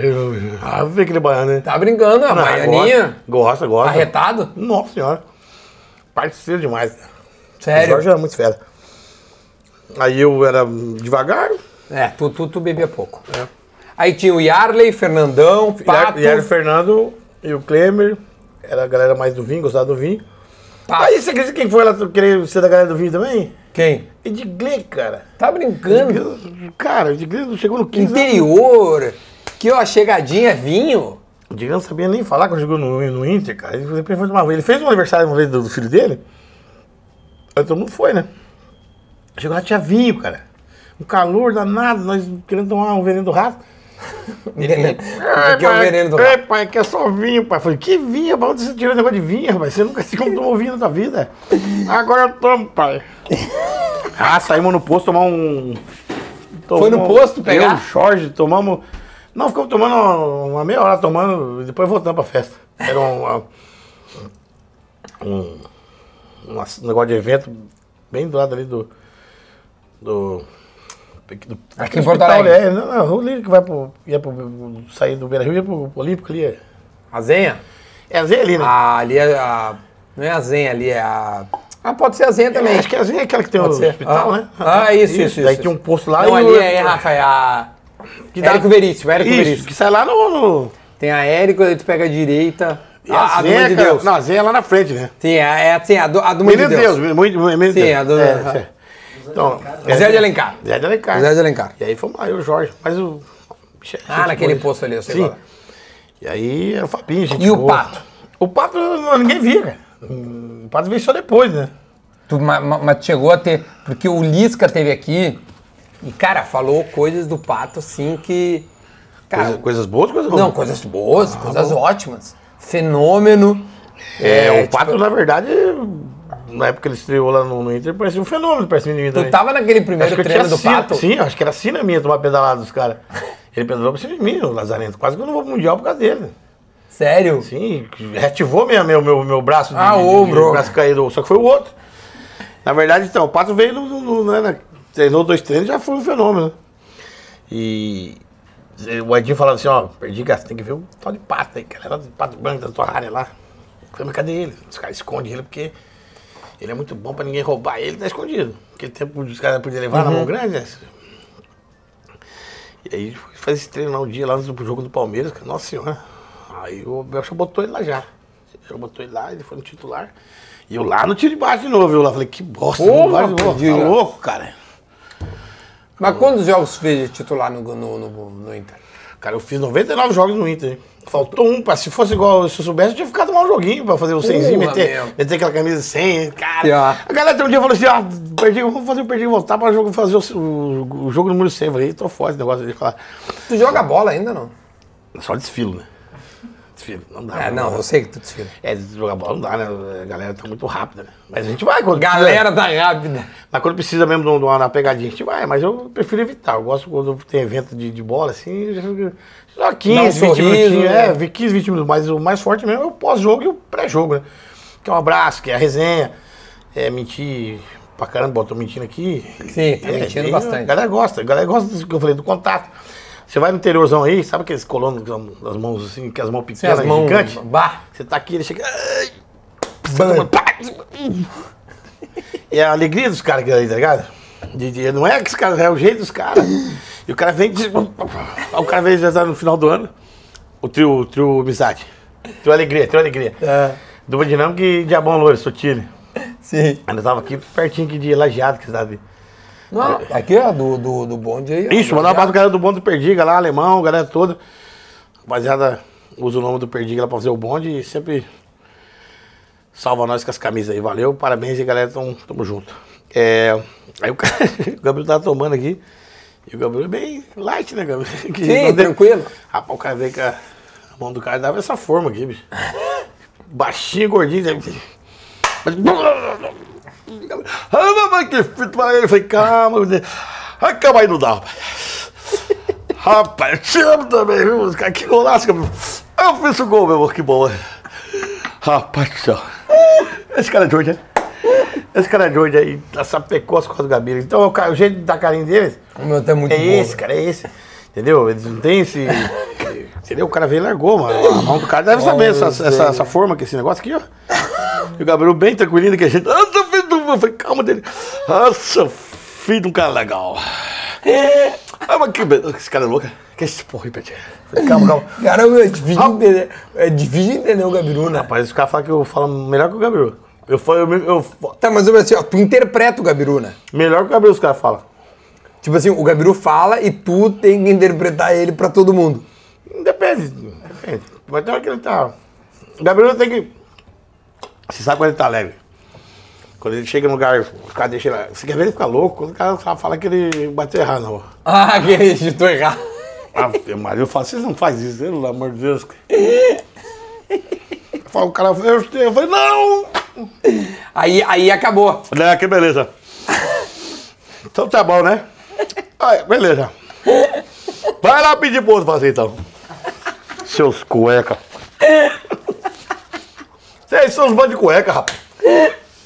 S1: Ah, vê aquele baiano, né?
S2: Tá brincando, a
S1: Ah,
S2: Baianinha? Tá
S1: Gosta, gosta. gosta.
S2: Arretado?
S1: Nossa senhora. Parceiro demais. O
S2: Sério?
S1: Jorge era muito fera. Aí eu era devagar.
S2: É, tu, tu, tu bebia pouco. Aí tinha o Yarley, Fernandão, Pato.
S1: É. E era o Fernando e o Klemer. Era a galera mais do vinho, gostava do vinho.
S2: Pato.
S1: Aí você acredita quem foi lá querer ser da galera do vinho também?
S2: Quem?
S1: Edgley, cara.
S2: Tá brincando?
S1: Cara, o Edgley chegou no 15 anos.
S2: Interior, que ó, chegadinha, é vinho.
S1: O Diego não sabia nem falar quando chegou no, no Inter, cara. Ele, depois foi tomar banho. Ele fez um aniversário uma vez do, do filho dele. Aí todo mundo foi, né? Chegou lá, tinha vinho, cara. Um calor danado, nós querendo tomar um veneno do rato.
S2: Veneno. O que é o veneno do
S1: É,
S2: rato?
S1: pai, que é só vinho, pai. Eu Falei, que vinho, pai? Onde você tirou o negócio de vinho, rapaz? Você nunca se tomou vinho na sua vida. Agora eu tomo, pai. ah, saímos no posto tomar um...
S2: Foi no
S1: tomar um-
S2: posto pegar?
S1: Eu, Jorge, tomamos... Não, ficamos tomando uma, uma meia hora, tomando, e depois voltamos pra festa. Era uma- um, um ass- negócio de evento bem do lado ali do... Do... do
S2: Aqui em Porto Alegre.
S1: É, não, não, o livro que vai pro, ia pro, sair do Beira Rio ia pro Olímpico ali. é-
S2: Azenha?
S1: É a Zenha ali, né?
S2: Ah, ali é a. Não é a Zenha, ali é a. Ah, pode ser a Zenha também.
S1: Acho que a Zenha é aquela que tem
S2: Pode
S1: o
S2: ser.
S1: hospital,
S2: ah.
S1: né?
S2: Ah, isso, isso, isso.
S1: Daí tinha um posto lá
S2: Não,
S1: e
S2: ali
S1: o-
S2: é, é, Rafa, é a.
S1: Que dá-
S2: Érico Veríssimo, Érico
S1: Isso,
S2: Veríssimo.
S1: que sai lá no... no...
S2: Tem a Érico, aí tu pega a direita.
S1: e
S2: Ah, a
S1: Zenha,
S2: Duma de
S1: cara-
S2: Deus.
S1: Não, a Zenha é lá na frente, né?
S2: Sim, a- é assim, a, do, a Duma
S1: Menino
S2: de Deus.
S1: muito, muito
S2: Sim, a do-
S1: é, é. Então,
S2: Zé de Alencar.
S1: É. Zé de Alencar.
S2: Zé de Alencar.
S1: E aí foi lá, eu, Jorge, mas o... é
S2: Ah, naquele
S1: né?
S2: poço ali, eu sei
S1: Sim.
S2: qual é.
S1: E aí, é o Fabinho, gente
S2: E o
S1: boa.
S2: Pato?
S1: O Pato, não, ninguém via, cara. O Pato veio só depois, né?
S2: Tu, ma- ma- mas chegou a ter. Porque o Lisca teve aqui e, cara, falou coisas do pato assim que. Cara,
S1: Coisa- Ah, coisas boas, coisas ruins.
S2: não, coisas boas, coisas ótimas. Fenômeno.
S1: É, o
S2: tipo,
S1: Pato, na verdade, na época que ele estreou lá no, no Inter, parecia um fenômeno pra cima de mim
S2: Tu
S1: também.
S2: tava naquele primeiro
S1: né? eu
S2: treino
S1: tinha
S2: do
S1: sina-
S2: pato?
S1: Sim, acho que era sina minha tomar pedalada dos caras. Ele pedalou pra cima de mim, o Lazarento. Quase que eu não vou pro Mundial por causa dele.
S2: Sério?
S1: Sim, assim, reativou minha, meu, meu, meu braço de,
S2: Ah,
S1: de- de-
S2: ombro.
S1: de braço caído. Só que foi o outro. Na verdade, então, o Pato veio no. no, no né, na- treinou dois treinos já foi um fenômeno. E o Edinho falando assim, ó, perdi gasto, tem que ver o tal de pato aí, cara. de pato branco da tua área lá. Eu Falei, mas cadê ele? Os caras escondem ele porque ele é muito bom pra ninguém roubar ele, tá escondido. Aquele tempo os caras podiam levar na mão grande, né? E aí foi fazer esse treino lá um dia lá no jogo do Palmeiras, cara, nossa senhora. Aí o Abel já botou ele lá já. Já botou ele lá, ele foi no titular. E eu lá no tiro de baixo de novo, eu lá falei, que bosta,
S2: Porra,
S1: não vai de novo.
S2: perdido.
S1: Tá louco, cara.
S2: Mas quantos jogos tu fez de titular no, no, no, no Inter?
S1: Cara, eu fiz 99 jogos no Inter. hein? Faltou um, pra, se fosse igual, se eu soubesse, eu tinha ficado mal um joguinho pra fazer o 100
S2: Porra,
S1: meter,
S2: meu.
S1: meter aquela camisa de 100. Cara,
S2: Pior.
S1: a galera até um dia falou assim: ah, perdi, vamos fazer o perdi e voltar pra jogo, fazer o, o, o jogo número 100. Eu falei, tô forte esse negócio de falar.
S2: Tu joga bola ainda não?
S1: Só desfilo, né? Desfilo, não dá.
S2: É, não, eu sei que tu desfila.
S1: É, jogar bola não dá, né? A galera tá muito rápida, né? Mas a gente vai. Quando
S2: Galera da Rápida.
S1: Mas quando precisa mesmo de uma- de uma, uma pegadinha, a gente vai, mas eu prefiro evitar. Eu gosto quando tem evento de, de bola, assim, já fica- só 15,
S2: Dá um
S1: 20 minutinhos,
S2: sorriso,
S1: é,
S2: né?
S1: vi- 15, 20 minutos, mas o mais forte mesmo é o pós-jogo e o pré-jogo, né? Que é um abraço, que é a resenha, é mentir pra caramba, bom, tô mentindo aqui.
S2: Sim, tá
S1: É,
S2: mentindo
S1: e A
S2: bastante.
S1: galera gosta, a galera gosta disso que eu falei, do contato. Você vai no interiorzão aí, sabe aqueles colonos com as as mãos assim, que as mãos
S2: Tem as
S1: pequenas,
S2: mãos.
S1: gigantes?
S2: Bah.
S1: Você tá aqui, ele chega. "Ai", você toma- pá, É a alegria dos caras que tá ligado? De, de- não é que os caras, é o jeito dos caras. E o cara vem. diz- O cara vem já tá no final do ano. O trio, o trio amizade. Trio alegria, trio alegria.
S2: É.
S1: Dupla dinâmica e Diabão Louro, Sotile.
S2: Sim.
S1: Ainda tava aqui pertinho aqui de Lajeado, que sabe.
S2: Não, Ah, aqui, ó, do, do, do bonde aí. ó,
S1: Isso, mandar um abraço
S2: baseado.
S1: pra galera do bonde do Perdiga lá, alemão, galera toda. Rapaziada, usa o nome do Perdiga lá pra fazer o bonde e sempre salva nós com as camisas aí. Valeu, parabéns aí, galera. Tamo, tamo junto. É, aí o, cara, o Gabriel tava tomando aqui. E o Gabriel é bem light, né, Gabriel? Que
S2: Sim,
S1: não deu-
S2: tranquilo.
S1: Rapaz, o cara veio com a a mão do cara e dava essa forma aqui, bicho. Baixinho, gordinho. né? Ah, mamãe, que fito pra ele. Eu falei, calma. meu Deus. Ah, calma aí, não dá, rapaz. Rapaz, eu te amo também, viu? Os caras, que golaço, Gabriel. Eu fiz o gol, meu amor, que bom. né? Rapaz do céu. Esse cara é doido, né? Esse cara é doido aí, tá sapecou as costas do Gabriel. Então, o, cara, o jeito da carinha deles
S2: O meu tá muito
S1: é
S2: bom.
S1: esse, cara, é esse. Entendeu? Eles não têm esse. Entendeu? O cara veio e largou, mano. A mão do cara deve saber essa, essa, essa forma que esse negócio aqui, ó. E o Gabriel bem tranquilinho que a gente. Nossa, filho do. tá Eu falei, calma dele. Nossa, filho de um cara legal. Ah, mas que be- Esse cara é louco. Que esse porra, Pet. Falei, calma, calma.
S2: Caramba, é difícil de entender. É difícil de entender o Gabiru, né?
S1: Rapaz, esse cara fala que eu falo melhor que o Gabriel. Eu falo, eu, eu,
S2: Tá, mas assim, ó, tu interpreta o Gabiru, né?
S1: melhor que o Gabriel, os caras falam.
S2: Tipo assim, o Gabiru fala e tu tem que interpretar ele pra todo mundo.
S1: Depende, depende. Mas tem hora que ele tá. O Gabriel tem que. Você sabe quando ele tá leve. Quando ele chega no lugar, o cara deixa ele. Você quer ver ele ficar louco? Quando o cara fala- fala que ele bateu errado na rua.
S2: Ah, que isso, tô errado.
S1: Ave Maria, eu falo, vocês não fazem isso, pelo amor de Deus. Eu falo, o cara, eu chutei. Eu falei, não!
S2: Aí, aí acabou.
S1: Falei, ah, que beleza. Então tá bom, né? Aí, beleza. Vai lá pedir pro outro fazer então. Seus cueca. Vocês são uns bandos de cueca, rapaz.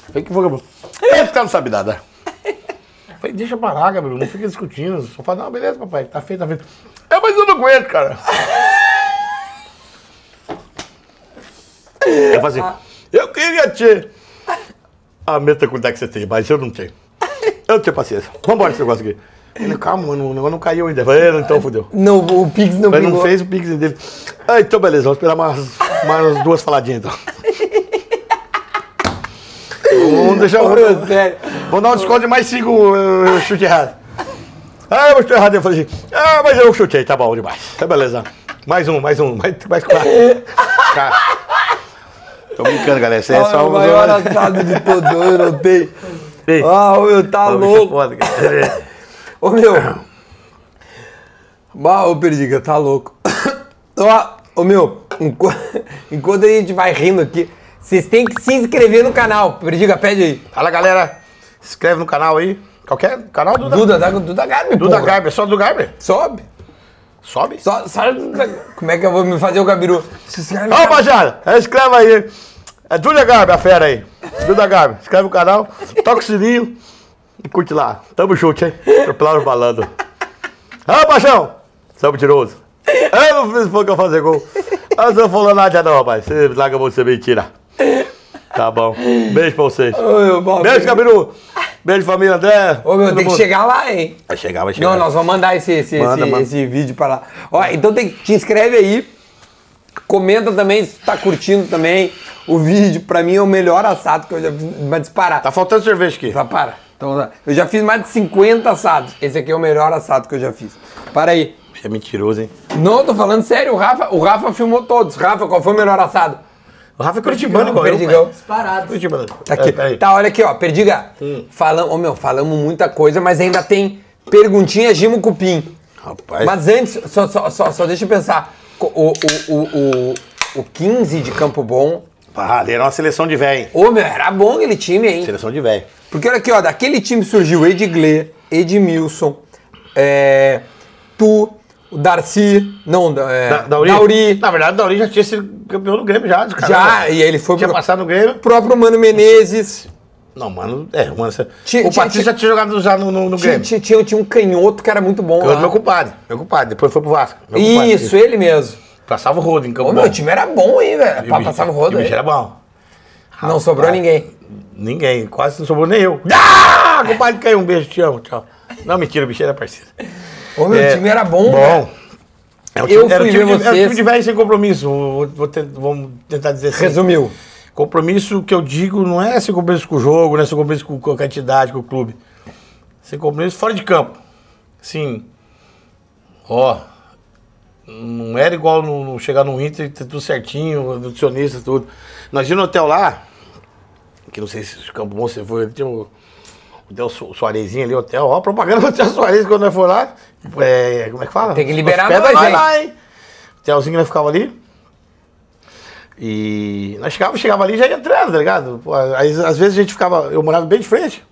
S1: Falei, que foi, Gabriel? Esse cara não sabe nada. Falei, deixa parar, Gabriel, não fica discutindo. Só fala, não, beleza, papai, tá feito, tá feito. É, mas eu não aguento, cara. Eu falei assim, eu queria te a mesma tranquilidade que você tem, mas eu não tenho. Eu não tenho paciência. Vambora esse negócio aqui. Ele, calma, mano, o negócio não caiu ainda. Eu falei, "É, então fudeu.
S2: Não, o Pix não
S1: Mas
S2: pegou.
S1: não fez o pix dele. Ah, então beleza, vamos esperar mais, mais umas duas faladinhas então. Vamos deixar
S2: Ô,
S1: o.
S2: meu, sério.
S1: Vou dar um desconto de mais cinco eh, chute errado. Ah, eu estou errado. Eu falei assim, ah, mas eu chutei, tá bom demais. Tá beleza. Mais um, mais um, mais, mais quatro. Cara, Tá. tô brincando, galera. Isso aí é
S2: Olha,
S1: só
S2: o
S1: um.
S2: maior assado de todos, eu não tenho.
S1: Ei,
S2: Ah, o meu tá
S1: o bicho é
S2: louco.
S1: foda, cara.
S2: Ô meu. Bah, ô Perdiga, tá louco. Ó, ô meu, enqu- enquanto a gente vai rindo aqui, vocês têm que se inscrever no canal. Perdiga, pede aí.
S1: Fala, galera. Se inscreve no canal aí. Qualquer canal Duda. Duda,
S2: Duda, dá, Duda Garbi, porra.
S1: Garber. Só do Garber.
S2: Sobe.
S1: Sobe.
S2: Só, só- como é que eu vou me fazer o Gabiru? Se inscreve no
S1: Ó,
S2: canal.
S1: rapaziada, se inscreve aí. É Duda Garbi, a fera aí. Duda Garbi, inscreve no canal, toca o sininho e curte lá. Tamo junto, hein? Atropelado balando. Ah, paixão! Tamo tiroso. Eu não fiz pouco eu fazer gol. Eu não falou nada não, rapaz. Você larga você, mentira. Tá bom. Beijo pra vocês.
S2: Ô, meu, bah,
S1: Beijo,
S2: Perdiga.
S1: Cabiru. Beijo, família André.
S2: Ô meu,
S1: todo
S2: tem que
S1: mundo.
S2: chegar lá, hein?
S1: Vai chegar, vai chegar.
S2: Não, nós vamos mandar esse, esse,
S1: Manda,
S2: esse,
S1: manda.
S2: esse vídeo para lá. Ó, então tem, que- te inscreve aí, comenta também se tu tá curtindo também o vídeo. Pra mim é o melhor assado que eu já fiz, mas disparar.
S1: Tá faltando cerveja aqui.
S2: Tá, para. Então, tá. eu já fiz mais de 50 assados. Esse aqui é o melhor assado que eu já fiz. Para aí.
S1: É mentiroso, hein?
S2: Não, eu tô falando sério, o Rafa, o Rafa filmou todos. Rafa, qual foi o melhor assado?
S1: O Rafa é curitibano igual eu.
S2: Perdigão.
S1: pai.
S3: Disparado.
S1: Curitibano.
S2: Tá aqui.
S1: É, peraí. Hum.
S2: tá, olha aqui, ó. Perdiga. Falamos, ô meu, falamos muita coisa, mas ainda tem perguntinha Gimo Cupim.
S1: Rapaz.
S2: Mas antes, só, só, só, só deixa eu pensar. Co- O, o, o, o, o 15 de Campo Bom.
S1: Parada, era uma seleção de velho. hein?
S2: Ô, meu, era bom aquele time, hein?
S1: Seleção de velho.
S2: Porque olha aqui, ó, daquele time surgiu Edgley, Edmilson, é, tu, o Darcy, não, é,
S1: Da, Dauri? Na verdade, o Dauri já tinha sido campeão do Grêmio já, cara.
S2: já, e aí ele foi
S1: Tinha
S2: pro
S1: passado no Grêmio.
S2: próprio Mano Menezes.
S1: Não, mano, é, mano. você-
S2: Tinha-
S1: o
S2: tinha-
S1: Patrício já tinha jogado já no, no, no
S2: Tinha,
S1: Grêmio.
S2: tinha, tinha, tinha um canhoto que era muito bom
S1: Eu
S2: lá.
S1: era meu compadre, meu compadre. Depois foi pro Vasco. Meu compadre.
S2: Ah. Isso, ele mesmo.
S1: Passava o rodo em campo.
S2: Ô,
S1: Bom.
S2: meu, o time era bom, hein,
S1: E
S2: velho?
S1: bicho-
S2: Passava o rodo
S1: e O
S2: aí.
S1: bicho era bom. É.
S2: Não sobrou
S1: Rapaz.
S2: ninguém.
S1: Ninguém, quase não sobrou nem eu. Ah, compadre, caiu um beijo, te amo, tchau. Não, mentira, o bicho era parceiro.
S2: Ô, meu,
S1: É,
S2: o time era bom, velho.
S1: Bom. É o
S2: Eu
S1: time- era o
S2: fui
S1: time
S2: ver
S1: de- Era o
S2: vocês.
S1: time de velho sem compromisso. Vou, vou ten- vamos tentar dizer assim.
S2: Resumiu.
S1: Compromisso que eu digo não é ser compromisso com o jogo, não é ser compromisso com com a entidade, com o clube. Ser compromisso fora de campo. Sim. Ó. Não era igual no, no chegar no Inter, ter tudo certinho, nutricionista, tudo. Nós íamos no hotel lá, que não sei se o Campo Bom você foi, tinha o Hotel Su- Suarezinho ali, hotel, ó, propaganda do Hotel Suarez quando nós for lá. É, como é que fala?
S2: Tem que liberar
S1: Hospeda
S2: nós,
S1: nós
S2: hein?
S1: lá, hein? Hotelzinho que nós ficava ali. E nós chegava, chegava ali e já ia entrando, tá ligado? Pô, aí, às vezes a gente ficava, eu morava bem de frente.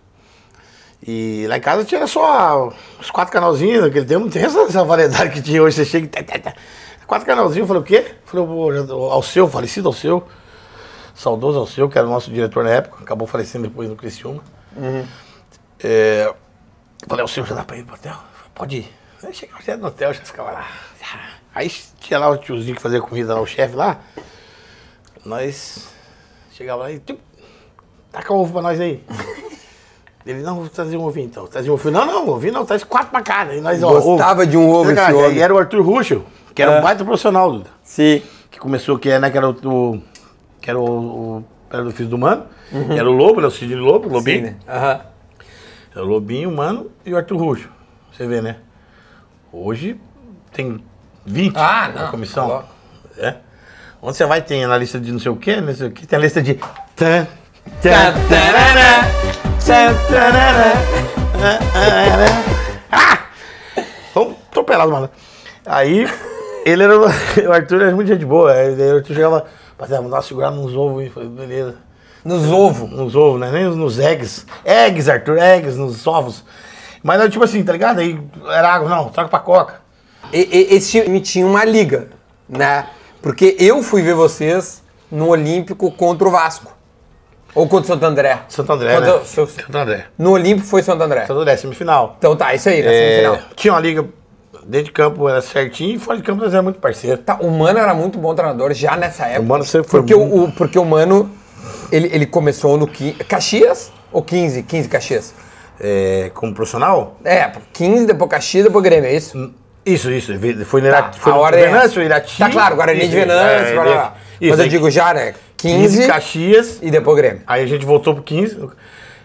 S1: E lá em casa tinha só os quatro canalzinhos, naquele tempo não tem essa, essa variedade que tinha hoje, você chega e. tá, tá, tá. Quatro canalzinhos, eu falei, o quê? Eu Falei, pô, já- ao seu, falecido ao seu, saudoso ao seu, que era o nosso diretor na época, acabou falecendo depois no Criciúma.
S2: Uhum.
S1: É, eu falei, o senhor já dá pra ir pro hotel? Eu falei, Pode ir. Aí chegava até no hotel, já ficava lá. Aí tinha lá o tiozinho que fazia comida lá, o chefe lá. Nós chegava lá e. tum, Taca o ovo pra nós aí. Ele, não, vou trazer um ovinho então. Trazia um ovinho. Não, não, ovinho não, traz quatro pra cada. E nós, ó,
S2: Gostava de um ovo
S1: Cara,
S2: esse
S1: e
S2: homem. É.
S1: era o Arthur Ruschel, que era um baita profissional, Duda
S2: Sim.
S1: que começou, que é, né, que era o, o- que era o, o era do filho do Mano, que era o Lobo, né, o Sidney Lobo, o Lobinho.
S2: Sim, né? Aham.
S1: Era É o Lobinho, o Mano e o Arthur Rujo. Você vê, né? Hoje tem 20
S2: Ah,
S1: na
S2: não, tá
S1: comissão.
S2: louco.
S1: É. Onde você vai, tem na lista de não sei o quê, não sei o quê, tem a lista de... Tan,
S2: Tá,
S1: tan,
S2: tarará,
S1: tan, tarará, ah, ah, ah, ah. Tô tô pelado, mano. Aí, ele era... O Arthur era muito gente boa. Aí o Arthur chegava... Rapaziada, vamos dar uma segurada nos ovos. aí." Eu falei, beleza
S2: Nos ovos.
S1: nos ovos, né? Nem nos eggs. Eggs, Arthur, eggs, nos ovos. Mas era tipo assim, tá ligado? Aí era água, não, troca pra coca.
S2: E- e- esse time tinha uma liga, né? Porque eu fui ver vocês no Olímpico contra o Vasco. Ou contra o Santo André.
S1: Santo André,
S2: Contra-
S1: né?
S2: seu-
S1: Santo André.
S2: No Olímpico foi Santo André.
S1: Santo André, semifinal.
S2: Então tá, isso aí, na
S1: É,
S2: semifinal.
S1: tinha uma liga dentro de campo, era certinho, e fora de campo nós era muito parceiro.
S2: Tá, o Mano era muito bom treinador já nessa época.
S1: Mano sempre foi
S2: porque o-
S1: muito-
S2: o Porque o Mano, ele, ele começou no 15, Caxias ou 15? 15 Caxias.
S1: É, como profissional?
S2: É, 15, depois Caxias, depois Grêmio, é isso?
S1: Isso, isso. Foi no
S2: Tá,
S1: Irati. Hum, foi
S2: a
S1: no
S2: ordem é
S1: Venâncio,
S2: essa.
S1: Irati.
S2: Tá claro, Guarani
S1: Isso,
S2: de Venâncio,
S1: é,
S2: blá, blá, blá.
S1: isso,
S2: Mas eu
S1: aí
S2: digo já, né? 15,
S1: 15, Caxias.
S2: e depois Grêmio.
S1: Aí a gente voltou pro 15.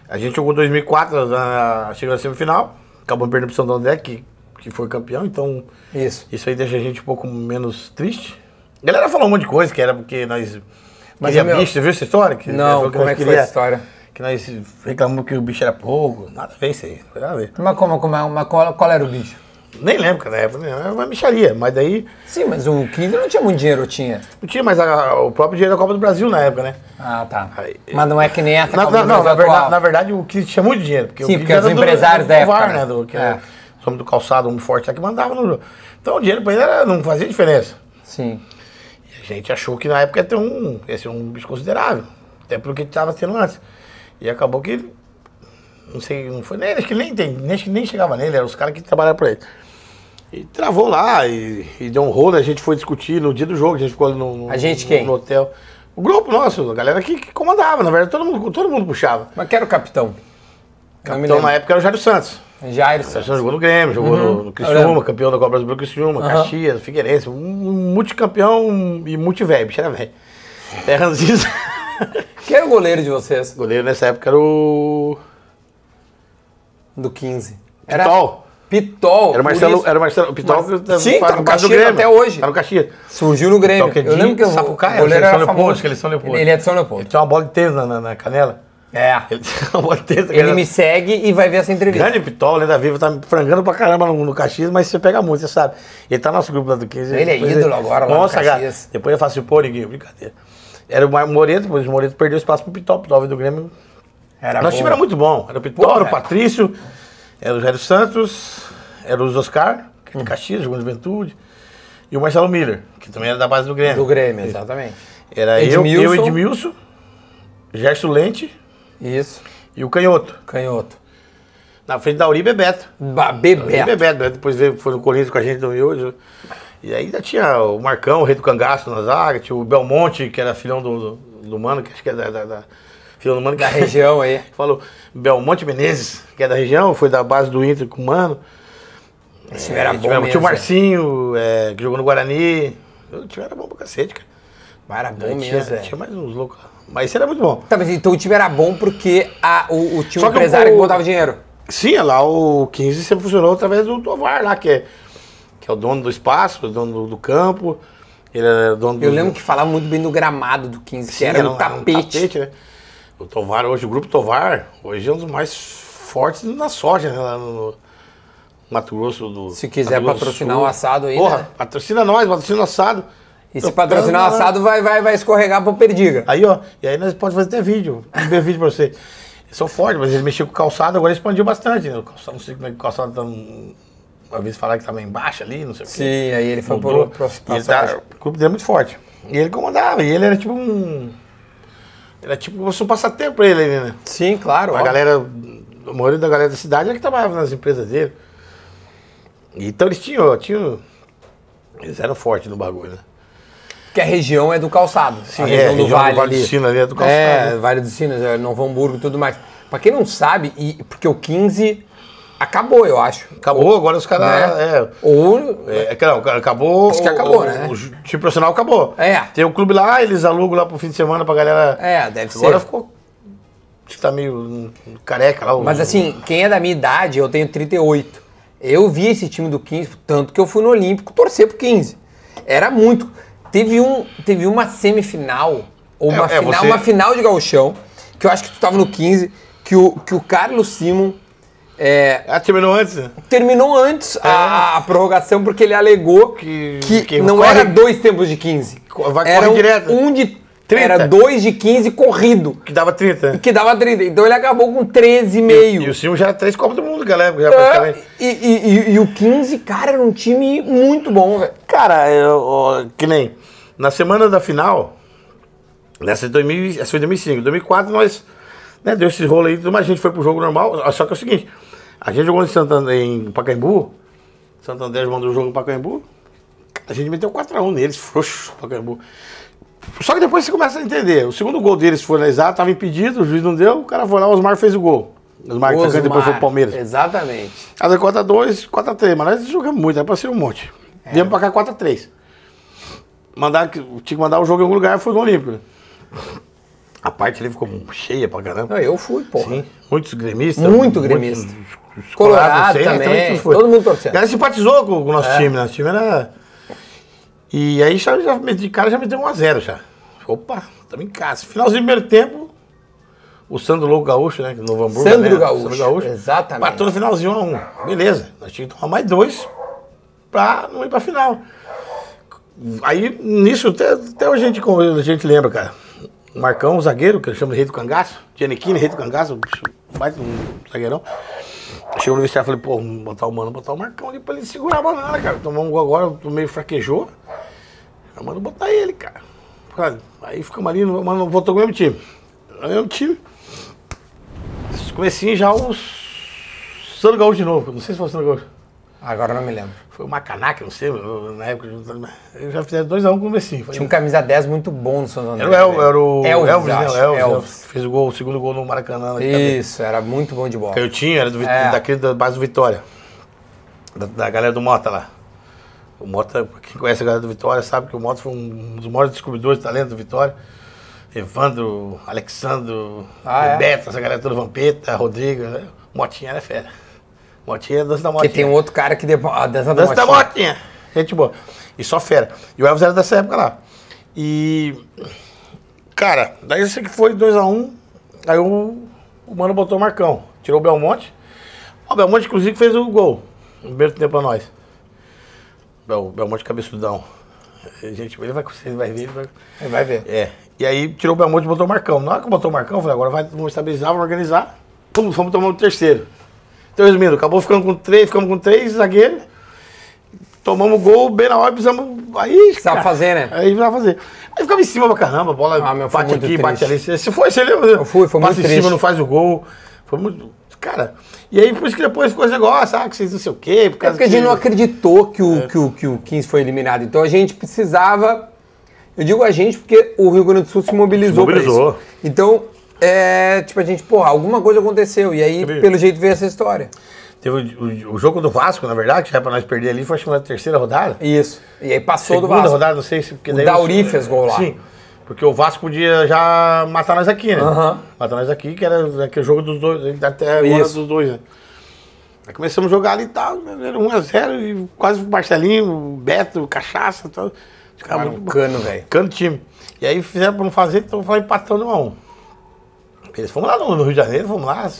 S1: A gente jogou 2004, na, chegou ah, na semifinal. Acabou perdendo pro Santo André, que, que foi campeão. Então,
S2: Isso.
S1: isso aí deixa a gente um pouco menos triste. A galera falou um monte de coisa, que era porque nós...
S2: Mas,
S1: Mas é
S2: meu-
S1: bicho, você viu essa história? Que,
S2: Não,
S1: falou
S2: como
S1: nós
S2: é que foi
S1: queria-
S2: essa história?
S1: Que nós reclamamos que o bicho era pouco. Nada a ver isso aí. Nada a ver.
S2: Mas como, como, é uma- qual, qual era o bicho?
S1: Nem lembro, cara, na época. né? Era uma bicharia. Mas daí...
S2: Sim, mas o 15 não tinha muito dinheiro, eu tinha.
S1: Não tinha mais a- o próprio dinheiro da Copa do Brasil na época, né?
S2: Ah, tá.
S1: Aí,
S2: mas não é que nem essa
S1: Na,
S2: Copa
S1: na-
S2: do
S1: não,
S2: Brasil
S1: na verdade,
S2: atual.
S1: na verdade o Kiss tinha muito dinheiro. Porque
S2: Sim,
S1: o Kiss
S2: porque os empresários da época,
S1: VAR,
S2: né?
S1: né? Do, que
S2: É.
S1: era os homens do calçado, um forte lá que mandava no jogo. Então o dinheiro pra ele era- não fazia diferença.
S2: Sim.
S1: E a gente achou que na época ia ter um, ia ser um bicho considerável. Até pelo que estava sendo antes. E acabou que. Não sei, não foi nem, acho que nem, tem- nem, acho que nem chegava nele, eram os caras que trabalhavam pra ele. E travou lá e, e deu um rolo, a gente foi discutir no dia do jogo, a gente ficou ali no, no-
S2: A gente
S1: no-
S2: quem?
S1: no hotel. O grupo nosso, a galera que, que comandava, na verdade, todo mundo, todo mundo puxava.
S2: Mas que era o capitão? Não me
S1: Então, na
S2: lembro.
S1: época era o Jairo Santos.
S2: Jairo
S1: O Jairo Santos
S2: Santos.
S1: jogou no Grêmio, jogou no, no
S2: Eu lembro.
S1: Criciúma, campeão da Copa Brasil pelo Criciúma,
S2: Aham.
S1: Caxias, Figueirense, um, um multicampeão e multivéio, bicho era velho. Terranzinho.
S2: Quem era o goleiro de vocês?
S1: goleiro nessa época era o.
S2: Do 15.
S1: Pitol.
S2: Pitol.
S1: Era o
S2: por
S1: Marcelo,
S2: isso.
S1: era o Marcelo Pitol
S2: Mas-
S1: que tá-
S2: Sim,
S1: faz
S2: tá no
S1: parte
S2: Caxias até hoje.
S1: Tá no Caxias.
S2: Surgiu no Grêmio.
S1: Então, que é
S2: eu
S1: de
S2: lembro que o
S1: Sapucaia,
S2: goleiro era
S1: Seleção Leopoldo,
S2: famoso.
S1: Seleção Leopoldo.
S2: Ele é de São
S1: Ele
S2: Leopoldo.
S1: tinha uma bola de tênis na, na- na canela.
S2: É.
S1: Ele tinha uma bola de tênis na
S2: Ele
S1: canela.
S2: me segue e vai ver essa entrevista.
S1: Grande Pitol, lenda viva, tá frangando pra caramba no, no Caxias, mas você pega muito, você sabe. Ele tá no nosso grupo lá do 15.
S2: Ele é
S1: depois
S2: ídolo agora lá no
S1: Nossa, cara.
S2: Caxias.
S1: Depois eu faço assim, pô, ninguém, brincadeira. Era o Mar- Moreto, depois o Moreto perdeu espaço pro Pitol, o Pitol veio do Grêmio.
S2: Era
S1: Nosso
S2: bom.
S1: time era muito bom. Era o Pitol,
S2: Pô,
S1: era o
S2: cara.
S1: Patrício, era o Jair Santos, era o Oscar, que é
S2: Hum.
S1: de Caxias, jogou na juventude. E o Marcelo Miller, que também era da base do Grêmio.
S2: Do Grêmio, exatamente.
S1: Era eu, eu,
S2: Edmilson.
S1: Edmilson, Gerson Lente
S2: Isso.
S1: e o Canhoto.
S2: Canhoto.
S1: Na frente da Uri e Bebeto.
S2: Ba-
S1: E
S2: Bebeto.
S1: Bebeto, né? depois veio, foi no Corinthians com a gente no hoje. E aí ainda tinha o Marcão, o rei do cangaço na zaga, tinha o Belmonte, que era filhão do, do, do Mano, que acho que é da, da, da- filhão do Mano.
S2: Da região aí.
S1: Falou, Belmonte Menezes, que é da região, foi da base do Inter com o Mano.
S2: Esse É, time era
S1: Aí
S2: bom
S1: tivemos-
S2: mesmo.
S1: é, Tinha o Marcinho, é, que jogou no Guarani. O time era bom pra cacete, cara.
S2: Mas era bom
S1: Aí
S2: mesmo,
S1: tinha,
S2: velho.
S1: tinha mais uns loucos. Mas isso era muito bom.
S2: Tá, mas então o time era bom porque a, o, o tinha um
S1: Só que
S2: empresário
S1: o-
S2: que botava dinheiro.
S1: Sim, é lá o 15 sempre funcionou através do Tovar lá, que é, que é o dono do espaço, o dono do, do campo. Ele era dono
S2: Eu
S1: do,
S2: lembro que falava muito bem do gramado do 15, que
S1: Sim,
S2: era um tapete.
S1: né? O Tovar hoje, o grupo Tovar, hoje é um dos mais fortes na soja, né? Lá no Mato Grosso do.
S2: Se quiser
S1: Mato Grosso do
S2: patrocinar
S1: Sul.
S2: o assado aí,
S1: Porra,
S2: né?
S1: patrocina nós, patrocina o assado.
S2: E se patrocinar o
S1: Então,
S2: assado, vai, vai, vai escorregar pro Perdiga.
S1: Aí, ó, e aí nós podemos fazer até vídeo. Ver vídeo pra você. Eles são fortes, mas eles mexiam com calçado, agora expandiu bastante, né? O calçado, não sei como é que o calçado tá. um- Uma vez falaram que tava embaixo ali, não sei o quê.
S2: Sim, aí ele foi
S1: Mudou.
S2: pro, pro,
S1: E
S2: pra
S1: ele tá-
S2: soja.
S1: o clube dele é muito forte. E ele comandava, e ele era tipo um. Era tipo como se fosse um passatempo pra ele ali, né?
S2: Sim, claro.
S1: A
S2: ó.
S1: galera, a maioria da galera da cidade é que trabalhava nas empresas dele. Então eles tinham, tinham. Eles eram fortes no bagulho, né?
S2: Porque a região é do calçado. a
S1: é,
S2: região, do,
S1: região do
S2: vale
S1: Vale do
S2: ali.
S1: Sino ali é do calçado,
S2: É,
S1: né?
S2: Vale do Sino, é, Novo Hamburgo e tudo mais. Pra quem não sabe, e, porque o 15 acabou, eu acho.
S1: Acabou, agora os caras.
S2: Né?
S1: É,
S2: Ou
S1: É, é que não, acabou.
S2: Acho que
S1: o-
S2: acabou,
S1: o-
S2: né?
S1: O ju- time profissional acabou.
S2: É.
S1: Tem um clube lá, eles alugam lá pro fim de semana pra galera.
S2: É, deve ser.
S1: Agora ficou. Acho que tá meio hum, careca lá. o-
S2: Mas assim, quem é da minha idade, eu tenho 38. Eu vi esse time do 15, tanto que eu fui no Olímpico torcer pro 15. Era muito. Teve, um, teve uma semifinal, ou
S1: É,
S2: uma,
S1: é,
S2: final,
S1: você-
S2: uma final de gauchão, que eu acho que tu tava no 15, que o, que o Carlos Simon é,
S1: Ah, terminou antes? né?
S2: terminou antes a, a prorrogação, porque ele alegou que,
S1: É. Que- que
S2: não
S1: corre-
S2: era dois tempos de 15.
S1: Co- vai-
S2: era
S1: corre
S2: um,
S1: direto.
S2: um de...
S1: 30.
S2: Era dois de 15 corrido,
S1: Que dava 30. né?
S2: que dava 30. Então ele acabou com 13,5.
S1: E o Silvio já era três Copas do Mundo, galera. Já
S2: É,
S1: praticamente.
S2: e, e- e- e o 15, cara, era um time muito bom, velho.
S1: Cara, eu, ó, que nem na semana da final, nessa de 2000, essa foi 2005, 2004 nós, né, deu esse rolo aí, tudo, mas a gente foi pro jogo normal, só que é o seguinte, a gente jogou em Santander, em Pacaembu, Santander mandou o jogo em Pacaembu, a gente meteu 4x1 neles, frouxo, Pacaembu. Só que depois você começa a entender, o segundo gol deles foi analisado, tava impedido, o juiz não deu, o cara foi lá, o Osmar fez o gol. O Osmar, é. que
S2: Osmar.
S1: Ah, então depois foi pro Palmeiras.
S2: Exatamente.
S1: As 4x2, 4x3, mas nós jogamos muito, era pra ser um monte.
S2: É.
S1: Viemos pra cá 4x3. Mandar, que- tinha que mandar o jogo em algum lugar, foi no Olímpico. né? A parte ali ficou cheia pra caramba.
S2: Não, eu fui, porra.
S1: Sim, muitos gremistas.
S2: Muito gremista.
S1: muitos
S2: Colorado
S1: colorados,
S2: também,
S1: tudo foi.
S2: todo mundo torcendo. É.
S1: A galera simpatizou com o nosso time, né? O time era... E aí, já, já, meti- o cara já meteu 1x0 já. Opa, estamos em casa. Finalzinho do primeiro tempo, o Sandro Louco Gaúcho, né? que no Novo Hamburgo,
S2: Sandro
S1: né?
S2: Gaúcho,
S1: Sandro Gaúcho.
S2: exatamente.
S1: Matou no finalzinho 1x1. Beleza, nós tínhamos que tomar mais dois pra não ir pra final. Aí, nisso, até, até hoje a gente, con- a gente lembra, cara. O Marcão, o zagueiro, que ele chama de Rei do Cangaço, Giannichini, Rei do Cangaço, bicho, mais um zagueirão. Chegou no vestiário e falei, pô, vamos botar o mano, botar o Marcão ali pra ele segurar a banana, cara. Tomamos um gol agora, o meio fraquejou. Aí, mano, botar ele, cara. Cara, Aí ficamos ali, no- mano, voltou com o mesmo time. O mesmo time. Comecinho já o Sandro Gaúcho de novo. Não sei se foi o Sandro Gaúcho.
S2: Agora eu não me lembro.
S1: Foi o Macanac, não sei, na época. Eles já fizeram dois a um com o Comecinho. Falei,
S2: Tinha um camisa 10 muito bom no Santander.
S1: Era o, El,
S2: velho.
S1: era o
S2: Elvis,
S1: Elvis, né?
S2: acho,
S1: O Elvis,
S2: Elvis.
S1: Fez o, gol, o segundo gol no Maracanã. né, também.
S2: Isso, era muito bom de bola.
S1: Que eu tinha, era do, Vit-
S2: É.
S1: daquele da base do Vitória. Da, da galera do Mota lá. O Mota, quem conhece a galera do Vitória sabe que o Mota foi um dos maiores descobridores de talento do Vitória. Evandro, Alexandro,
S2: Ah, é?
S1: Bebeto, essa galera toda, Vampeta, Rodrigo. né? Motinha era fera. Motinha é dança da
S2: Porque
S1: Motinha.
S2: tem um outro cara que depois. A dança da
S1: Dança da
S2: Motinha.
S1: Motinha. Gente boa. E só fera. E o Elvis era dessa época lá. E. Cara, daí eu sei que foi 2x1. aí o, o Mano botou o Marcão. Tirou o Belmonte. O Belmonte, inclusive, fez o gol. No primeiro tempo pra nós. Bel, Belmonte cabeçudão. Eh, Gente, ele vai, você vai ver. Ele vai...
S2: Ele Vai ver.
S1: É. E aí tirou o Belmonte e botou o Marcão. Na hora que botou o Marcão, eu falei, agora vai, vamos estabilizar, vamos organizar. Pum, fomos tomar o terceiro. Então, resumindo, acabou ficando com três, ficamos com três zagueiros. Tomamos gol, bem na hora, precisamos. Aí.
S2: Precisava fazer, né?
S1: Aí precisava fazer. Aí ficava em cima pra caramba, a bola
S2: Ah, meu, foi
S1: bate aqui,
S2: muito
S1: bate ali.
S2: triste.
S1: Você você foi, você lembra?
S2: Eu fui, foi muito
S1: Passa em
S2: triste.
S1: cima, não faz o gol. Foi muito. Cara. E aí, por isso que depois ficou esse negócio, ah, que vocês não sei o quê. Por
S2: É
S1: causa
S2: porque a gente
S1: que-
S2: não acreditou que o, que, o, que o 15 foi eliminado. Então a gente precisava. Eu digo a gente porque o Rio Grande do Sul se mobilizou.
S1: Se mobilizou.
S2: pra isso. Então, é, tipo, a gente, porra, alguma coisa aconteceu. E aí,
S1: Sim.
S2: pelo jeito, veio essa história.
S1: Teve o, o- o jogo do Vasco, na verdade, que já era pra nós perder ali, foi acho que na terceira rodada.
S2: Isso. E aí passou do
S1: segunda
S2: Vasco.
S1: rodada, não sei se. Porque
S2: O
S1: daí
S2: Dauri fez gol lá.
S1: Sim. Porque o Vasco podia já matar nós aqui, né?
S2: Aham.
S1: Matar nós aqui, que era aquele jogo dos dois, até agora
S2: Isso.
S1: dos dois, né? Aí começamos a jogar ali e tal, né? era 1x0 e quase o Marcelinho, o Beto, o Cachaça e tal. Ficava
S2: Cara,
S1: muito
S2: um
S1: bom.
S2: cano, velho.
S1: Canto time. E aí fizeram pra não fazer, então foi empatando um a um. Eles fomos lá no, no Rio de Janeiro, fomos lá.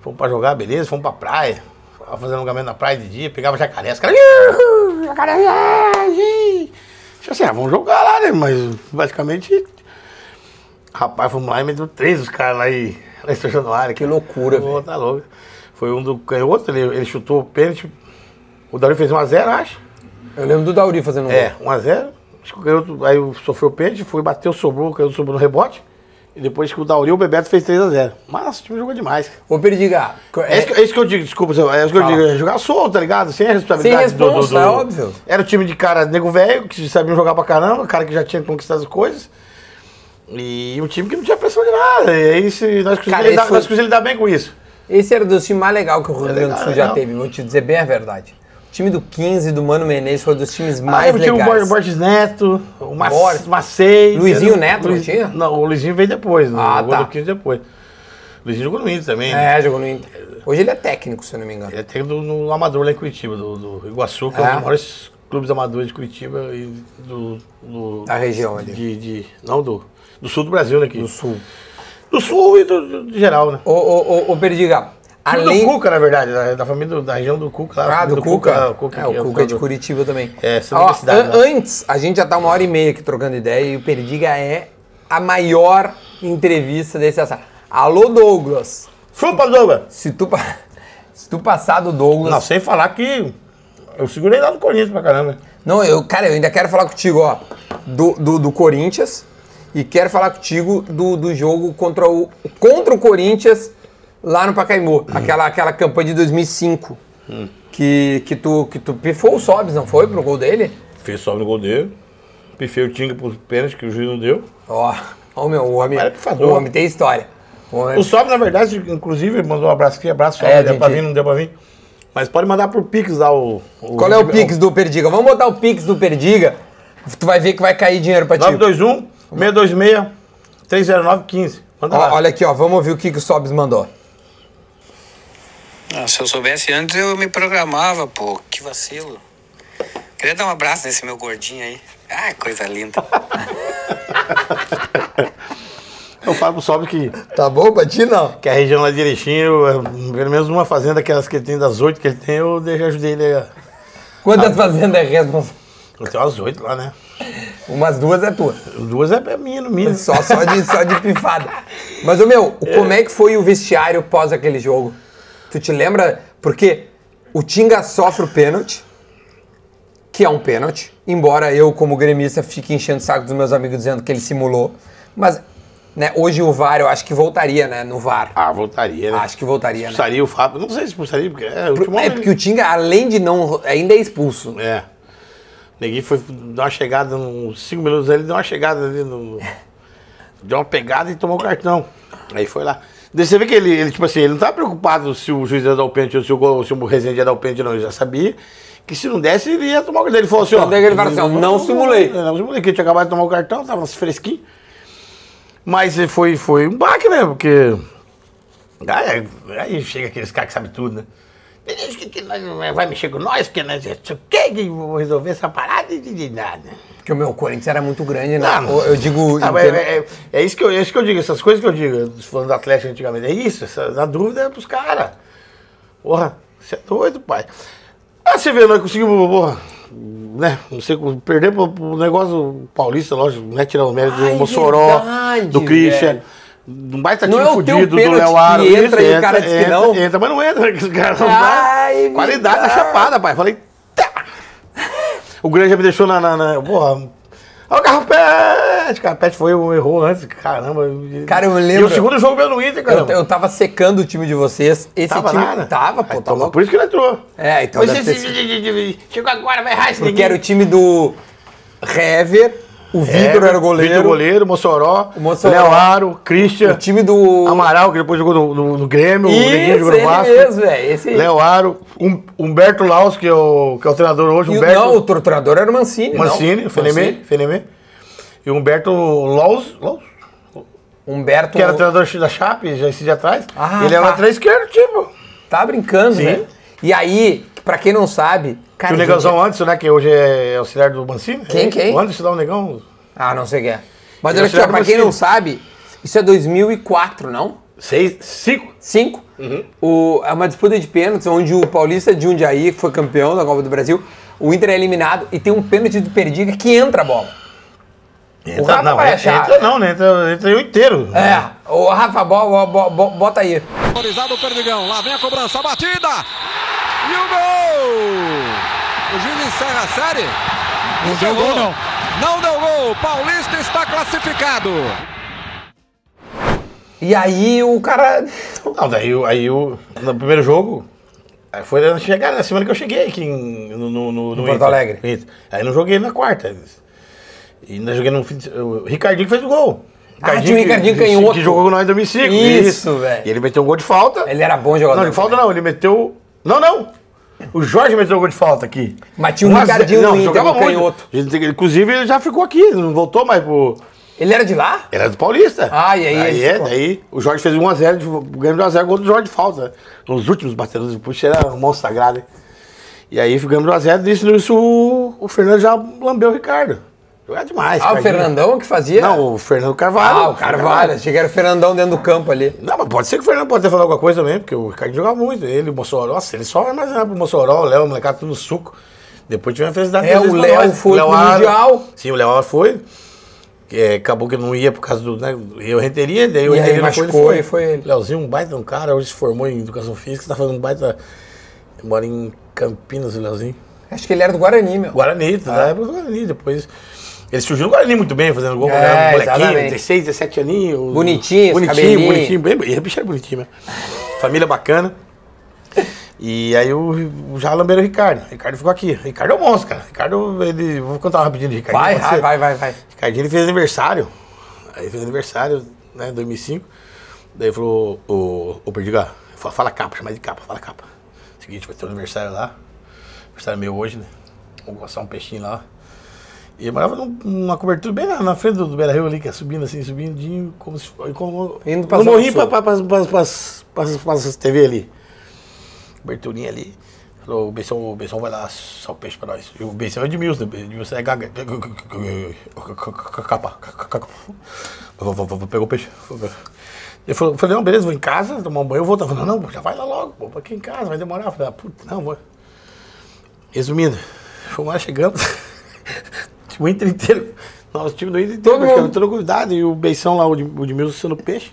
S1: Fomos pra jogar, beleza, fomos pra praia. Tava fazendo alongamento na praia de dia, pegava jacaré, os caras. "Ih, Jacaré, viagem! Deixa assim, ah, vamos jogar lá, né? Mas basicamente. Rapaz, fomos lá e meteu três os caras lá e lá em São Januário.
S2: Que loucura,
S1: Pô,
S2: velho.
S1: tá louco. Foi um do canhoto, ele, ele chutou o pênalti. O Dario fez 1x0, acho.
S2: Eu lembro do Dauri fazendo
S1: É,
S2: gol.
S1: 1x0. Acho que o canhoto aí sofreu o pênalti, foi, bateu, sobrou, o canhoto sobrou no rebote. E depois que o Dauri, o Bebeto fez 3x0. Mas o time jogou demais.
S2: Ô, Perdiga,
S1: É isso,
S2: é,
S1: que, é isso que eu digo, desculpa, seu- é isso que eu
S2: Fala.
S1: digo, é jogar solto, tá ligado? Sem a responsabilidade.
S2: Sem responsa, é óbvio.
S1: Era o time de cara nego velho, que sabiam jogar pra caramba, cara que já tinha conquistado as coisas. E um time que não tinha pressão de nada. E aí se, nós conseguimos
S2: Cara,
S1: lidar,
S2: esse foi-
S1: nós conseguimos lidar bem com isso.
S2: esse era dos times mais legais que o Rio Grande do
S1: É legal,
S2: Sul já
S1: legal.
S2: teve, vou te dizer bem a verdade. O time do 15, do Mano Menezes, foi um dos times mais
S1: Aí eu Ah, tinha um o Bor-
S2: legais.
S1: Borges Neto, o Mas-
S2: Borges.
S1: Macei.
S2: Luizinho
S1: era o-
S2: Neto não tinha?
S1: Não, o Luizinho veio depois, né?
S2: Ah,
S1: jogou
S2: tá.
S1: no 15 depois. O Luizinho jogou no Inter também. né?
S2: é, jogou no Inter. Hoje ele é técnico, se eu não me engano.
S1: Ele é técnico do- no Amador lá em Curitiba, do, do Iguaçu, que é. um
S2: É?
S1: dos maiores clubes amadores de Curitiba e do. do-
S2: Da região ali.
S1: De, de- não, do, do sul do Brasil, né? Que,
S2: Do Sul.
S1: do sul e do, do geral, né?
S2: Ô, ô, ô, ô Perdiga,
S1: Time
S2: além...
S1: do Cuca, na verdade, da, da família do- da região do Cuca lá.
S2: Ah,
S1: a família
S2: do Cuca?
S1: é,
S2: É,
S1: o Cuca, que
S2: é, o Cuca é de
S1: fundador.
S2: Curitiba também.
S1: É, essa
S2: Ó,
S1: universidade
S2: an-
S1: lá.
S2: Antes, a gente já tá uma hora e meia aqui trocando ideia e o Perdiga é a maior entrevista desse assado. Alô, Douglas.
S1: Chupa, Douglas!
S2: Se tu, pa- se tu passar do Douglas...
S1: Não, sem falar que eu segurei lá no Corinthians pra caramba. né?
S2: Não, eu, cara, eu ainda quero falar contigo, ó, do, do, do Corinthians e quero falar contigo do, do jogo contra o, contra o Corinthians lá no Pacaembu, aquela, aquela campanha de 2005. Que, que, tu, que tu pifou o Sobs, não foi? Pro gol dele?
S1: Fez só no gol dele. Pifei o Tinga pros pênaltis que o juiz não deu.
S2: Ó, ó o meu, o homem,
S1: Cara, por favor.
S2: o homem tem história. O homem-
S1: O Sobe, na verdade, inclusive, mandou um abraço aqui, abraço,
S2: É,
S1: Sobe, deu
S2: gente.
S1: pra vir, não deu pra vir. Mas pode mandar por Pix lá o...
S2: Qual é o Pix do Perdiga? Vamos botar o Pix do Perdiga, tu vai ver que vai cair dinheiro pra ti.
S1: 921-626-309-15. Manda
S2: Ó,
S1: lá.
S2: olha aqui, ó, vamos ouvir o que, que o Sobs mandou.
S4: Ah, se eu soubesse antes, eu me programava, pô. Que vacilo. Queria dar um abraço nesse meu gordinho aí. Ah, coisa linda.
S1: Eu falo pro Sobe que,
S2: Tá bom pra ti, não?
S1: que a região lá de Erechim, é, pelo menos uma fazenda, aquelas que ele tem, das oito que ele tem, eu deixo, ajudei ele a...
S2: Quantas fazendas é responsável?
S1: Eu tenho umas oito lá, né?
S2: Umas duas é tua.
S1: Duas é, é minha, no mínimo.
S2: Só, só, de, só de pifada. Mas, ô meu, como é que foi o vestiário pós aquele jogo? Tu te lembra? Porque o Tinga sofre o pênalti, que é um pênalti, embora eu, como gremista, fique enchendo o saco dos meus amigos dizendo que ele simulou. Mas, né, hoje o VAR, eu acho que voltaria, né, no VAR.
S1: Ah, voltaria, né?
S2: Acho que voltaria, né?
S1: Expulsaria o Fábio. Não sei se expulsaria, porque é o último
S2: É
S1: homem,
S2: porque o Tinga, além de não... ainda é expulso.
S1: É. O Neguinho foi dar uma chegada, uns 5 minutos ali, deu uma chegada ali no. Deu uma pegada e tomou o cartão. Aí foi lá. Daí você vê que ele, ele, tipo assim, ele não tá preocupado se o juiz ia dar o pênalti ou se o, gol, se o Rezende ia dar o pênalti, não. Ele já sabia que se não desse, ele ia tomar o cartão. Ele falou assim, ó.
S2: Tanto é que ele fala assim, ó, não simulei.
S1: Não simulei, que eu tinha acabado de tomar o cartão, tava fresquinho. Mas eh, foi, foi um baque, né? Porque. Aí, aí chega aqueles caras que sabem tudo, né? Beleza, que, que nós não vai mexer com nós, porque nós é, isso aqui, que eu vou resolver essa parada e de- de nada.
S2: Porque, meu, o Corinthians era muito grande, né?
S1: Não,
S2: eu digo...
S1: Ah,
S2: em
S1: mas
S2: termos-
S1: é, é- é isso que eu, é isso que eu digo, essas coisas que eu digo, falando do Atlético antigamente, é isso, essa, na dúvida é pros caras. Porra, você é doido, pai. Ah, você vê, nós conseguimos, porra, né, não sei, como, perder pro, pro negócio paulista, lógico, né, tirar o mérito
S2: Ai,
S1: do Mossoró,
S2: verdade,
S1: do Christian,
S2: velho.
S1: do um baita
S2: Não
S1: time
S2: é o teu
S1: fudido, do
S2: pênalti
S1: Léo
S2: que
S1: Aro,
S2: entra e o cara diz
S1: entra,
S2: que não?
S1: entra, mas não entra, que os caras não
S2: Ai,
S1: dá. Qualidade da
S2: verdade.
S1: chapada, pai. Falei, tá. O Granja me deixou na. na, na porra. Olha o Carpete! Carpete foi um erro antes, caramba.
S2: Cara, eu
S1: E
S2: lembro.
S1: o segundo jogo meu no Inter,
S2: Eu,
S1: caramba.
S2: eu tava secando o time de vocês. Esse
S1: tava
S2: time
S1: nada.
S2: tava, pô,
S1: Aí,
S2: tá louco.
S1: Por isso que ele entrou.
S2: É, então
S1: Mas
S2: deve
S1: esse- Chegou agora, vai errar esse
S2: Porque era o
S1: neguinho.
S2: time do Hever, O Vitor era o goleiro.
S1: Vitor É, goleiro, Mossoró,
S2: O Mossoró.
S1: Léo Aro, Christian,
S2: O time do.
S1: Amaral, que depois jogou no, no- no Grêmio, Ah, o Neguinho
S2: Isso,
S1: jogou no
S2: ele
S1: Vasco.
S2: mesmo, velho. Esse aí.
S1: Léo Aro, Hum- Humberto Laus, que é o, que é o treinador hoje,
S2: E o-
S1: Humberto
S2: não, o torturador era o Mancini. não.
S1: Mancini, Fenemê, Fenemê. E Humberto Laus, Laus,
S2: Humberto.
S1: que era treinador da Chape, já esses dias atrás.
S2: Então, Ah,
S1: ele era
S2: tá.
S1: lateral esquerdo, tipo.
S2: Tá brincando,
S1: Sim.
S2: né? E aí, pra quem não sabe.
S1: Que
S2: Cara,
S1: o
S2: gente,
S1: Negãozão Anderson, né? Que hoje é auxiliar do Mancini.
S2: Quem, quem?
S1: O Anderson dá um negão.
S2: Ah, não sei o que é. Mas
S1: Eu
S2: olha aqui,
S1: achava
S2: ó, pra
S1: que
S2: quem
S1: era assim.
S2: não sabe, isso é 2004, não?
S1: Seis, cinco.
S2: Cinco.
S5: Uhum.
S2: O, é uma disputa de pênaltis onde o Paulista de Jundiaí, que foi campeão da Copa do Brasil, o Inter é eliminado e tem um pênalti do Perdiga que entra a bola.
S1: Entra,
S2: Rafa
S1: não,
S2: vai
S1: é-
S2: achar.
S1: entra não, né? Entra, entra eu inteiro.
S2: É, o Rafa, bo- bo- bo- bo- bota aí.
S5: Valorizado o Perdigão. Lá vem a cobrança, a batida! E o gol! O juiz encerra a série. Não deu gol, não. Não deu gol. Paulista está classificado.
S2: E aí o cara.
S1: Não, daí o- aí o. No primeiro jogo. Aí foi na chegada, na semana que eu cheguei aqui em- no, no, no,
S2: Porto
S1: Inter.
S2: Alegre.
S1: Inter. Aí não joguei na quarta. E ainda joguei no fim de, O Ricardinho que fez o gol.
S2: Ah, tinha o Ricardinho
S1: que,
S2: canhoto.
S1: Que jogou com nós em 2005.
S2: Isso, velho.
S1: E ele meteu um gol de falta.
S2: Ele era bom
S1: Não,
S2: jogador.
S1: de falta não, ele meteu. Não, não! O Jorge meteu gol de falta aqui.
S2: Mas tinha um
S1: Um a zero-
S2: Ricardinho
S1: não,
S2: no Inter,
S1: jogava
S2: um
S1: muito.
S2: canhoto.
S1: Ele- Inclusive, ele já ficou aqui, não voltou mais pro.
S2: Ele era de lá?
S1: Era do Paulista.
S2: Ah, e aí ele
S1: é,
S2: ficou.
S1: daí o Jorge fez 1x0, de- ganhou de 1x0, gol do Jorge de falta. né? Os últimos batedores, puxa, era um monstro sagrado, hein? E aí um ficamos 1x0, nisso, nisso o, o Fernando já lambeu o Ricardo. Jogava demais.
S2: Ah, o
S1: Ricardinho.
S2: Fernandão que fazia?
S1: Não, o Fernando Carvalho.
S2: Ah, o Carvalho. Achei que era o Fernandão dentro do campo ali.
S1: Não, mas pode ser que o Fernando pode ter falado alguma coisa também, porque o Ricardo jogava muito. Ele, o Mossoró, nossa, ele só é armazenava pro Mossoró, o Léo, o molecada tudo no suco. Depois tivemos a felicidade
S2: É,
S1: deles
S2: o
S1: pra
S2: Léo
S1: nós.
S2: foi pro
S1: Aro-
S2: Mundial.
S1: Sim, o Léo Aro foi. É, acabou que não ia por causa do. Né, eu renteria, daí eu
S2: E aí
S1: renteria não foi, ele
S2: machucou,
S1: foi.
S2: e foi ele.
S1: Léozinho, um baita um cara, hoje se formou em educação física, tá fazendo um baita. Mora em Campinas, o Léozinho.
S2: Acho que ele era do Guarani, meu.
S1: Guarani, tá? da época do Guarani, depois. Ele surgiu no Guarani muito bem, fazendo gol,
S2: É,
S1: né? molequinho,
S2: exatamente.
S1: 16, 17 aninhos.
S2: Bonitinho, esse
S1: bonitinho,
S2: cabelinho.
S1: bonitinho, bem, e a bicha era bonitinho mesmo. Família bacana. E aí o, o já lamberam o Ricardo. O Ricardo ficou aqui. O Ricardo é um monstro, cara. O Ricardo, ele. Vou contar rapidinho de Ricardo.
S2: Vai, vai, vai, vai, vai.
S1: Ricardinho ele fez aniversário. Aí fez aniversário, né, 2005. Daí falou, ô, ô Perdiga, fala, fala capa, chama de capa, fala capa. Seguinte, vai ter um aniversário lá. Aniversário meu hoje, né? Vou passar um peixinho lá. E eu morava num- numa cobertura bem na, na frente do, do Beira Rio ali, que é subindo assim, subindo, como se fosse. Como,
S2: Indo pra
S1: no
S2: Zona
S1: morri
S2: Sul.
S1: pra, pra, pra, pra, pras- pras- pras TV ali. Coberturinha ali. Falou, o Benção, o Benção vai lá só o peixe pra nós. E o Benção é Edmilson, né? Edmilson é gaga. Capa, capa. Vou- vou- vou- Pegou o peixe. Ele falou, falei, não, beleza, vou em casa, tomar um banho, eu vou. Falei, não, pô, já vai lá logo, pô, pra aqui em casa, vai demorar. Eu Falei, ah, puta, não, vou. Resumindo, fomos lá, chegamos. o Inter inteiro. Nosso time do Inter inteiro,
S2: Todo
S1: todo,
S2: mundo.
S1: todo convidado. E o Beição lá, o Ed- o Edmilson sendo peixe.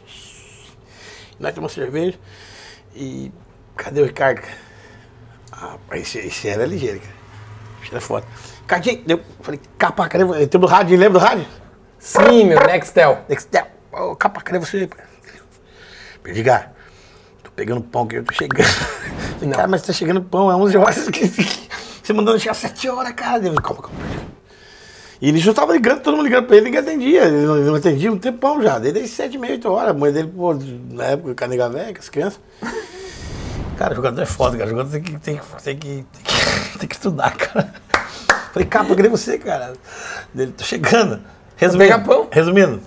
S1: Nós tomamos cerveja. E cadê o Ricardo? cara? Ah, mas esse, esse era ligeiro, cara. Esse era foda. Cadinho, eu falei, capa, cadê você? Tem do rádio, lembra do rádio?
S2: Sim, meu, Nextel.
S1: Nextel, ô, capa, cadê você? Perdiga, tô pegando pão que eu tô chegando. Falei,
S2: Não.
S1: Cara, mas tá chegando pão, é 11 horas. Você mandou deixar às 7 horas, cara. Eu, calma, calma. Perdiga. E nisso eu tava ligando, todo mundo ligando pra ele, ninguém atendia. Ele não, ele não atendia um tempão já, desde as 7, meia, 8 horas. A mãe dele, pô, na época, canega velha, com as crianças. Cara, jogador é foda, cara. Jogador tem que, tem que, tem que, tem que, tem que estudar, cara. Falei, capa, cadê você, cara? Ele, tô chegando. Resumindo,
S2: pegar pão.
S1: resumindo,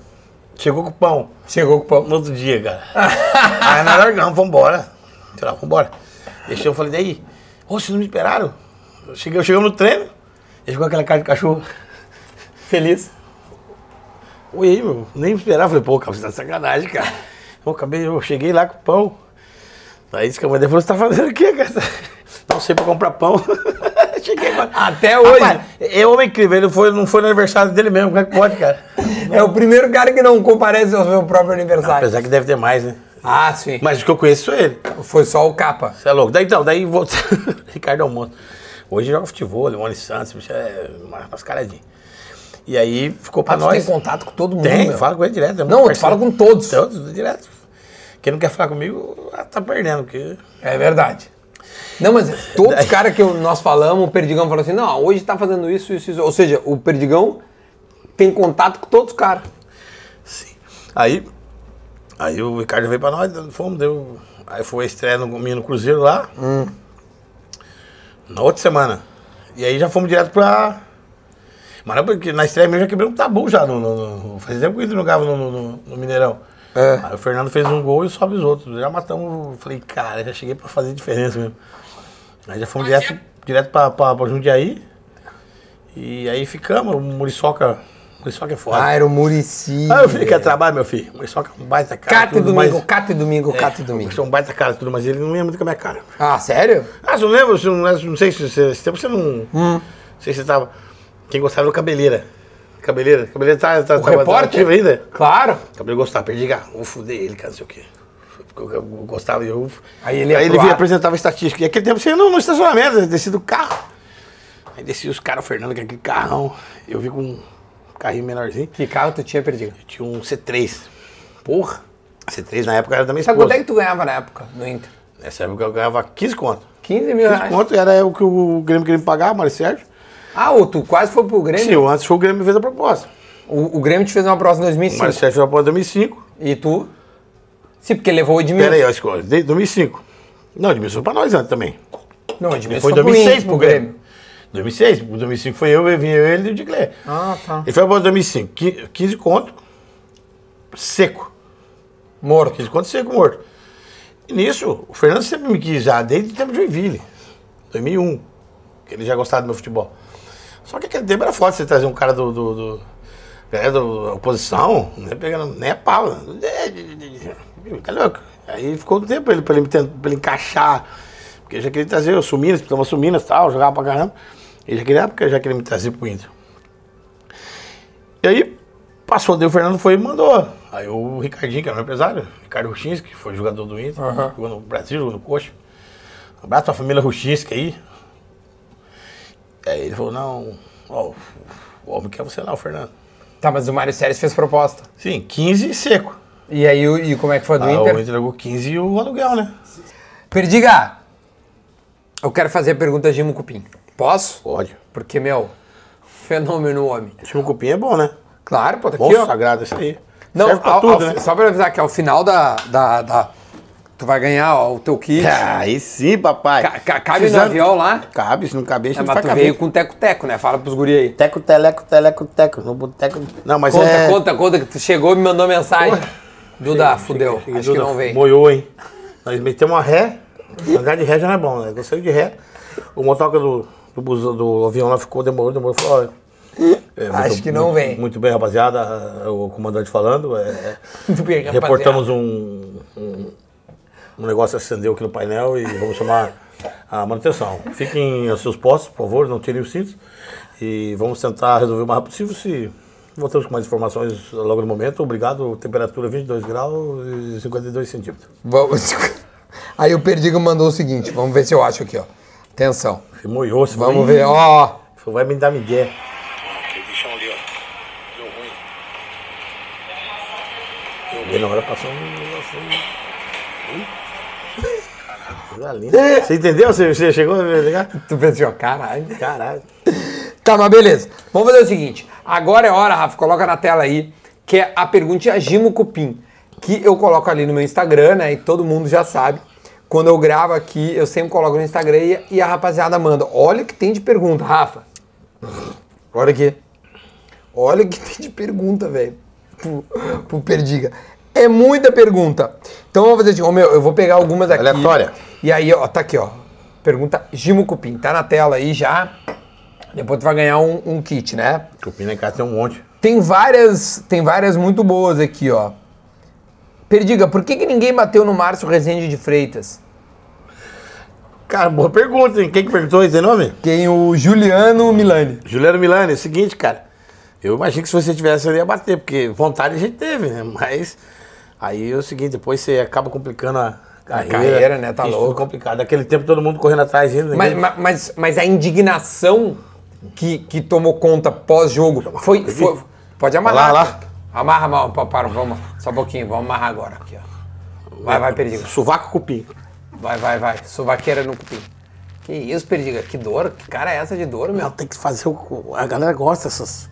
S1: chegou com o pão
S2: Chegou com o pau.
S1: no outro dia, cara. Aí nós largamos, vambora. Sei lá, vambora. Deixei, eu falei, daí, ô, vocês não me esperaram? Eu cheguei, eu chegamos no treino, ele jogou aquela cara de cachorro.
S2: Feliz.
S1: Oi, aí, meu, nem me esperava. Falei, pô, cara, você tá de sacanagem, cara. Eu acabei, eu cheguei lá com o pão. Aí disse que a mãe dele falou, você tá fazendo o quê, cara? Não sei pra comprar pão. cheguei agora.
S2: Até hoje.
S1: Rapaz, é homem incrível, ele foi, não foi no aniversário dele mesmo, como é que pode, cara?
S2: É o primeiro cara que não comparece ao seu próprio aniversário.
S1: Apesar que deve ter mais, né?
S2: Ah, sim.
S1: Mas o que eu conheço sou ele.
S2: Foi só o capa.
S1: Você é louco. Daí então, daí volta. Ricardo Almoço. Hoje joga futebol, Leone Santos, bicho, é uma- mascaradinho. E aí ficou pra
S2: Ah, tu
S1: nós.
S2: tem contato com todo mundo,
S1: Tem,
S2: meu.
S1: fala com ele direto. é
S2: Não,
S1: meu
S2: tu
S1: parceiro.
S2: fala com todos.
S1: Todos, direto. Quem não quer falar comigo, ah, tá perdendo, porque.
S2: É verdade. Não, mas todos os
S1: Daí-
S2: caras que eu- nós falamos, o Perdigão falou assim, não, hoje tá fazendo isso, isso, isso. Ou seja, o Perdigão tem contato com todos os caras.
S1: Sim. Aí, aí o Ricardo veio pra nós, fomos, deu. Aí foi a estreia no, minha no Cruzeiro lá. Na outra semana. E aí já fomos direto pra. Mas não, porque na estreia mesmo já quebrou um tabu já. No, no, no- fazia tempo que a gente não jogava no, no- no- no Mineirão.
S2: É.
S1: Aí o Fernando fez um gol e sobe os outros. Já matamos. Falei, cara, já cheguei pra fazer diferença mesmo. Aí já fomos direto, direto pra, pra, pra Jundiaí. E aí ficamos, o Muriçoca. Muriçoca é foda.
S2: Ah, era o Murici.
S1: Ah, meu filho quer trabalho, meu filho. Mas só que é um baita cara.
S2: Cato É. e
S1: tudo,
S2: domingo,
S1: mas-
S2: cato e domingo,
S1: É,
S2: cato e domingo.
S1: sou um baita cara, tudo, mas ele não ia muito com a minha cara.
S2: Ah, sério?
S1: Ah, você não lembra? Você não, não sei se você, esse tempo você não.
S2: Hum.
S1: Não sei se você tava. Quem gostava era o cabeleira. Cabeleira. Cabeleira tá, tá,
S2: O
S1: tá,
S2: repórter?
S1: ativo ainda?
S2: Claro.
S1: Cabelo gostava, perdi garra. Vou fuder ele, cara, não sei o quê. Eu eu gostava e eu.
S2: Aí ele ia
S1: aí
S2: pro
S1: ele vinha
S2: ar.
S1: apresentava estatística. E aquele tempo você ia no, no estacionamento, descia do carro. Aí descia os caras, o Fernando, com aquele carrão. Eu vi com um carrinho menorzinho.
S2: Que carro tu tinha perdido?
S1: Tinha um C3. Porra! C3 na época era da minha
S2: Sabe
S1: esposa.
S2: quanto é que tu ganhava na época no Inter?
S1: Nessa época eu ganhava 15 conto.
S2: 15
S1: 15
S2: mil reais.
S1: conto era o que o Grêmio queria me pagar, Mário Sérgio.
S2: Ah, ô, tu quase foi pro Grêmio?
S1: Sim, eu antes foi o Grêmio me fez a proposta.
S2: O, o Grêmio te fez uma próxima em
S1: O
S2: 2005.
S1: Mário Sérgio fez a proposta em 2005.
S2: E tu? Sim, porque levou o Edmilson.
S1: Pera aí, ó, escola. De 2005. Não, Edmilson foi pra nós antes também.
S2: Não, o Edmilson
S1: Foi em
S2: foi pro
S1: 2006
S2: Inter,
S1: pro Grêmio. 2006. 2005 foi eu, eu vinha eu, ele e o Diglé.
S2: Ah, tá.
S1: Ele foi a proposta em 2005. 15, 15 conto. Seco.
S2: Morto.
S1: 15 conto seco morto. E nisso, o Fernando sempre me quis já, desde o tempo de Joinville, 2001, que ele já gostava do meu futebol. Só que aquele tempo era foda você trazer um cara do. do, do galera do- da oposição, não é pegando nem a pau. né? Tá louco? Aí ficou um tempo pra ele, pra ele, me tent- pra ele encaixar. Porque eu já queria trazer o Suminas, porque tava Suminas e tal, jogava pra caramba. Ele já queria, porque eu já queria me trazer pro Inter. E aí, passou, daí o Fernando foi e mandou. Aí o Ricardinho, que era meu empresário, Ricardo Ruchinski, que foi jogador do Inter,
S2: Aham.
S1: jogou no Brasil, jogou no Coxa. Um abraço pra família Ruchinski aí. Aí ele falou, não, ó, o homem quer você lá, o Fernando.
S2: Tá, mas o Mário Sérgio fez proposta.
S1: Sim, 15 e seco.
S2: E aí, o- e como é que foi a do
S1: Aí
S2: Inter?
S1: o Inter jogou 15 e o aluguel, né?
S2: Perdiga, eu quero fazer a pergunta de Mucupim. Posso?
S1: Pode.
S2: Porque, meu, fenômeno homem.
S1: O time cupim é bom, né?
S2: Claro, pô, tá
S1: Bom
S2: aqui, ó.
S1: sagrado isso aí.
S2: Não,
S1: Serve pra
S2: ao-
S1: tudo,
S2: ao-
S1: né?
S2: só pra avisar que ao final da, da, da- Tu vai ganhar ó, o teu kit.
S1: Ah, Aí sim, papai.
S2: Ca- ca- cabe
S1: Precisando-
S2: no avião lá?
S1: Cabe, se não caber, a gente
S2: É,
S1: não
S2: mas
S1: vai
S2: tu
S1: caber.
S2: veio com teco-teco, né? Fala pros guri aí.
S1: Teco, teleco, teleco, teco. No boteco. Não, mas
S2: Conta,
S1: é.
S2: conta, conta, que tu chegou e me mandou mensagem. Duda, fudeu.
S1: Cheguei,
S2: Acho que
S1: Duda,
S2: não veio.
S1: Moiou, hein? Nós metemos uma ré. Andar de ré já não é bom, né? Eu saí de ré. O motoca do, do, busão- do avião lá ficou, demorou, demorou. Falou, olha. é,
S2: Acho que não
S1: muito,
S2: vem.
S1: Muito bem, rapaziada. é, O comandante falando. é, é,
S2: Muito bem, rapaziada.
S1: reportamos um, um, um negócio que acendeu aqui no painel e vamos chamar a manutenção. Fiquem aos seus postos, por favor, não tirem os cintos. E vamos tentar resolver o mais rápido possível. Se voltamos com mais informações logo no momento. Obrigado. Temperatura 22 graus e 52 centímetros.
S2: Vamos. Aí o Perdiga mandou o seguinte, vamos ver se eu acho aqui, ó. Atenção.
S1: Se moiou, se
S2: Vamos
S1: moiou.
S2: ver, ó.
S1: Vai me dar migué.
S4: Aquele bichão ali, ó. Deu ruim.
S1: E na hora passou um negócio. aí. Ui. Coisa linda. Você entendeu? Você, você chegou a né? ligar?
S2: Tu pensou, ó, caralho.
S1: Caralho.
S2: Tá, mas beleza. Vamos fazer o seguinte. Agora é hora, Rafa, coloca na tela aí, que é a pergunta Gimo Cupim, que eu coloco ali no meu Instagram, né? E todo mundo já sabe. Quando eu gravo aqui, eu sempre coloco no Instagram e, e a rapaziada manda. Olha o que tem de pergunta, Rafa. Olha aqui. Olha o que tem de pergunta, velho. Pro, pro Perdiga. É muita pergunta. Então vamos fazer assim, ô meu, eu vou pegar algumas aqui.
S1: Aleatória.
S2: E aí, ó, tá aqui, ó. Pergunta Gimo Cupim. Tá na tela aí já. Depois tu vai ganhar um, um kit, né?
S1: Cupim na casa tem um monte.
S2: Tem várias, tem várias muito boas aqui, ó. Perdiga, por que, que ninguém bateu no Márcio Rezende de Freitas?
S1: Cara, boa pergunta, hein? Quem que perguntou esse nome?
S2: Tem o Juliano Milani.
S1: Juliano Milani, é o seguinte, cara. Eu imagino que se você tivesse ali ia bater, porque vontade a gente teve, né? Mas aí é o seguinte, depois você acaba complicando a carreira.
S2: carreira, né? Tá
S1: Isso tudo
S2: louco.
S1: complicado. Naquele tempo todo mundo correndo atrás ainda.
S2: Mas,
S1: Ninguém...
S2: ma- mas, mas a indignação que, que tomou conta pós-jogo foi, foi- Pode amarrar.
S1: Lá, lá.
S2: Amarra mal, pa- para, vamos. Só um pouquinho, vamos amarrar agora aqui, ó. Vai, vai, Perdiga.
S1: Sovaco cupim.
S2: Vai, vai, vai. Sovaqueira no cupim. Que isso, Perdiga? Que dor? Que cara é essa de dor, meu?
S1: Não, tem que fazer o... A galera gosta dessas...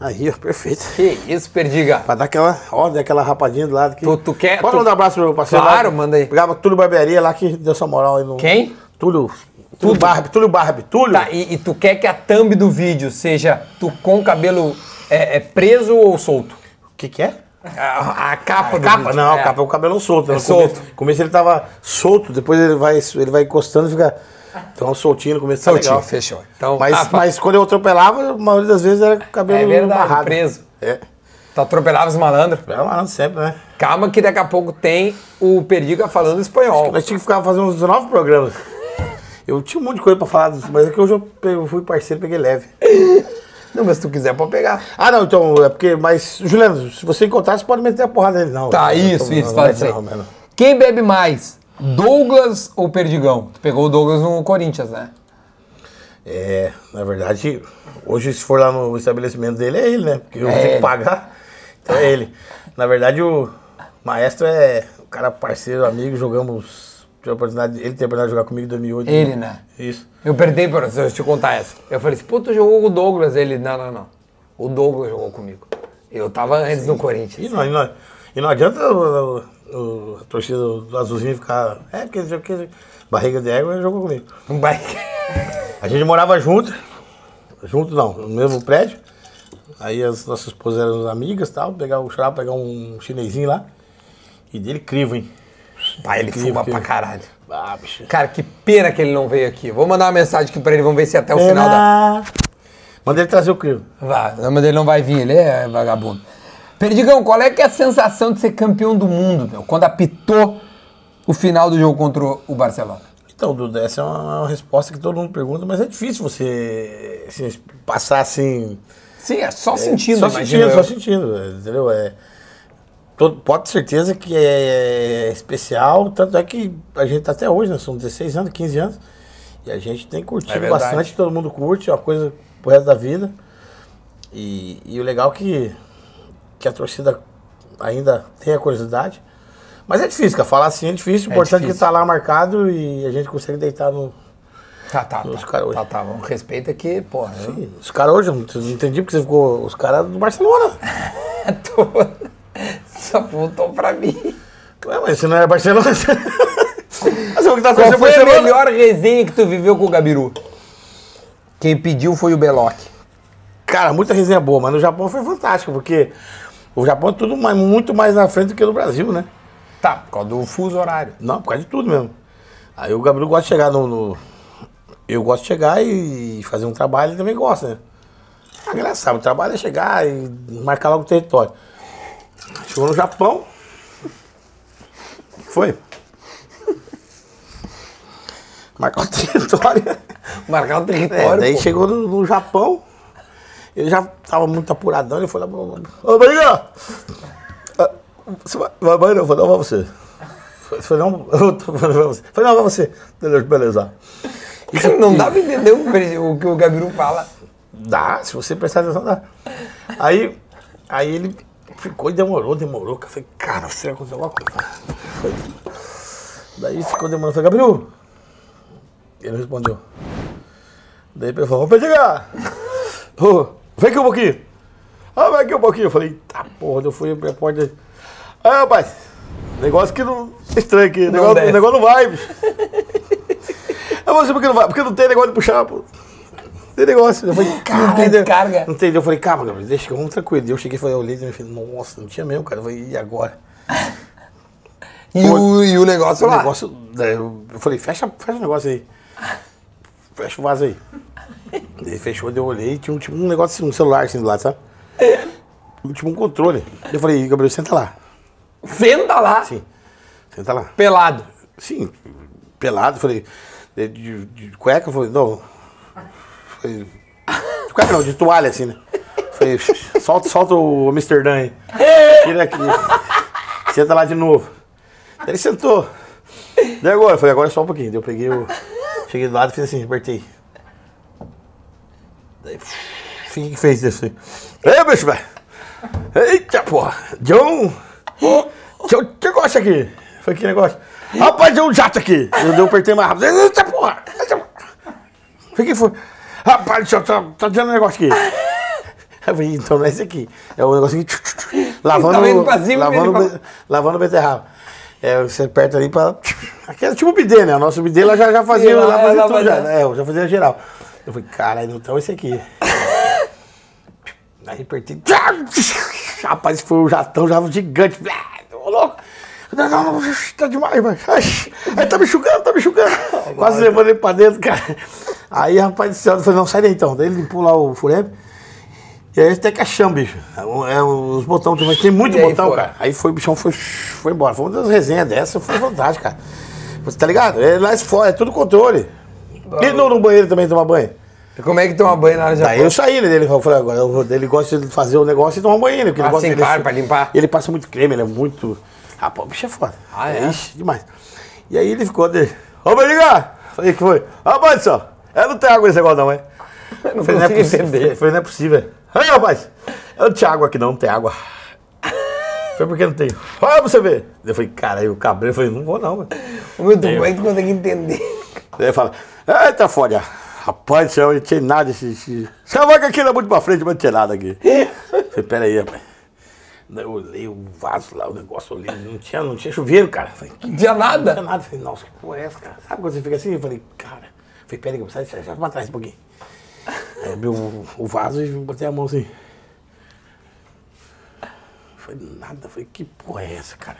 S1: Aí, ó, perfeito.
S2: Que isso, Perdiga.
S1: Pra dar aquela ordem, aquela rapadinha do lado. Que...
S2: Tu- tu quer-
S1: Bora
S2: tu-
S1: mandar um abraço pro meu parceiro
S2: Claro,
S1: lá.
S2: manda aí.
S1: Pegava Túlio Barbearia lá que deu essa moral aí no...
S2: Quem?
S1: Túlio. Túlio Barbe, Túlio Barbe, Túlio.
S2: Tá, e, e tu quer que a thumb do vídeo seja tu com o cabelo é, é preso ou solto?
S1: O que que é?
S2: A, a capa do
S1: Capa,
S2: vídeo.
S1: não,
S2: É.
S1: capa é o cabelo solto. né?
S2: É
S1: No começo-
S2: solto.
S1: começo ele tava solto, depois ele vai, ele vai encostando e fica tão soltinho no começo, tá
S2: Soltinho,
S1: legal.
S2: fechou. Então,
S1: Mas,
S2: ah, fa-
S1: mas quando eu atropelava, a maioria das vezes era cabelo
S2: É verdade,
S1: amarrado.
S2: preso.
S1: É,
S2: tu atropelava Tá os malandros.
S1: era amarrado sempre, né?
S2: Calma que daqui a pouco tem o Perdiga falando espanhol.
S1: Nós tínhamos que ficar fazendo uns 19 programas. Eu tinha um monte de coisa pra falar, disso, mas é que hoje eu pe- eu fui parceiro, peguei leve.
S2: Não, mas se tu quiser pode pegar.
S1: Ah, não, então, é porque, mas, Juliano, se você encontrar, você pode meter a porrada nele, não.
S2: Tá,
S1: Eu
S2: isso,
S1: tô-
S2: isso,
S1: não,
S2: fala
S1: não,
S2: isso aí.
S1: não, não, não.
S2: Quem bebe mais, Douglas ou Perdigão? Tu pegou o Douglas no Corinthians, né?
S1: É, na verdade, hoje, se for lá no estabelecimento dele, é ele, né? Porque eu
S2: É
S1: tenho
S2: ele.
S1: que pagar, então é ele. Na verdade, o maestro é um cara parceiro, amigo, jogamos. tive a oportunidade- Ele teve a oportunidade de jogar comigo em 2008.
S2: Ele, né?
S1: Isso.
S2: Eu perguntei pra você, deixa eu te contar essa. Eu falei assim, pô, tu jogou com o Douglas? Ele, não, não, não. O Douglas jogou comigo. Eu tava antes no
S1: E
S2: Corinthians.
S1: não, e não, e não adianta o, o- a torcida do Azulzinho ficar. É, porque não sei o que. Barriga de égua jogou comigo.
S2: Um baile.
S1: A gente morava junto. Junto não, no mesmo prédio. Aí as nossas esposas eram amigas e tal. Pegar o chá, pegar um chinesinho lá. E dele crivo, hein?
S2: Pai, ele
S1: Incrível,
S2: fuma pra
S1: incrível.
S2: caralho.
S1: Ah, bicho.
S2: Cara, que pena que ele não veio aqui. Vou mandar uma mensagem aqui pra ele, vamos ver se é até o final da...
S1: Pena. Manda ele trazer o crivo.
S2: Vá, não, mas ele não vai vir, ele é vagabundo. Perdigão, qual é que é a sensação de ser campeão do mundo, meu? Quando apitou o final do jogo contra o Barcelona.
S1: Então, Duda, essa é uma, uma resposta que todo mundo pergunta, mas é difícil você assim, passar assim.
S2: Sim, é só sentindo,
S1: Só
S2: imagino
S1: sentindo,
S2: eu.
S1: só sentindo, entendeu? É, todo, pode ter certeza que é especial, tanto é que a gente tá até hoje, né? São 16 anos, 15 anos, e a gente tem
S2: É
S1: curtido
S2: verdade.
S1: bastante, todo mundo curte, é uma coisa pro resto da vida. E, e o legal é que, que a torcida ainda tem a curiosidade. Mas é difícil, cara. Falar assim é difícil, o
S2: É
S1: importante é que
S2: difícil.
S1: tá lá marcado e a gente consegue deitar no.
S2: Tá, tá,
S1: Os
S2: tá.
S1: caras hoje.
S2: Tá, tá, vamos respeita que, porra. eu-
S1: Ih, Os caras hoje, eu não não entendi porque você ficou. Os caras do Barcelona.
S2: Tô... Só voltou pra mim.
S1: Ué, mas você não era Barcelona? Mas o que tá
S2: Qual
S1: acontecendo
S2: foi a
S1: Barcelona?
S2: melhor resenha que tu viveu com o Gabiru? Quem pediu foi o Beloc.
S1: Cara, muita resenha boa, mas no Japão foi fantástico, porque o Japão é tudo mais- muito mais na frente do que no Brasil, né?
S2: Tá, por causa do fuso horário.
S1: Não, por causa de tudo mesmo. Aí o Gabriel gosta de chegar no. no- Eu gosto de chegar e fazer um trabalho, ele também gosta, né? A galera sabe, o trabalho é chegar e marcar logo o território. Chegou no Japão. O que foi? Marcar o território.
S2: Marcar o
S1: É,
S2: território,
S1: daí
S2: pô.
S1: chegou no, no Japão, ele já tava muito apuradão, ele foi lá. Ô, ô, Barriga! ah, Você vai, vai, vai, eu vou dar uma pra você. Eu Falei, não, eu tô falando pra você. Eu Falei, não, pra você. Beleza, beleza.
S2: Não dá pra entender o que o Perdi- o que o Gabiru fala.
S1: Dá, se você prestar atenção, dá. Aí, aí ele ficou e demorou, demorou. que Eu falei, cara, será que aconteceu alguma coisa? Daí ficou demorando. Eu falei, Gabriel! Ele respondeu. Daí ele falou, ô Pedrinha! Ô, vem aqui um pouquinho. Ah, vem aqui um pouquinho. Eu falei, eita porra, daí eu fui pro repórter. Ah, rapaz, negócio que não. Estranho aqui, negócio
S2: desce.
S1: negócio não, vai, bicho. Eu vou dizer por que não vai, porque não tem negócio de puxar, pô. Não Tem negócio. Eu falei, cara, não tem-
S2: descarga.
S1: Não entendi. Eu falei, calma, Gabriel, deixa que eu vou tranquilo. Eu cheguei e falei, eu olhei e falei, nossa, não tinha mesmo, cara. Eu falei, e agora?
S2: E o, e o negócio
S1: O
S2: lá.
S1: negócio. daí Eu eu falei, fecha, fecha o negócio aí. Fecha o vaso aí. Ele fechou, daí eu olhei, tinha um, tipo, um negócio, assim, um celular assim do lado, sabe? Um, Tipo um controle. Eu falei, Gabriel, senta lá.
S2: Senta lá,
S1: Sim. Senta lá.
S2: pelado.
S1: Sim, pelado. Falei, de, de, de cueca? Falei, não. Falei, de cueca não, de toalha, assim, né? Falei, solta, solta o Amsterdã aí. Tira aqui. Senta lá de novo. Daí ele sentou. Daí agora? Eu falei, agora é só um pouquinho. Daí eu peguei o... Cheguei do lado e fiz assim, apertei. Daí, o que fez isso aí? Ei, bicho, velho. Eita, porra. John...
S2: Oh.
S1: Tchau, que negócio aqui? Foi que negócio? Rapaz, deu um jato aqui. Eu, eu apertei mais rápido. Eita porra! Eita, porra. Foi que foi? Rapaz, deixa eu- tá, tá dizendo um negócio aqui. Eu falei, então não é esse aqui. É o negocinho que. tchu, tchu, tchu, Lavando,
S2: Tá indo pra cima,
S1: lavando,
S2: ele
S1: be- lavando beterraba. É, você aperta ali pra. Aquele tipo bidê, né? O nosso bidê lá já, já fazia,
S2: Sim, lá-
S1: lá fazia
S2: lá
S1: tudo já.
S2: fazia.
S1: É, eu já fazia geral. Eu falei, caralho, então é esse aqui. Aí apertei. Rapaz, foi um jatão, já gigante. "Ah, Ô, louco! Não, não, não, tá demais, vai. Aí tá me enxugando, tá me enxugando. Quase levando ele pra dentro, cara. Aí, rapaz do céu, eu falei, não, sai daí então. Daí ele limpou lá o furep. E aí até caixão, bicho. É, o- é, os botões, mas tem muito
S2: E aí
S1: botão,
S2: foi?
S1: cara. Aí foi, o bichão foi, foi embora. Foi uma das resenhas dessa, foi fantástica, cara. Você tá ligado? É lá fora, é tudo controle. E no, no banheiro também tomar banho?
S2: Como é que toma banho na hora de
S1: Daí eu saí né, dele, eu falei, agora eu vou- ele gosta de fazer o negócio e tomar banho, né? porque ele
S2: Ah,
S1: gosta
S2: sim,
S1: de
S2: claro, pra limpar.
S1: Ele passa muito creme, ele é muito. Ah, pô, o bicho é foda.
S2: Ah, é?
S1: Ixi, demais. E aí ele ficou dele. Ô, me ligar! Falei que foi. Ó, pode só. Eu não tenho água nesse negócio, não, é?
S2: Não
S1: Falei, não é
S2: consigo
S1: possível.
S2: entender.
S1: Falei, não é possível. Aí, rapaz, eu não tinha água aqui, não, não tem água. Foi porque não tem. Olha pra você ver. Eu falei, cara, aí o cabreiro, eu falei, não vou não, mano.
S2: Meu Deus, como é que tu consegue entender?
S1: Daí ele fala, eita folha, rapaz do céu, eu não tinha nada esse. esse... Essa vaca aqui era muito pra frente, mas não tinha nada aqui. Eu falei, peraí, rapaz. Daí Eu olhei o vaso lá, o negócio ali, não tinha, não tinha chuveiro, cara. Eu Falei, que
S2: Não tinha
S1: não tinha
S2: nada.
S1: nada. Eu Falei, nossa, que porra é essa, cara? Sabe quando você fica assim? Eu falei, cara. Eu Falei, peraí, sai, sai, sai pra trás um pouquinho. Aí eu abri o, o vaso e botei a mão assim. Foi nada, eu falei, que porra é essa, cara?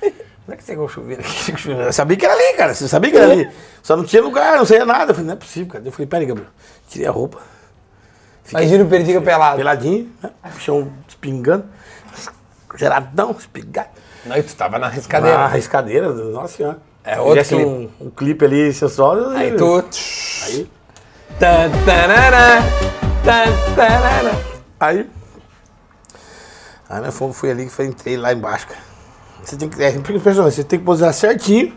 S1: Como é que chegou o chuveiro aqui? Eu sabia que era ali, cara. Você sabia que era ali. Só não tinha lugar, não saía nada. Eu falei, não é possível, cara. Eu falei, peraí, Gabriel. Tirei a roupa,
S2: Imagina o Perdiga pelado.
S1: peladinho, né? O chão espingando. Geradão, espingado.
S2: Não, e tu tava na
S1: Cadeira.
S2: riscadeira.
S1: escadeira, Ah, nossa senhora.
S2: É outro
S1: Fizesse um, um clipe ali sensual.
S2: Aí
S1: eu-
S2: tu...
S1: Aí,
S2: Tan, tanana, tan, tanana.
S1: aí, aí nós fomos, fui ali, foi, entrei lá embaixo, cara. Você tem que, é impressionante, você tem que posicionar certinho.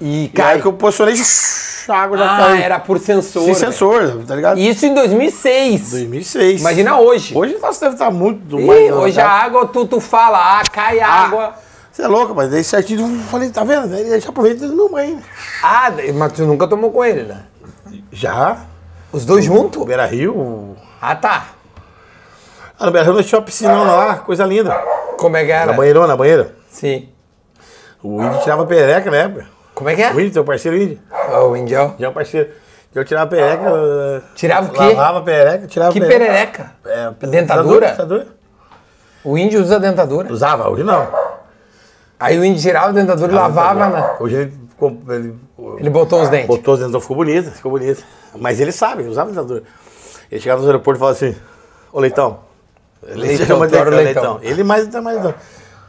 S2: E é
S1: E aí
S2: caiu.
S1: que eu posicionei, shhh, a água já
S2: Ah,
S1: caiu.
S2: era por sensor.
S1: Sem
S2: velho.
S1: sensor, tá ligado?
S2: Isso em 2006.
S1: 2006.
S2: Imagina hoje.
S1: Hoje nossa, deve estar muito do
S2: Ih,
S1: mais- tá?
S2: hoje a água, tu, tu fala, ah, cai água.
S1: Você é louco, mas daí certinho, eu falei, tá vendo? Daí já aproveita do meu mãe. né?
S2: Ah, mas tu nunca tomou com ele, né?
S1: Já,
S2: Os dois juntos?
S1: Beira Rio.
S2: Ah, tá.
S1: Ah, no Beira Rio nós tinha uma piscinão lá, coisa linda.
S2: Como é que era?
S1: Na banheirona, na banheira.
S2: Sim.
S1: O índio tirava perereca na época.
S2: Como é que é?
S1: O índio, teu parceiro índio.
S2: Ó, O Indião.
S1: Já é um parceiro. Eu tirava a perereca. eh,
S2: Ah. Tirava o quê?
S1: Lavava a perereca, tirava
S2: Que
S1: a perereca.
S2: perereca.
S1: É,
S2: Dentadura?
S1: Dentadura?
S2: O índio usa dentadura.
S1: Usava, hoje não.
S2: Aí o índio tirava a dentadura e lavava né? na...
S1: Hoje ele, comp- ele,
S2: Ele botou os dentes.
S1: botou dentadura, ficou bonito, ficou bonito. Mas ele sabe, usava dentadura. Ele chegava nos aeroportos e falava assim, ô Leitão. Ele
S2: Leitão,
S1: chama de
S2: claro, Leitão.
S1: Ele mais até mais Leitão.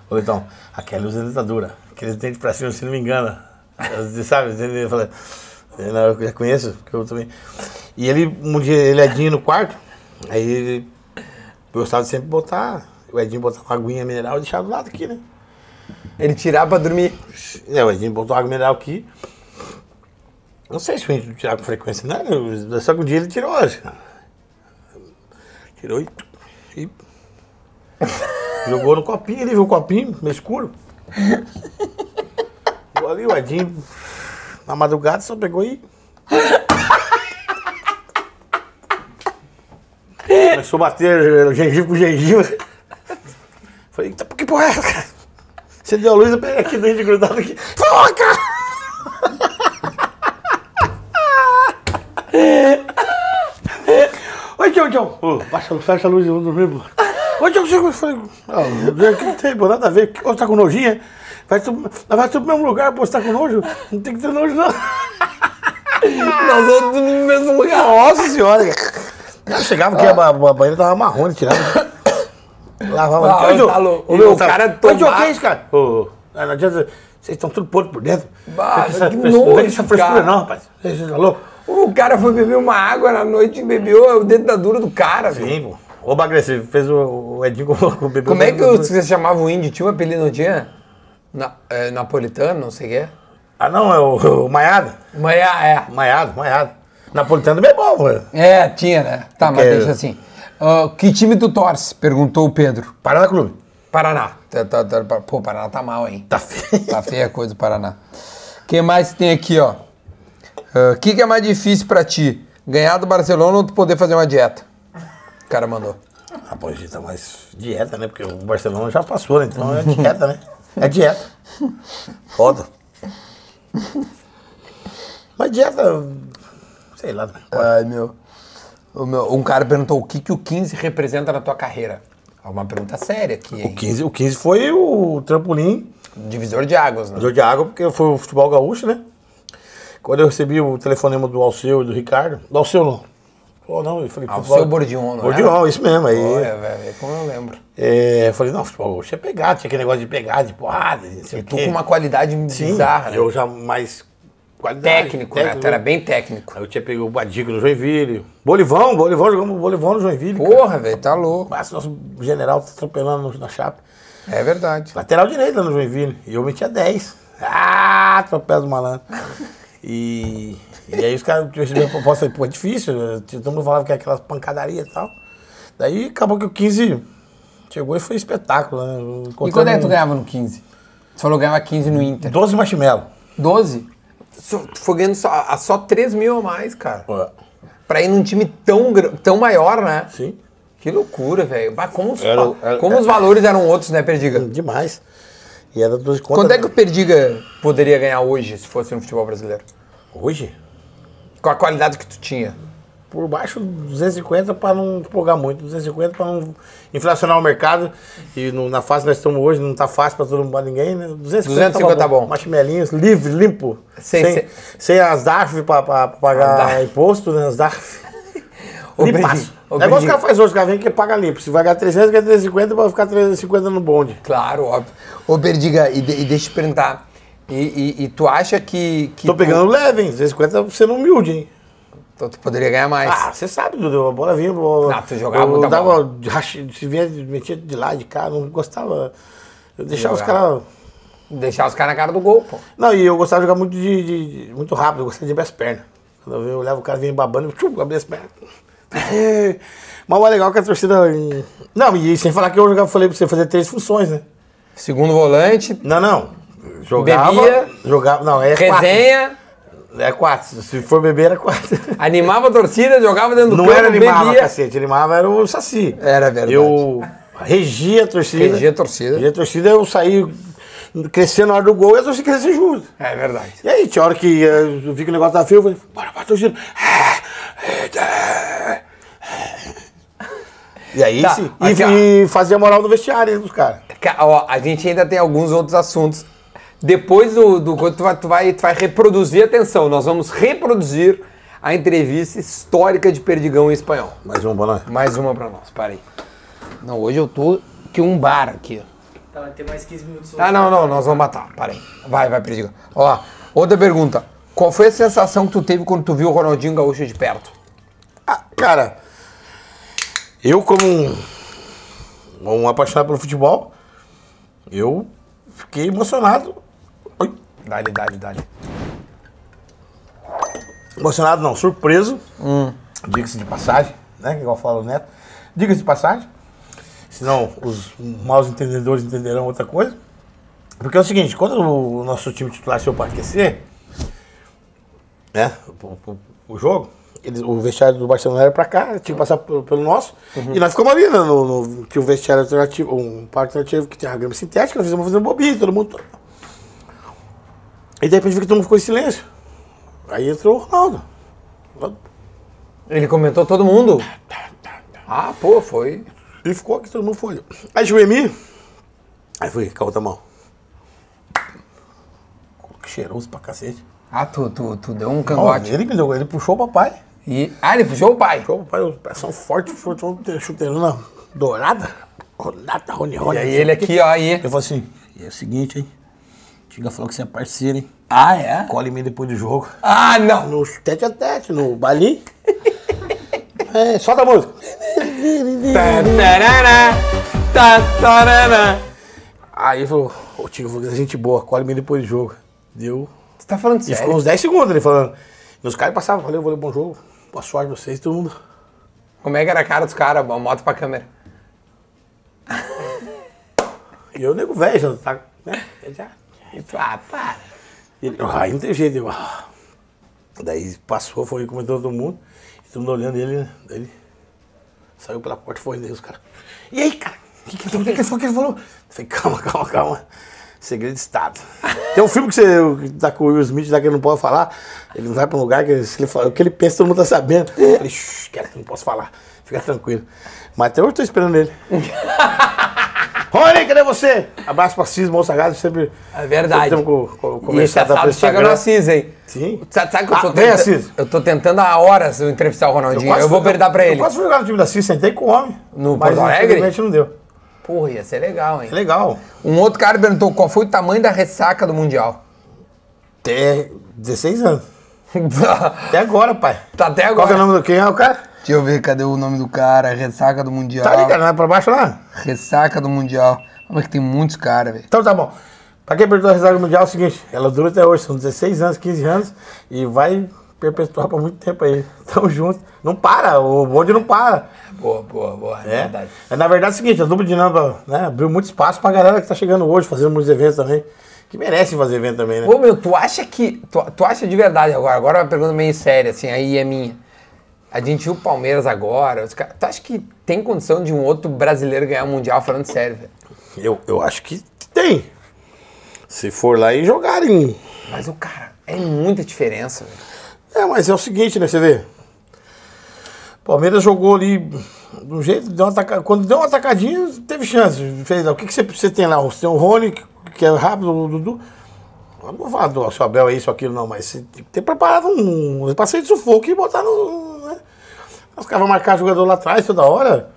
S1: Ô Leitão, aquele usa dentadura. Aqueles dentes pra cima, se não me engano. Você sabe, ele fala. "Não, Eu já conheço, porque eu também. E ele, um dia, ele Edinho no quarto, aí ele gostava de sempre botar. O Edinho botava uma aguinha mineral e deixava do lado aqui, né?
S2: Ele tirava pra dormir.
S1: É, o Edinho botou água mineral aqui. Não sei se o Edinho tirava com frequência, não. Só que um dia ele tirou, acho. Tirou e. e- jogou no copinho, ele viu o copinho, meio escuro. Ficou ali, o Edinho, na madrugada, só pegou e. Começou a bater gengiva com gengiva. Falei, "Tá, que porra é essa, cara? Você deu a luz, eu peguei aqui dentro grudado aqui. Foca! Oi, tio, tio. Ô, baixa, fecha a luz, eu vou dormir, pô. Oi, tio, você foi. Ah, o que tem, pô, nada a ver. Ô, tá com nojinha? Vai tudo, vai tudo pro mesmo lugar, pô, você tá com nojo? Não tem que ter nojo, não.
S2: Nós outros no mesmo lugar.
S1: Nossa senhora, cara. Eu chegava que a, ba- a banheira tava marrone, tirava. Lavava.
S2: Ah,
S1: Oi, Ju.
S2: tá louco.
S1: Ô, meu,
S2: O cara
S1: tá- Oi, Ju,
S2: tomar-
S1: que é isso, cara? Ô, ah, não adianta. Vocês estão tudo podre por dentro.
S2: Bah,
S1: Essa
S2: que
S1: frescura-
S2: nojo,
S1: vem com essa frescura,
S2: cara.
S1: não, rapaz. Vocês estão loucos?
S2: O cara foi beber uma água na noite e bebeu a dentadura do cara, velho.
S1: Sim, pô. Rouba agressivo. Fez o, o Edinho com o bebê.
S2: Como é que você chamava o índio? Tinha um apelido, não tinha? Na- é, napolitano, não sei o que é.
S1: Ah, não, é o, o Maiado.
S2: Mas é,
S1: Maiado, Maiado. Napolitano também é bom, mano.
S2: é. É, tinha, né? Tá, mas
S1: Que-
S2: deixa assim. Ah, que time tu torce? Perguntou o Pedro.
S1: Paraná Clube.
S2: Paraná. Tá- tá- tá- pa- Pô, Paraná tá mal, hein?
S1: Tá feio.
S2: Tá feia a coisa do Paraná. O que mais que tem aqui, ó? O que, que é mais difícil pra ti? Ganhar do Barcelona ou tu poder fazer uma dieta? O cara mandou.
S1: Ah, pô, gente, tá mais dieta, né? Porque o Barcelona já passou, né? Então é dieta, né? É dieta. Foda. Mas dieta, sei lá, né?
S2: Ai, meu. O meu- Um cara perguntou o que, que o 15 representa na tua carreira. É uma pergunta séria aqui,
S1: O
S2: hein?
S1: 15, o 15 foi o trampolim
S2: Divisor de águas, né?
S1: Deu de água porque foi o futebol gaúcho, né? Quando eu recebi o telefonema do Alceu e do Ricardo, do Alceu não. Falou, não, eu falei,
S2: Alceu
S1: futebol-
S2: Bordion, não
S1: Bordion, isso mesmo. Aí,
S2: né? Olha, velho, é como eu lembro.
S1: é, eu falei, não, futebol gaúcho é pegar, tinha aquele negócio de pegar, de porrada, não sei
S2: E
S1: o
S2: tu
S1: quê.
S2: com uma qualidade
S1: Sim,
S2: bizarra, né?
S1: eu já mais qualidade,
S2: Técnico, né? Tu era bem técnico.
S1: Aí eu tinha pego o Badico no Joinville, Bolivão, Bolivão, jogamos Bolivão no Joinville. cara.
S2: Porra, velho, tá louco.
S1: Mas nosso general tá atropelando na chapa.
S2: É verdade.
S1: Lateral direito lá no Joinville. E eu metia 10. Ah, atropelo do malandro. E, e aí os caras receberam a proposta, pô, é difícil. né? Todo mundo falava que era aquelas pancadarias e tal. Daí acabou que o 15 chegou e foi espetáculo, né?
S2: E quando é que tu
S1: Encontramos
S2: ganhava no 15? Tu falou que ganhava 15 no Inter.
S1: 12 marshmallow.
S2: 12? Só- Tu foi ganhando só, a- só 3 mil a mais, cara.
S1: Pô,
S2: Pra ir num time tão, gr- tão maior, né?
S1: Sim,
S2: Que loucura, velho. Bah, Como, os,
S1: Era-
S2: va-
S1: era-
S2: como os valores eram outros, né, Perdiga?
S1: demais. E era 12 contas. né?
S2: Quanto é que o Perdiga poderia ganhar hoje se fosse no futebol brasileiro?
S1: Hoje?
S2: Com a qualidade que tu tinha.
S1: Por baixo, 250 para não empolgar muito, 250 para não inflacionar o mercado. E no- na fase que nós estamos hoje, não está fácil para todo mundo, pra ninguém, né? 250,
S2: 250 tá bom.
S1: Marshmallinhos, livre, limpo.
S2: Sem-
S1: Sem,
S2: sem-
S1: sem, as DARF para pagar
S2: As DARF.
S1: imposto, né? As DARF.
S2: Ô,
S1: Limpaço.
S2: Perdiga, ô,
S1: É igual os
S2: Perdiga.
S1: caras fazem hoje, os caras vêm que paga limpo. Se vai ganhar 300, ganha 350 para ficar 350 no bonde.
S2: Claro, óbvio. Ô, Perdiga, e, de- e deixa eu te perguntar. E, e- e tu acha que. que
S1: Tô
S2: tu-
S1: pegando leve, hein? 250 sendo humilde, hein?
S2: Então tu poderia ganhar mais.
S1: Ah, você sabe, Dudu, a bola vinha. Eu,
S2: Não, tu jogava
S1: eu
S2: muita
S1: dava,
S2: bola.
S1: rachi- Se vinha, metia de lá, de cá, não gostava. Eu deixava os
S2: Jogava.
S1: caras.
S2: Deixar os caras na cara do gol, pô.
S1: Não, e eu gostava de jogar muito, de, de- de- muito rápido, eu gostava de abrir as pernas. Quando eu olhava o cara vinha babando, eu tchum, abria as pernas. Mas o mais legal é que a torcida. hum, Não, e sem falar que eu jogava, falei pra você fazer três funções, né?
S2: Segundo volante,
S1: Não, não. Jogava.
S2: Bebia.
S1: Jogava. Não, é
S2: resenha,
S1: quatro. É quatro. Se for beber, era quatro.
S2: animava a torcida, jogava dentro do
S1: Não
S2: campo,
S1: era animava,
S2: bebia.
S1: cacete. Animava era o Saci.
S2: Era verdade.
S1: Eu regia a torcida.
S2: Regia a torcida.
S1: Regia a torcida, eu saí crescendo na hora do gol e a torcida crescia junto.
S2: É verdade.
S1: E aí, tinha hora que eh, eu vi que o negócio tava feio, eu falei, bora, bora, torcida. E aí,
S2: Tá,
S1: sim. E-
S2: aqui, ó.
S1: e, fazia moral no vestiário hein, dos caras.
S2: Ca- Ó, a gente ainda tem alguns outros assuntos. Depois do, do quando tu vai, tu vai, tu vai reproduzir, atenção, nós vamos reproduzir a entrevista histórica de Perdigão em espanhol.
S1: Mais um, bola.
S2: Mais uma pra nós, para aí. Não, hoje eu tô que um bar aqui.
S3: Tá, vai ter mais 15 minutos hoje.
S2: Ah, não, não, nós vamos matar. Para aí. Vai, vai, Perdigão. Ó, lá, outra pergunta. Qual foi a sensação que tu teve quando tu viu o Ronaldinho Gaúcho de perto?
S1: Ah, cara, eu como um, um apaixonado pelo futebol, eu fiquei emocionado. Oi,
S2: Dá-lhe, dá-lhe, dá-lhe.
S1: Emocionado não, surpreso. Diga-se de passagem, né? Igual fala o Neto. Diga-se de passagem. Senão os maus entendedores entenderão outra coisa. Porque é o seguinte, quando o nosso time titular saiu para aquecer, né? O, o- o jogo, eles- o vestiário do Barcelona era para cá, tinha que passar pelo, pelo nosso. E nós ficamos ali, né, no, no- que o vestiário alternativo, um parque alternativo que tinha a grama sintética, nós fizemos fazendo bobinha, todo mundo. E de repente vi que todo mundo ficou em silêncio. Aí entrou o Ronaldo.
S2: Ele comentou todo mundo? Ah, pô, foi.
S1: E ficou que todo mundo foi. Aí chegou em mim. Aí fui, com a outra mão. Que cheiroso pra cacete.
S2: Ah, tu, tu, tu deu um
S1: Ó,
S2: cangote.
S1: ele me deu, ele puxou o papai.
S2: E... Ah, ele puxou o pai.
S1: Puxou o papai, pressão forte, puxou uma chuteirona dourada. Rodada, Rony Rony.
S2: E aí ele aqui, ó, aí.
S1: Eu falei assim, e é o seguinte, hein? Tiga falou que você é parceiro, hein?
S2: Ah, é?
S1: Colhe em mim depois do jogo.
S2: Ah, não!
S1: No tete a tete, no balinho. É, solta a música.
S2: Tá, tarará, tá, tarará.
S1: Aí falou, ô Tiga falou que você é gente boa, colhe em mim depois do jogo. Deu.
S2: Você tá falando
S1: E
S2: sério?
S1: ficou uns 10 segundos ele falando. E os caras passavam, valeu, valeu, bom jogo. Boa sorte pra vocês, todo mundo.
S2: Como é que era a cara dos caras? Uma moto pra câmera.
S1: E eu, nego velho, já tá. Né? Eu já-
S2: E tu, Ah, para.
S1: Ele, ah, não tem jeito. Eu, ah. Daí passou, foi comentando todo mundo. E todo mundo olhando ele, né? Daí ele. Saiu pela porta, foi Deus, cara. E aí, cara? O que, que, ele falou? O que, que ele falou? O que ele falou? Eu falei, calma, calma, calma. Segredo de Estado. Tem um filme que você tá com o Will Smith lá que ele não pode falar. Ele não vai pra um lugar que se ele fala, o que ele pensa, todo mundo tá sabendo.
S2: É.
S1: Eu falei, shh, cara, não posso falar. Fica tranquilo. Mas até hoje eu tô esperando ele. Rony, cadê você? Abraço pra Cis, Mão Sagado, sempre.
S2: É verdade.
S1: sempre temos co- co-
S2: E esse
S1: conversado lá pelo
S2: assado chega
S1: Instagram.
S2: no Assis, hein?
S1: Sim.
S2: Sabe, sabe que eu
S1: Ah,
S2: tô,
S1: vem,
S2: tenta-
S1: Assis.
S2: eu tô tentando há horas eu entrevistar o Ronaldinho. Eu,
S1: quase
S2: vou
S1: fui-
S2: perder pra
S1: Eu
S2: ele.
S1: quase fui jogar no time da Cis, sentei com o homem.
S2: No
S1: mas
S2: Porto Alegre?
S1: infelizmente não deu.
S2: Porra, ia ser legal, hein?
S1: É legal.
S2: Um outro cara perguntou qual foi o tamanho da ressaca do Mundial.
S1: Até 16 anos. Até agora, pai.
S2: tá até
S1: Qual que é o
S2: agora.
S1: nome do quem é o cara?
S2: Deixa eu ver, cadê o nome do cara? Ressaca do Mundial.
S1: Tá ali, cara, não é pra baixo lá?
S2: Ressaca do Mundial. Como é que tem muitos caras, velho?
S1: Então tá bom. Pra quem perdeu a reserva mundial é o seguinte, ela dura até hoje, são 16 anos, 15 anos e vai perpetuar por muito tempo aí. Tamo junto. Não para, o bonde não para.
S2: Boa, boa, boa. É,
S1: É,
S2: verdade.
S1: é na verdade é o seguinte, a dupla dinâmica né, abriu muito espaço pra galera que tá chegando hoje, fazendo muitos eventos também, que merece fazer evento também, né?
S2: Ô, meu, tu acha que. Tu, tu acha de verdade agora? Agora é uma pergunta meio séria, assim, aí é minha. A gente viu o Palmeiras agora. Os cara, tu acha que tem condição de um outro brasileiro ganhar o Mundial falando sério, velho?
S1: Eu, eu acho que tem. Se for lá e jogarem.
S2: Mas o cara, é muita diferença, velho.
S1: É, mas é o seguinte, né? Você vê. O Palmeiras jogou ali de um jeito, deu uma ataca- quando deu uma atacadinha, teve chance. Fez, o que, que você, você tem lá? Você tem o Rony, que, que é rápido, o Dudu. Eu não vou falar do seu Abel é isso, aquilo, não, mas você tem que ter preparado um, um passeio de sufoco e botar no. Né? Os caras vão marcar jogador lá atrás toda hora.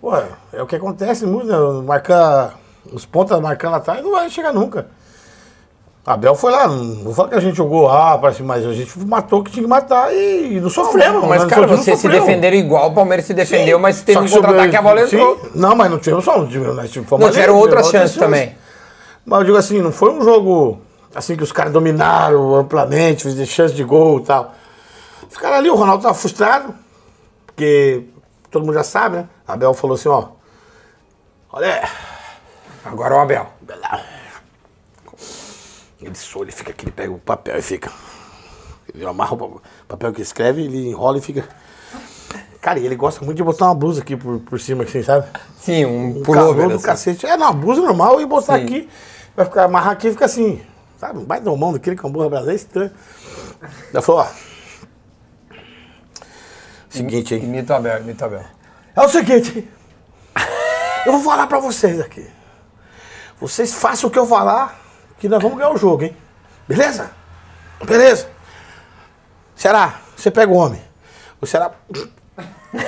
S1: Pô, é o que acontece muito, né? Marcar. Os pontas marcando lá atrás não vai chegar nunca. Abel foi lá, não vou falar que a gente jogou ah, pra cima, mas a gente matou o que tinha que matar e não sofremos.
S2: Mas,
S1: né?
S2: cara,
S1: Não
S2: vocês se
S1: sofremos.
S2: defenderam igual, o Palmeiras se defendeu,
S1: Sim.
S2: mas teve
S1: Só
S2: um
S1: que sobre-
S2: contra-ataque que a bola
S1: sim. é,
S2: entrou.
S1: Não, mas não tivemos só um time, nós tivemos
S2: Não,
S1: uma-
S2: tiveram outras
S1: outras
S2: chances também.
S1: Mas eu digo assim, não foi um jogo assim que os caras dominaram amplamente, fizeram chance de gol e tal. Os caras ali, o Ronaldo tava frustrado, porque todo mundo já sabe, né? Abel falou assim, ó. Olha,
S2: Agora o Abel.
S1: ele sou, ele fica aqui, ele pega o papel e fica. Ele amarra o pa- papel que escreve, ele enrola e fica. Cara, e ele gosta muito de botar uma blusa aqui por, por cima, assim, sabe?
S2: Sim, um
S1: calor
S2: pullover.
S1: do
S2: Assim.
S1: cacete. É, não, abusa normal e botar
S2: Sim.
S1: aqui. Vai ficar, amarrar aqui e fica assim. Sabe? Vai dar mão daquele camburra brasileiro, é estranho. Ela falou, ó. Seguinte, hein?
S2: Imita o Abel, imita o Abel.
S1: É o seguinte. Eu vou falar pra vocês aqui. Vocês façam o que eu falar, que nós vamos ganhar o jogo, hein? Beleza? Beleza? Será? Você pega o homem. O Ceará.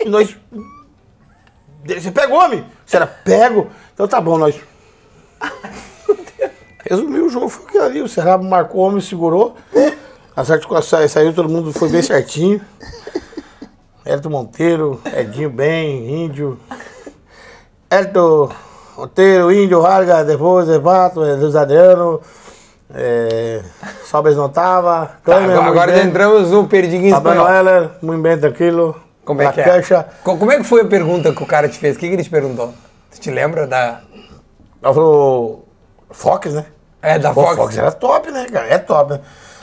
S1: E nós. Você pega o homem? O Ceará, pego. Então tá bom, nós. Resumiu o jogo, foi aquilo ali. O Ceará marcou o homem, segurou. As articulações saiu, todo mundo foi bem certinho. Elton Monteiro, Edinho Bem, Índio. Elton Monteiro, Índio, Vargas, depois, Evato, eh, Luiz Adriano. É, Sobres não tava.
S2: Tá,
S1: Klemer,
S2: agora
S1: muito
S2: agora
S1: bem.
S2: entramos no Perdiguinho
S1: Abel
S2: Espanhol.
S1: Tá Heller, muito bem, tranquilo.
S2: Como é
S1: Na
S2: que é?
S1: caixa.
S2: Co- Como é que foi a pergunta que o cara te fez? O que, que ele te perguntou? Tu te lembra da.
S1: Ela falou, Fox, né?
S2: É, da
S1: Pô,
S2: Fox.
S1: Fox era top, né, cara? É top, né?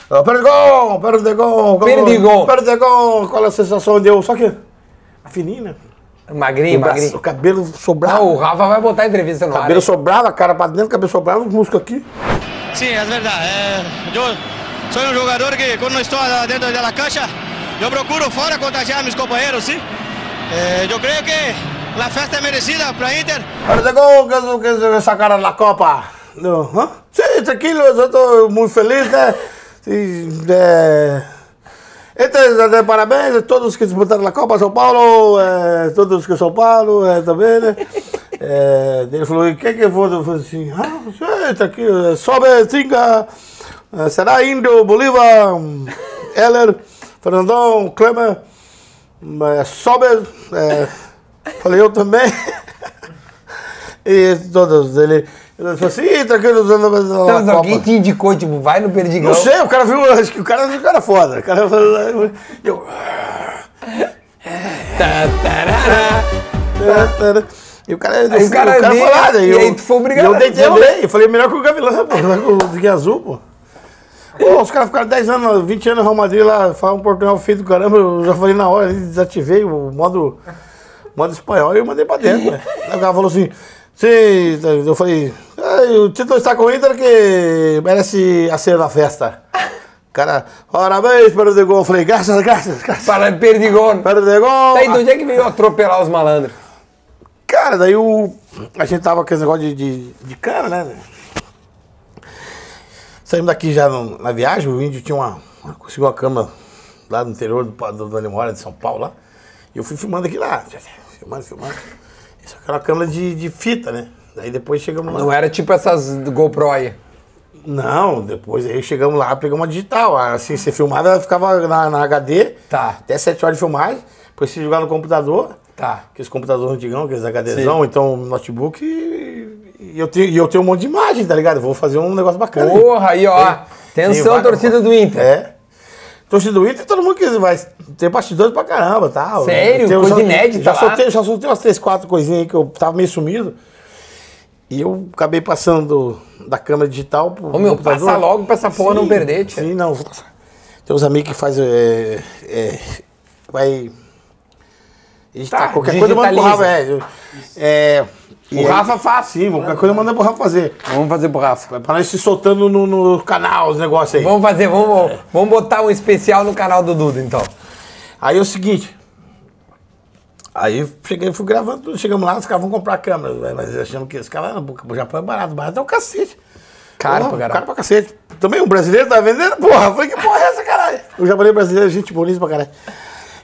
S1: Ela, Perdigão, Perdigão, como-
S2: Perdigão.
S1: Perdigão, qual a sensação deu? Só que, fininho, né?
S2: Magrinho,
S1: O braço-
S2: magrinho.
S1: O cabelo sobrava.
S2: Não, o Rafa vai botar a entrevista no
S1: O
S2: ar.
S1: cabelo sobrava, a cara pra dentro, o cabelo sobrava, os músculos aqui.
S6: Sí, es verdad. eh, yo soy un jugador que cuando estoy dentro de la cancha, yo procuro fuera contagiar a mis compañeros, ¿sí? Eh, yo creo que la fiesta es merecida para Inter.
S1: Perdigão, que- que que essa cara na Copa. Eu, hã? Sim, tranquilo, eu tô muito feliz, né? E, é... Então, de parabéns a todos que disputaram a Copa São Paulo, eh, todos que São Paulo eh, também, né? Eh, ele falou, e quem que foi? Eu falei assim, ah, sim, tá aqui, eh, Sobe, Tinga, eh, Será, Índio, Bolívar, hum, Heller, Fernandão, Klemer, hum, eh, Sobe, eh, falei eu também, e todos, ele, ele falou assim, "Ih, tranquilo, usando
S2: Então,
S1: a
S2: alguém
S1: Copa.
S2: te indicou, tipo, vai no Perdigão.
S1: Não sei, o cara viu, acho que o cara, o cara é foda, o cara, eu,
S2: Tá, tarará.
S1: E o cara,
S2: Aí
S1: o cara,
S2: veio,
S1: falou nada.
S2: é-" e
S1: eu-
S2: aí tu foi obrigado
S1: e Eu
S2: a
S1: deitei, eu
S2: responder.
S1: dei. Eu falei, melhor que o Gavilã, pô. Melhor que o do que azul, pô. Pô, os caras ficaram 10 anos, 20 anos no Real Madrid lá, falam um portunhal feio do caramba, eu já falei na hora, ali, desativei o modo, modo espanhol e eu mandei pra dentro, né? Aí o cara falou assim, "Sim", eu falei, "Ah, o título está com o Inter que merece a cena da festa. O cara, parabéns pelo de gol. Eu falei, graças, graças, graças.
S2: Para Perdigone.
S1: Pelo de gol.
S2: Tá aí, de onde é que veio atropelar os malandros?
S1: Cara, daí o. A gente tava com esse negócio de, de, de cana, né? Saímos daqui já no- na viagem, o índio tinha uma. uma- conseguiu uma cama lá no interior do, pa- do, da memória de São Paulo lá. E eu fui filmando aqui lá. Filmando, filmando. Isso aqui era uma câmera de, de fita, né? Daí depois chegamos lá.
S2: Não era tipo essas do GoPro aí.
S1: Não, depois aí chegamos lá, pegamos uma digital. Assim, você filmava, ela ficava na, na HD.
S2: Tá.
S1: Até 7 horas de filmagem. Depois você jogar no computador.
S2: Tá.
S1: Aqueles computadores antigão, aqueles HDzão, então notebook. E e eu, tenho, e eu tenho um monte de imagem, tá ligado? Eu Vou fazer um negócio bacana.
S2: Porra, aí ó.
S1: Tem- tem
S2: Atenção,
S1: vaga-
S2: torcida do Inter.
S1: É. Torcida do Inter, todo mundo que vai ter bastidores pra caramba, tá?
S2: Sério?
S1: Eu tenho-
S2: Coisa
S1: já-
S2: inédita
S1: já
S2: lá?
S1: Soltei, já soltei umas três, quatro coisinhas aí que eu tava meio sumido. E eu acabei passando da câmera digital pro
S2: Ô, meu,
S1: computador.
S2: passa logo pra essa porra não perder, tia.
S1: Sim, não. Tem uns amigos que fazem... É, é, vai... Editar
S2: Tá,
S1: qualquer coisa, manda pro
S2: digitaliza.
S1: Rafa. É, eu- é, e
S2: O
S1: aí-
S2: Rafa faz.
S1: Sim, qualquer coisa manda pro Rafa É, fazer.
S2: Vamos fazer pro Rafa.
S1: Pra nós se soltando no, no canal, os negócios aí.
S2: Vamos fazer, vamos, vamos botar um especial no canal do Duda, então.
S1: Aí é o seguinte. Aí cheguei, fui gravando tudo. Chegamos lá, os caras vão comprar câmera. velho, Mas achamos que os caras lá no Japão é barato, barato é um cacete.
S2: Caro
S1: Porra,
S2: pra caralho.
S1: Caro pra cacete. Também um brasileiro tá vendendo, porra. Falei, que porra é essa, caralho? O japonês brasileiro, é gente bonita pra caralho.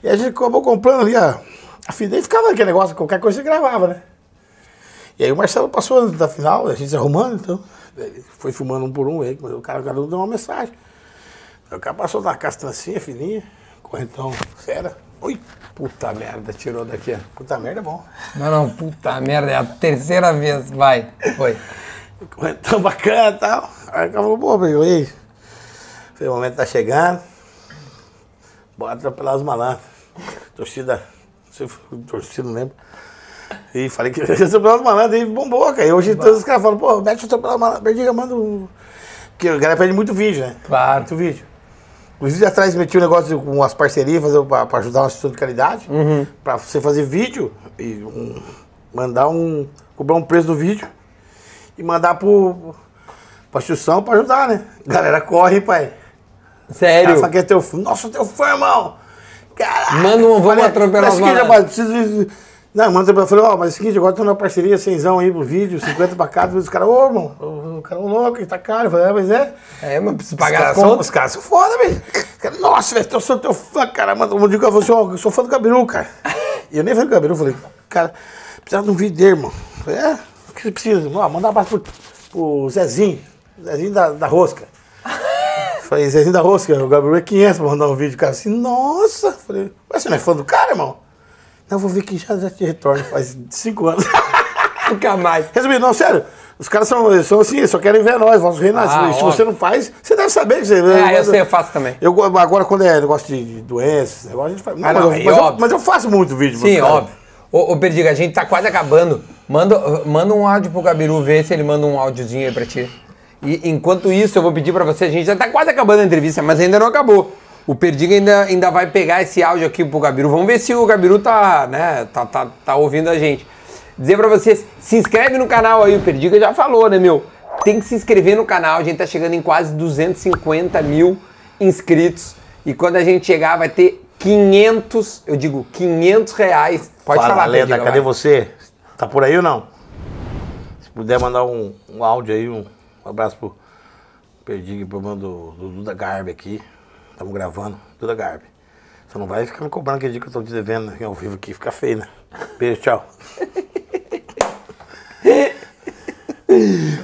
S1: E a gente acabou comprando ali a, a fita. E ficava aquele negócio, qualquer coisa você gravava, né? E aí o Marcelo passou da final, a gente se arrumando, então. daí Foi filmando um por um aí, mas o cara, o cara deu uma mensagem. Aí O cara passou na castrancinha fininha, correntão fera. Ui,
S2: Puta merda, tirou daqui. ó.
S1: puta merda, é bom.
S2: Não, não, puta merda, é a terceira vez. Vai, foi.
S1: Correntão bacana e tal. Aí o cara falou, pô, meu, e aí? Falei, o momento tá chegando. Bora atropelar os malandros. Torcida, não sei se foi torcida, não lembro. E falei que ia atropelar os malandros e bombou, cara. E hoje todos os caras falam, pô, mete atropelar os malandros. Perdiga, manda um... Porque a galera pede muito vídeo, né?
S2: Claro.
S1: Muito vídeo. Inclusive, atrás meti um negócio com umas parcerias fazer pra, pra ajudar uma instituição de caridade.
S2: Uhum.
S1: Pra você fazer vídeo e um- mandar um... Cobrar um preço do vídeo e mandar pro... Pra instituição pra ajudar, né? Galera, corre, pai.
S2: Sério.
S1: Essa aqui é teu fã. Nossa, teu fã, irmão! Caralho!
S2: Manda um, vamos
S1: Falei,
S2: atropelar
S1: mas
S2: os
S1: seguinte,
S2: malandros.
S1: rapaz, preciso. de- Não, manda atropelar. Eu Falei, ó, mas é o seguinte, agora tô numa parceria, cenzão aí pro vídeo, 50 pra cada. Os caras, ô, irmão, o- o cara é um louco, ele tá caro. Eu Falei, é, mas é.
S2: É, mas preciso
S1: Os
S2: pagar as
S1: caras são,
S2: contas.
S1: os caras são foda, velho. Os caras, Nossa, velho, eu sou teu fã, cara. Manda um dia que eu falo assim, ó, eu sou fã do Gabiru, cara. E eu nem falei do Gabiru, eu falei, cara, precisava de um vídeo dele, irmão. Eu Falei, é, o que você precisa? Ó, manda um abraço pro, pro Zezinho, Zezinho da, da Rosca. Falei, Zezinho da Rosca, o Gabriel é 500 pra mandar um vídeo. O cara assim, nossa. Falei, mas você não é fã do cara, irmão? Não, vou ver que já, já te retorno, faz cinco anos.
S2: Nunca mais.
S1: Resumindo, não, sério. Os caras são, são assim, só querem ver nós, vosso reinado.
S2: Ah,
S1: se
S2: óbvio.
S1: você não faz, você deve saber que você.
S2: Ah, eu sei, eu faço também.
S1: Eu, go- agora, quando é negócio de, de doenças, negócio, a gente faz.
S2: Ah,
S1: mas, eu,
S2: não, é
S1: mas eu-
S2: óbvio.
S1: mas eu faço muito vídeo. pros
S2: Sim,
S1: caras.
S2: óbvio. Ô, ô, Perdiga, a gente tá quase acabando. Manda, manda um áudio pro Gabiru ver se ele manda um áudiozinho aí pra ti. E enquanto isso, eu vou pedir pra você, a gente já tá quase acabando a entrevista, mas ainda não acabou. O Perdiga ainda, ainda vai pegar esse áudio aqui pro Gabiru. Vamos ver se o Gabiru tá, né, tá, tá, tá ouvindo a gente. Dizer pra vocês, se inscreve no canal aí, o Perdiga já falou, né, meu? Tem que se inscrever no canal, a gente tá chegando em quase 250 mil inscritos. E quando a gente chegar, vai ter 500, eu digo 500 reais. Pode
S1: Fala,
S2: falar,
S1: Leda,
S2: Pedro,
S1: cadê
S2: vai.
S1: você? Tá por aí ou não? Se puder mandar um, um áudio aí, um, um abraço pro Perdigue, pro irmão do, do Duda Garbi aqui. Estamos gravando, Duda Garbi. Você não vai ficar me cobrando aquele dia que eu tô te devendo aqui ao vivo aqui, fica feio, né? Beijo, tchau.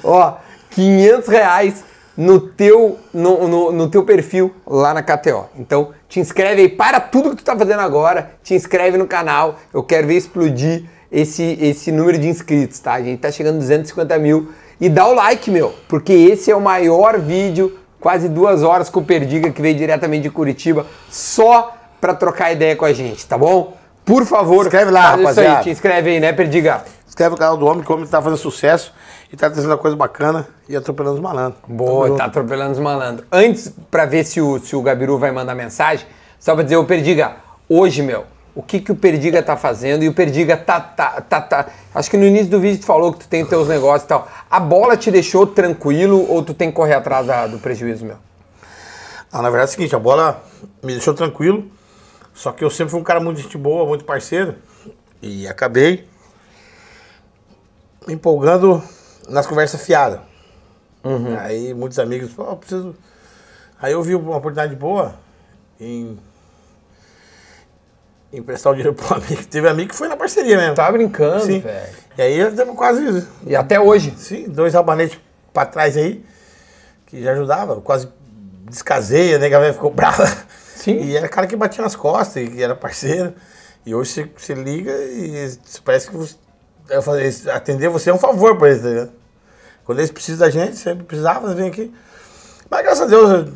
S2: Ó, 500 reais no teu, no, no, no teu perfil lá na KTO. Então, te inscreve aí, para tudo que tu tá fazendo agora, te inscreve no canal, eu quero ver explodir esse, esse número de inscritos, tá? A gente tá chegando a 250 mil. E dá o like, meu, porque esse é o maior vídeo, quase duas horas com o Perdiga, que veio diretamente de Curitiba, só pra trocar ideia com a gente, tá bom? Por favor,
S1: Escreve lá,
S2: faz isso aí,
S1: rapaziada.
S2: te inscreve aí, né, Perdiga?
S1: Escreve o canal do homem, que o homem tá fazendo sucesso e tá trazendo coisa bacana e atropelando os malandros. Então,
S2: Boa,
S1: Tamo
S2: tá
S1: junto.
S2: atropelando os malandros. Antes, pra ver se o, se o Gabiru vai mandar mensagem, só pra dizer, ô Perdiga, hoje, meu, o que que o Perdiga tá fazendo? E o Perdiga tá, tá, tá, tá... Acho que no início do vídeo tu falou que tu tem teus negócios e tal. A bola te deixou tranquilo ou tu tem que correr atrás da- do prejuízo, meu? tá.
S1: Ah, na verdade é o seguinte, a bola me deixou tranquilo, só que eu sempre fui um cara muito gente boa, muito parceiro, e acabei me empolgando nas conversas fiadas.
S2: Uhum.
S1: Aí muitos amigos, "Pô, eu preciso... Aí eu vi uma oportunidade boa em em emprestar o dinheiro para um amigo. Teve amigo que foi na parceria mesmo.
S2: Tá brincando,
S1: Sim.
S2: velho.
S1: E aí eu tava quase
S2: E até hoje.
S1: Sim, dois rabanetes pra trás aí, que já ajudava. Eu quase descasei, a nega velha ficou brava.
S2: Sim.
S1: E era cara que batia nas costas, e que era parceiro. E hoje você, você liga e se- parece que você- eu falei, eles- atender você é um favor pra eles, tá ligado? Quando eles precisam da gente, sempre precisavam, eles vêm aqui. Mas graças a Deus, eu-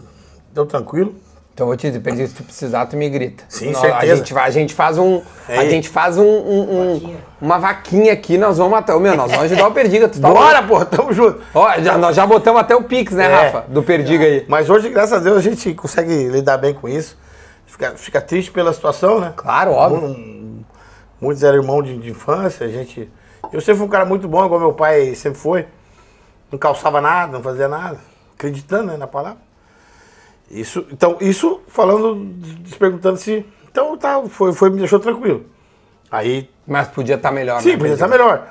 S1: deu tranquilo.
S2: Então eu vou te dizer, Perdiga, se tu precisar, tu me grita.
S1: Sim,
S2: Nó- A
S1: certeza.
S2: gente, vai- a gente faz um... A
S1: Aí.
S2: gente faz um... um- um- uma vaquinha aqui, nós vamos matar. Ô, Meu, nós vamos ajudar o Perdiga. Tu tá louco?
S1: Bora, pô, tamo junto.
S2: Ó, já- nós já botamos até o Pix, né,
S1: É.
S2: Rafa? Do Perdiga aí.
S1: Mas hoje, graças a Deus, a gente consegue lidar bem com isso. Fica, fica triste pela situação, né?
S2: Claro, óbvio.
S1: Um- Muitos eram irmãos de, de infância, a gente. Eu sempre fui um cara muito bom, igual meu pai sempre foi. Não calçava nada, não fazia nada. Acreditando né, na palavra. Isso, então, isso falando, se perguntando se. Então tá, foi, foi, me deixou tranquilo. Aí
S2: Mas podia estar melhor, né?
S1: Sim, podia estar melhor.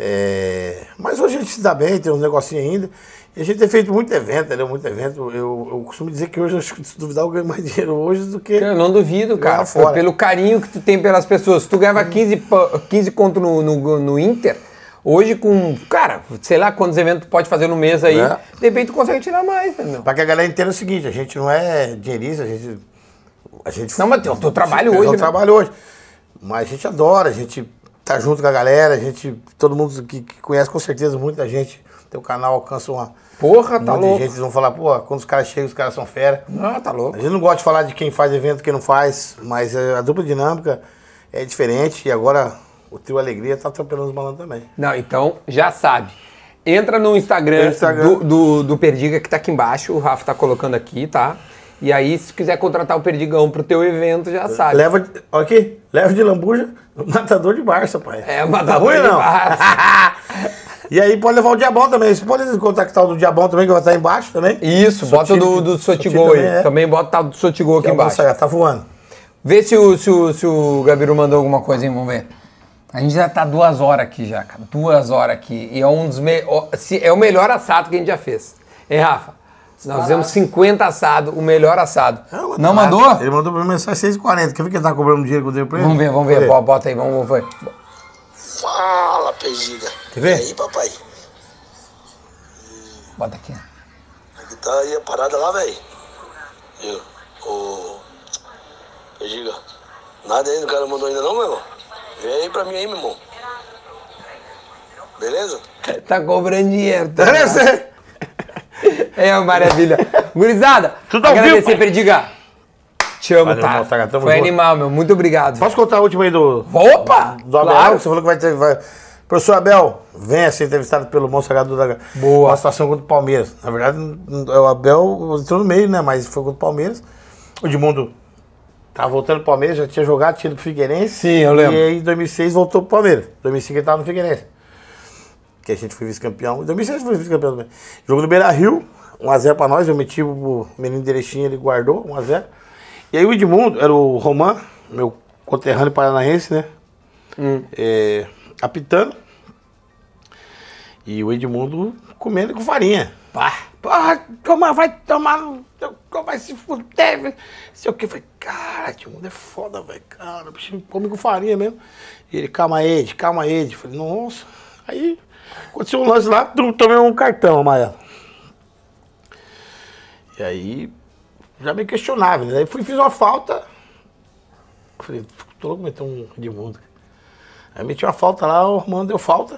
S1: É, mas hoje a gente se dá bem, tem uns negocinhos ainda. E a gente tem feito muito evento, entendeu? Muito evento. Eu, eu costumo dizer que hoje, eu acho que, se duvidar, eu ganho mais dinheiro hoje do que.
S2: Eu não duvido, cara.
S1: Lá fora. Hum.
S2: Pelo carinho que tu tem pelas pessoas. Se tu ganhava 15, pa- 15 conto no, no, no Inter, hoje com, cara, sei lá quantos eventos tu pode fazer no mês aí,
S1: É.
S2: de repente tu consegue tirar mais, né, meu?
S1: Pra que a galera entenda o seguinte: a gente não é dinheirista, a gente. A gente
S2: Não, mas tem o teu trabalho hoje,
S1: Eu
S2: né?
S1: trabalho hoje. Mas a gente adora, a gente tá junto com a galera, a gente. Todo mundo que, que conhece com certeza muita gente. Teu canal alcança uma.
S2: Porra,
S1: um
S2: tá
S1: monte
S2: louco.
S1: de gente, eles vão falar, pô, quando os caras chegam, os caras são fera.
S2: Ah, tá
S1: A
S2: louco.
S1: gente não gosta de falar de quem faz evento e quem não faz, mas eh, a dupla dinâmica é diferente e agora o trio Alegria tá atropelando os malandros também.
S2: Não, então já sabe. Entra no Instagram,
S1: No Instagram.
S2: Do, do, do Perdiga que tá aqui embaixo, o Rafa tá colocando aqui, tá? E aí, se quiser contratar o Perdigão pro teu evento, já sabe.
S1: Leva, de- ó aqui, leva de lambuja, matador de Barça, pai. Tá
S2: É, matador
S1: Ruim,
S2: de
S1: não?
S2: Barça.
S1: e aí pode levar o Diabão também, você pode contactar o do Diabão também, que vai estar embaixo também.
S2: Isso, bota o do, do
S1: Sotigol
S2: Sotigol aí.
S1: também é.
S2: Também bota o tal do Sotigol aqui
S1: Diabão
S2: embaixo.
S1: Sagrado, tá voando.
S2: Vê se o, se, o, se o Gabiru mandou alguma coisa, hein? Vamos ver. A gente já tá duas horas aqui já, cara. Duas horas aqui. E é um dos me... ó, se- é o melhor assado que a gente já fez. Hein, Rafa? Nós fizemos 50 assado, o melhor assado. Não tá
S1: tá
S2: mandou?
S1: Ele mandou pra mim mensagem 6h40, quer ver que ele tá cobrando dinheiro que eu dei pra ele?
S2: Vamos ver, vamos ver.
S1: Quer
S2: Bo- Bota aí, vamos ver.
S7: Fala, Pegiga.
S1: Quer ver?
S7: E aí, papai?
S2: Bota aqui.
S7: Como que tá aí a parada lá, velho? Viu? Ô, Pegiga, nada aí do cara mandou ainda não, meu irmão? Vem aí pra mim aí, meu irmão. Beleza?
S2: Tá cobrando dinheiro. Tá?
S1: É, você-
S2: É uma maravilha. Gurizada,
S1: Tu tá
S2: agradecer,
S1: ouvindo, pai?
S2: Perdiga. Te amo,
S1: Valeu,
S2: tá?
S1: irmão, tá, tamo
S2: Foi
S1: junto.
S2: animal, meu. Muito obrigado.
S1: Posso contar a última aí do...
S2: Opa!
S1: do Abel, que você falou que vai ter. Vai... Professor Abel, venha ser entrevistado pelo Monstro Sagrado da
S2: Boa.
S1: Uma situação contra o Palmeiras. Na verdade, n- n- o Abel entrou no meio, né? Mas foi contra o Palmeiras. O Edmundo tava voltando pro Palmeiras, já tinha jogado, tinha ido pro Figueirense.
S2: Sim, eu lembro.
S1: E aí em 2006 voltou pro Palmeiras. Em 2005 ele tava no Figueirense. Que a gente foi vice-campeão. Em 2006 foi vice-campeão também. Jogo do Beira Rio, 1x0 pra nós. Eu meti o menino direitinho, ele guardou, 1x0. E aí o Edmundo, era o Roman, meu conterrâneo paranaense, né?
S2: Hum.
S1: é, apitando. E o Edmundo comendo com farinha. Pá. Porra, toma, vai tomar. no teu cu, Vai se fuder, velho. sei o que. Falei, cara, Edmundo é foda, velho. Cara, o bicho come com farinha mesmo. E ele, calma, Ed, calma, Ed. Falei, nossa. Aí aconteceu um lance lá, tum, tomei um cartão amarelo. E aí já me questionava, né? Aí fui, fiz uma falta. Falei, tô louco meter um Edmundo. Aí meti uma falta lá, o Romano deu falta.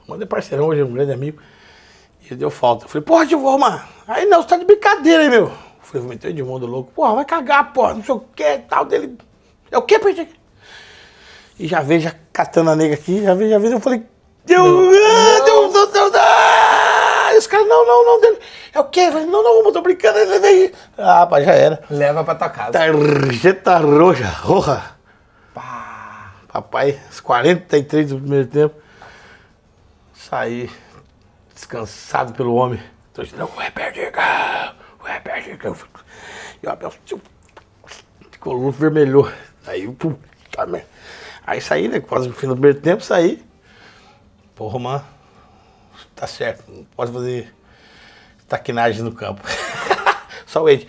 S1: O Romano é parceirão hoje, é um grande amigo. E ele deu falta. Eu falei, porra, Edmundo, Romano. Aí não, você tá de brincadeira, hein, meu. Eu falei, vou meter o Edmundo louco. Porra, vai cagar, porra, não sei o que tal dele. É o que, Pedro? E já vejo a catana negra aqui, já vejo, já vejo. Eu falei, Deus, ah, Deus, Deus, Deus, ah! E Os caras, não, não, não, Deus. é o quê? Eu falei, não, não, eu tô brincando. ele vem. Ah, rapaz, já era.
S2: Leva pra tua casa.
S1: Tarjeta roja, roja. Papai, os 43 do primeiro tempo. Saí descansado pelo homem. Tô dizendo, não, é perdido, é perdido. E o Abel, tchum, coluna vermelhou. Aí, puta merda. Aí saí, né? Quase no fim do primeiro tempo, saí. Pô, Romã, tá certo, não pode fazer taquinagem no campo. Só o Ed.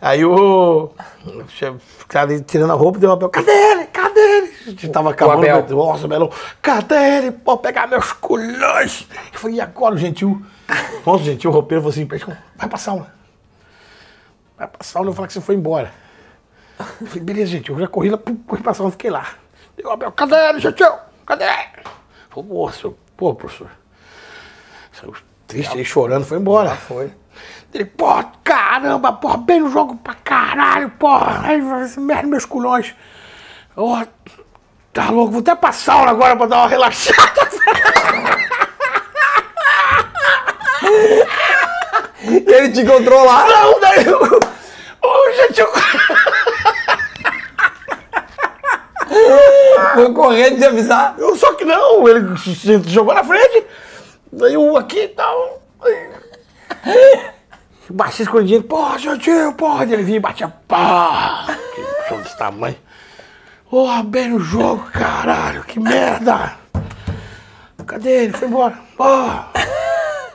S1: Aí o. o chefe, o cara ali tirando a roupa, deu um papel. Cadê ele? Cadê ele? A gente tava acabando.
S2: Abel.
S1: meu- Nossa, Belão. Cadê ele? Pô, pegar meus colhões. Eu falei, e agora o gentil? Nossa, o gentil, o roupeiro falou assim: "Peixão, vai pra sauna. Vai pra sauna, eu falar que você foi embora. Eu falei, beleza, gente, eu já corri lá, pum, corri pra sauna, fiquei lá. Eu, Abel, cadê ele, gentil? Cadê ele? Falei, pô, seu, pô, professor. Saiu triste, ele chorando, foi embora.
S2: Foi.
S1: Ele, porra, caramba, porra, bem no jogo pra caralho, porra. Aí, merda, meus culhões. Ó, tá louco, vou até pra sauna agora pra dar uma relaxada.
S2: Ele te encontrou lá.
S1: Não, daí eu... Ô, gente, eu...
S2: Foi correndo de avisar.
S1: eu- Só que não, ele se- se jogou na frente. Daí eu aqui e tal. Aí- Baixei escondidinho, porra, seu tio, porra. Ele vinha e batia, pá. Que show desse tamanho. Porra, bem no jogo, caralho, que merda. Cadê ele? Foi embora. Porra.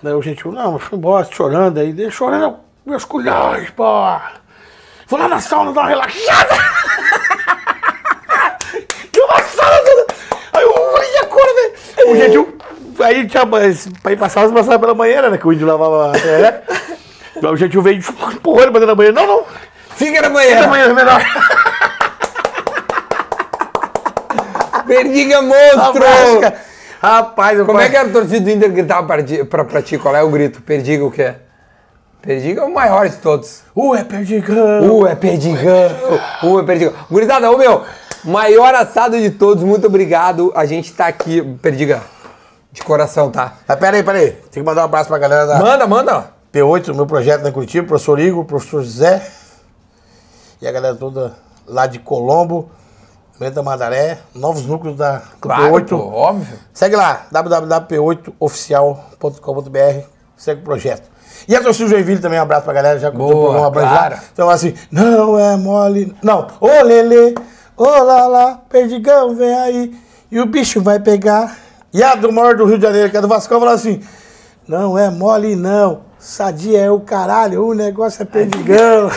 S1: Daí o gente, não, mas foi embora, chorando aí. Daí chorando, eu, meus culhões, porra. Vou lá na sauna dar uma relaxada. Que uma sala toda. Aí eu olhei a cor, velho. O gente, eu- aí tinha, mas, pra ir pra sala, você passava pela banheira, né? Que o índio lavava a perereca. Aí o gente veio empurrando pra dentro da banheira. Não, não.
S2: Fica na
S1: Dentro da
S2: banheira.
S1: banheira é melhor.
S2: Perdiga
S1: A
S2: monstro.
S1: frasca. Tá Rapaz, eu
S2: Como é que era a torcida do Inter gritava pra, ti- pra, pra ti? Qual é o grito? Perdiga o quê? Perdiga é o maior de todos.
S1: Uh, é perdigão.
S2: Uh, é perdigão. Uh, é perdigão. Gurizada, ô meu, maior assado de todos, muito obrigado. A gente tá aqui, perdiga, de coração, tá?
S1: Ah, pera aí, pera aí. Tem que mandar um abraço pra galera da
S2: Manda, manda.
S1: P8, do meu projeto na Curitiba, professor Igor, professor José. E a galera toda lá de Colombo, Meta Madaré, novos núcleos da P8.
S2: pô, óbvio.
S1: Segue lá, www.p8oficial.com.br, segue o projeto. E a torcida do Joinville também, um abraço pra galera, já curtiu o
S2: Boa,
S1: programa, um abraço
S2: claro.
S1: lá. Então assim, não é mole, não, ô Lele, ô lá lá, perdigão, vem aí, e o bicho vai pegar. E a do maior do Rio de Janeiro, que é do Vascão, fala assim, não é mole não, sadia é o caralho, o negócio é perdigão.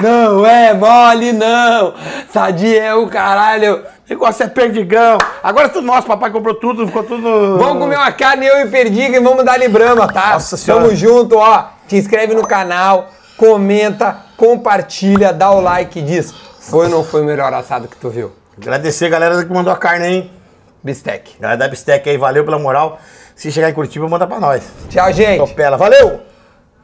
S2: Não é mole, não. Sadia é o caralho.
S1: O negócio é perdigão. Agora é tudo nosso, papai comprou tudo, ficou tudo... no-
S2: Vamos comer uma carne, eu e Perdiga, e vamos dar Librama, tá?
S1: Nossa Senhora.
S2: Tamo junto, ó. Te inscreve no canal, comenta, compartilha, dá o like e diz. Foi ou não foi o melhor assado que tu viu?
S1: Agradecer a galera que mandou a carne, hein.
S2: Bistec.
S1: Galera da Bistec aí, valeu pela moral. Se chegar em Curitiba, manda pra nós.
S2: Tchau, gente.
S1: Topela, valeu!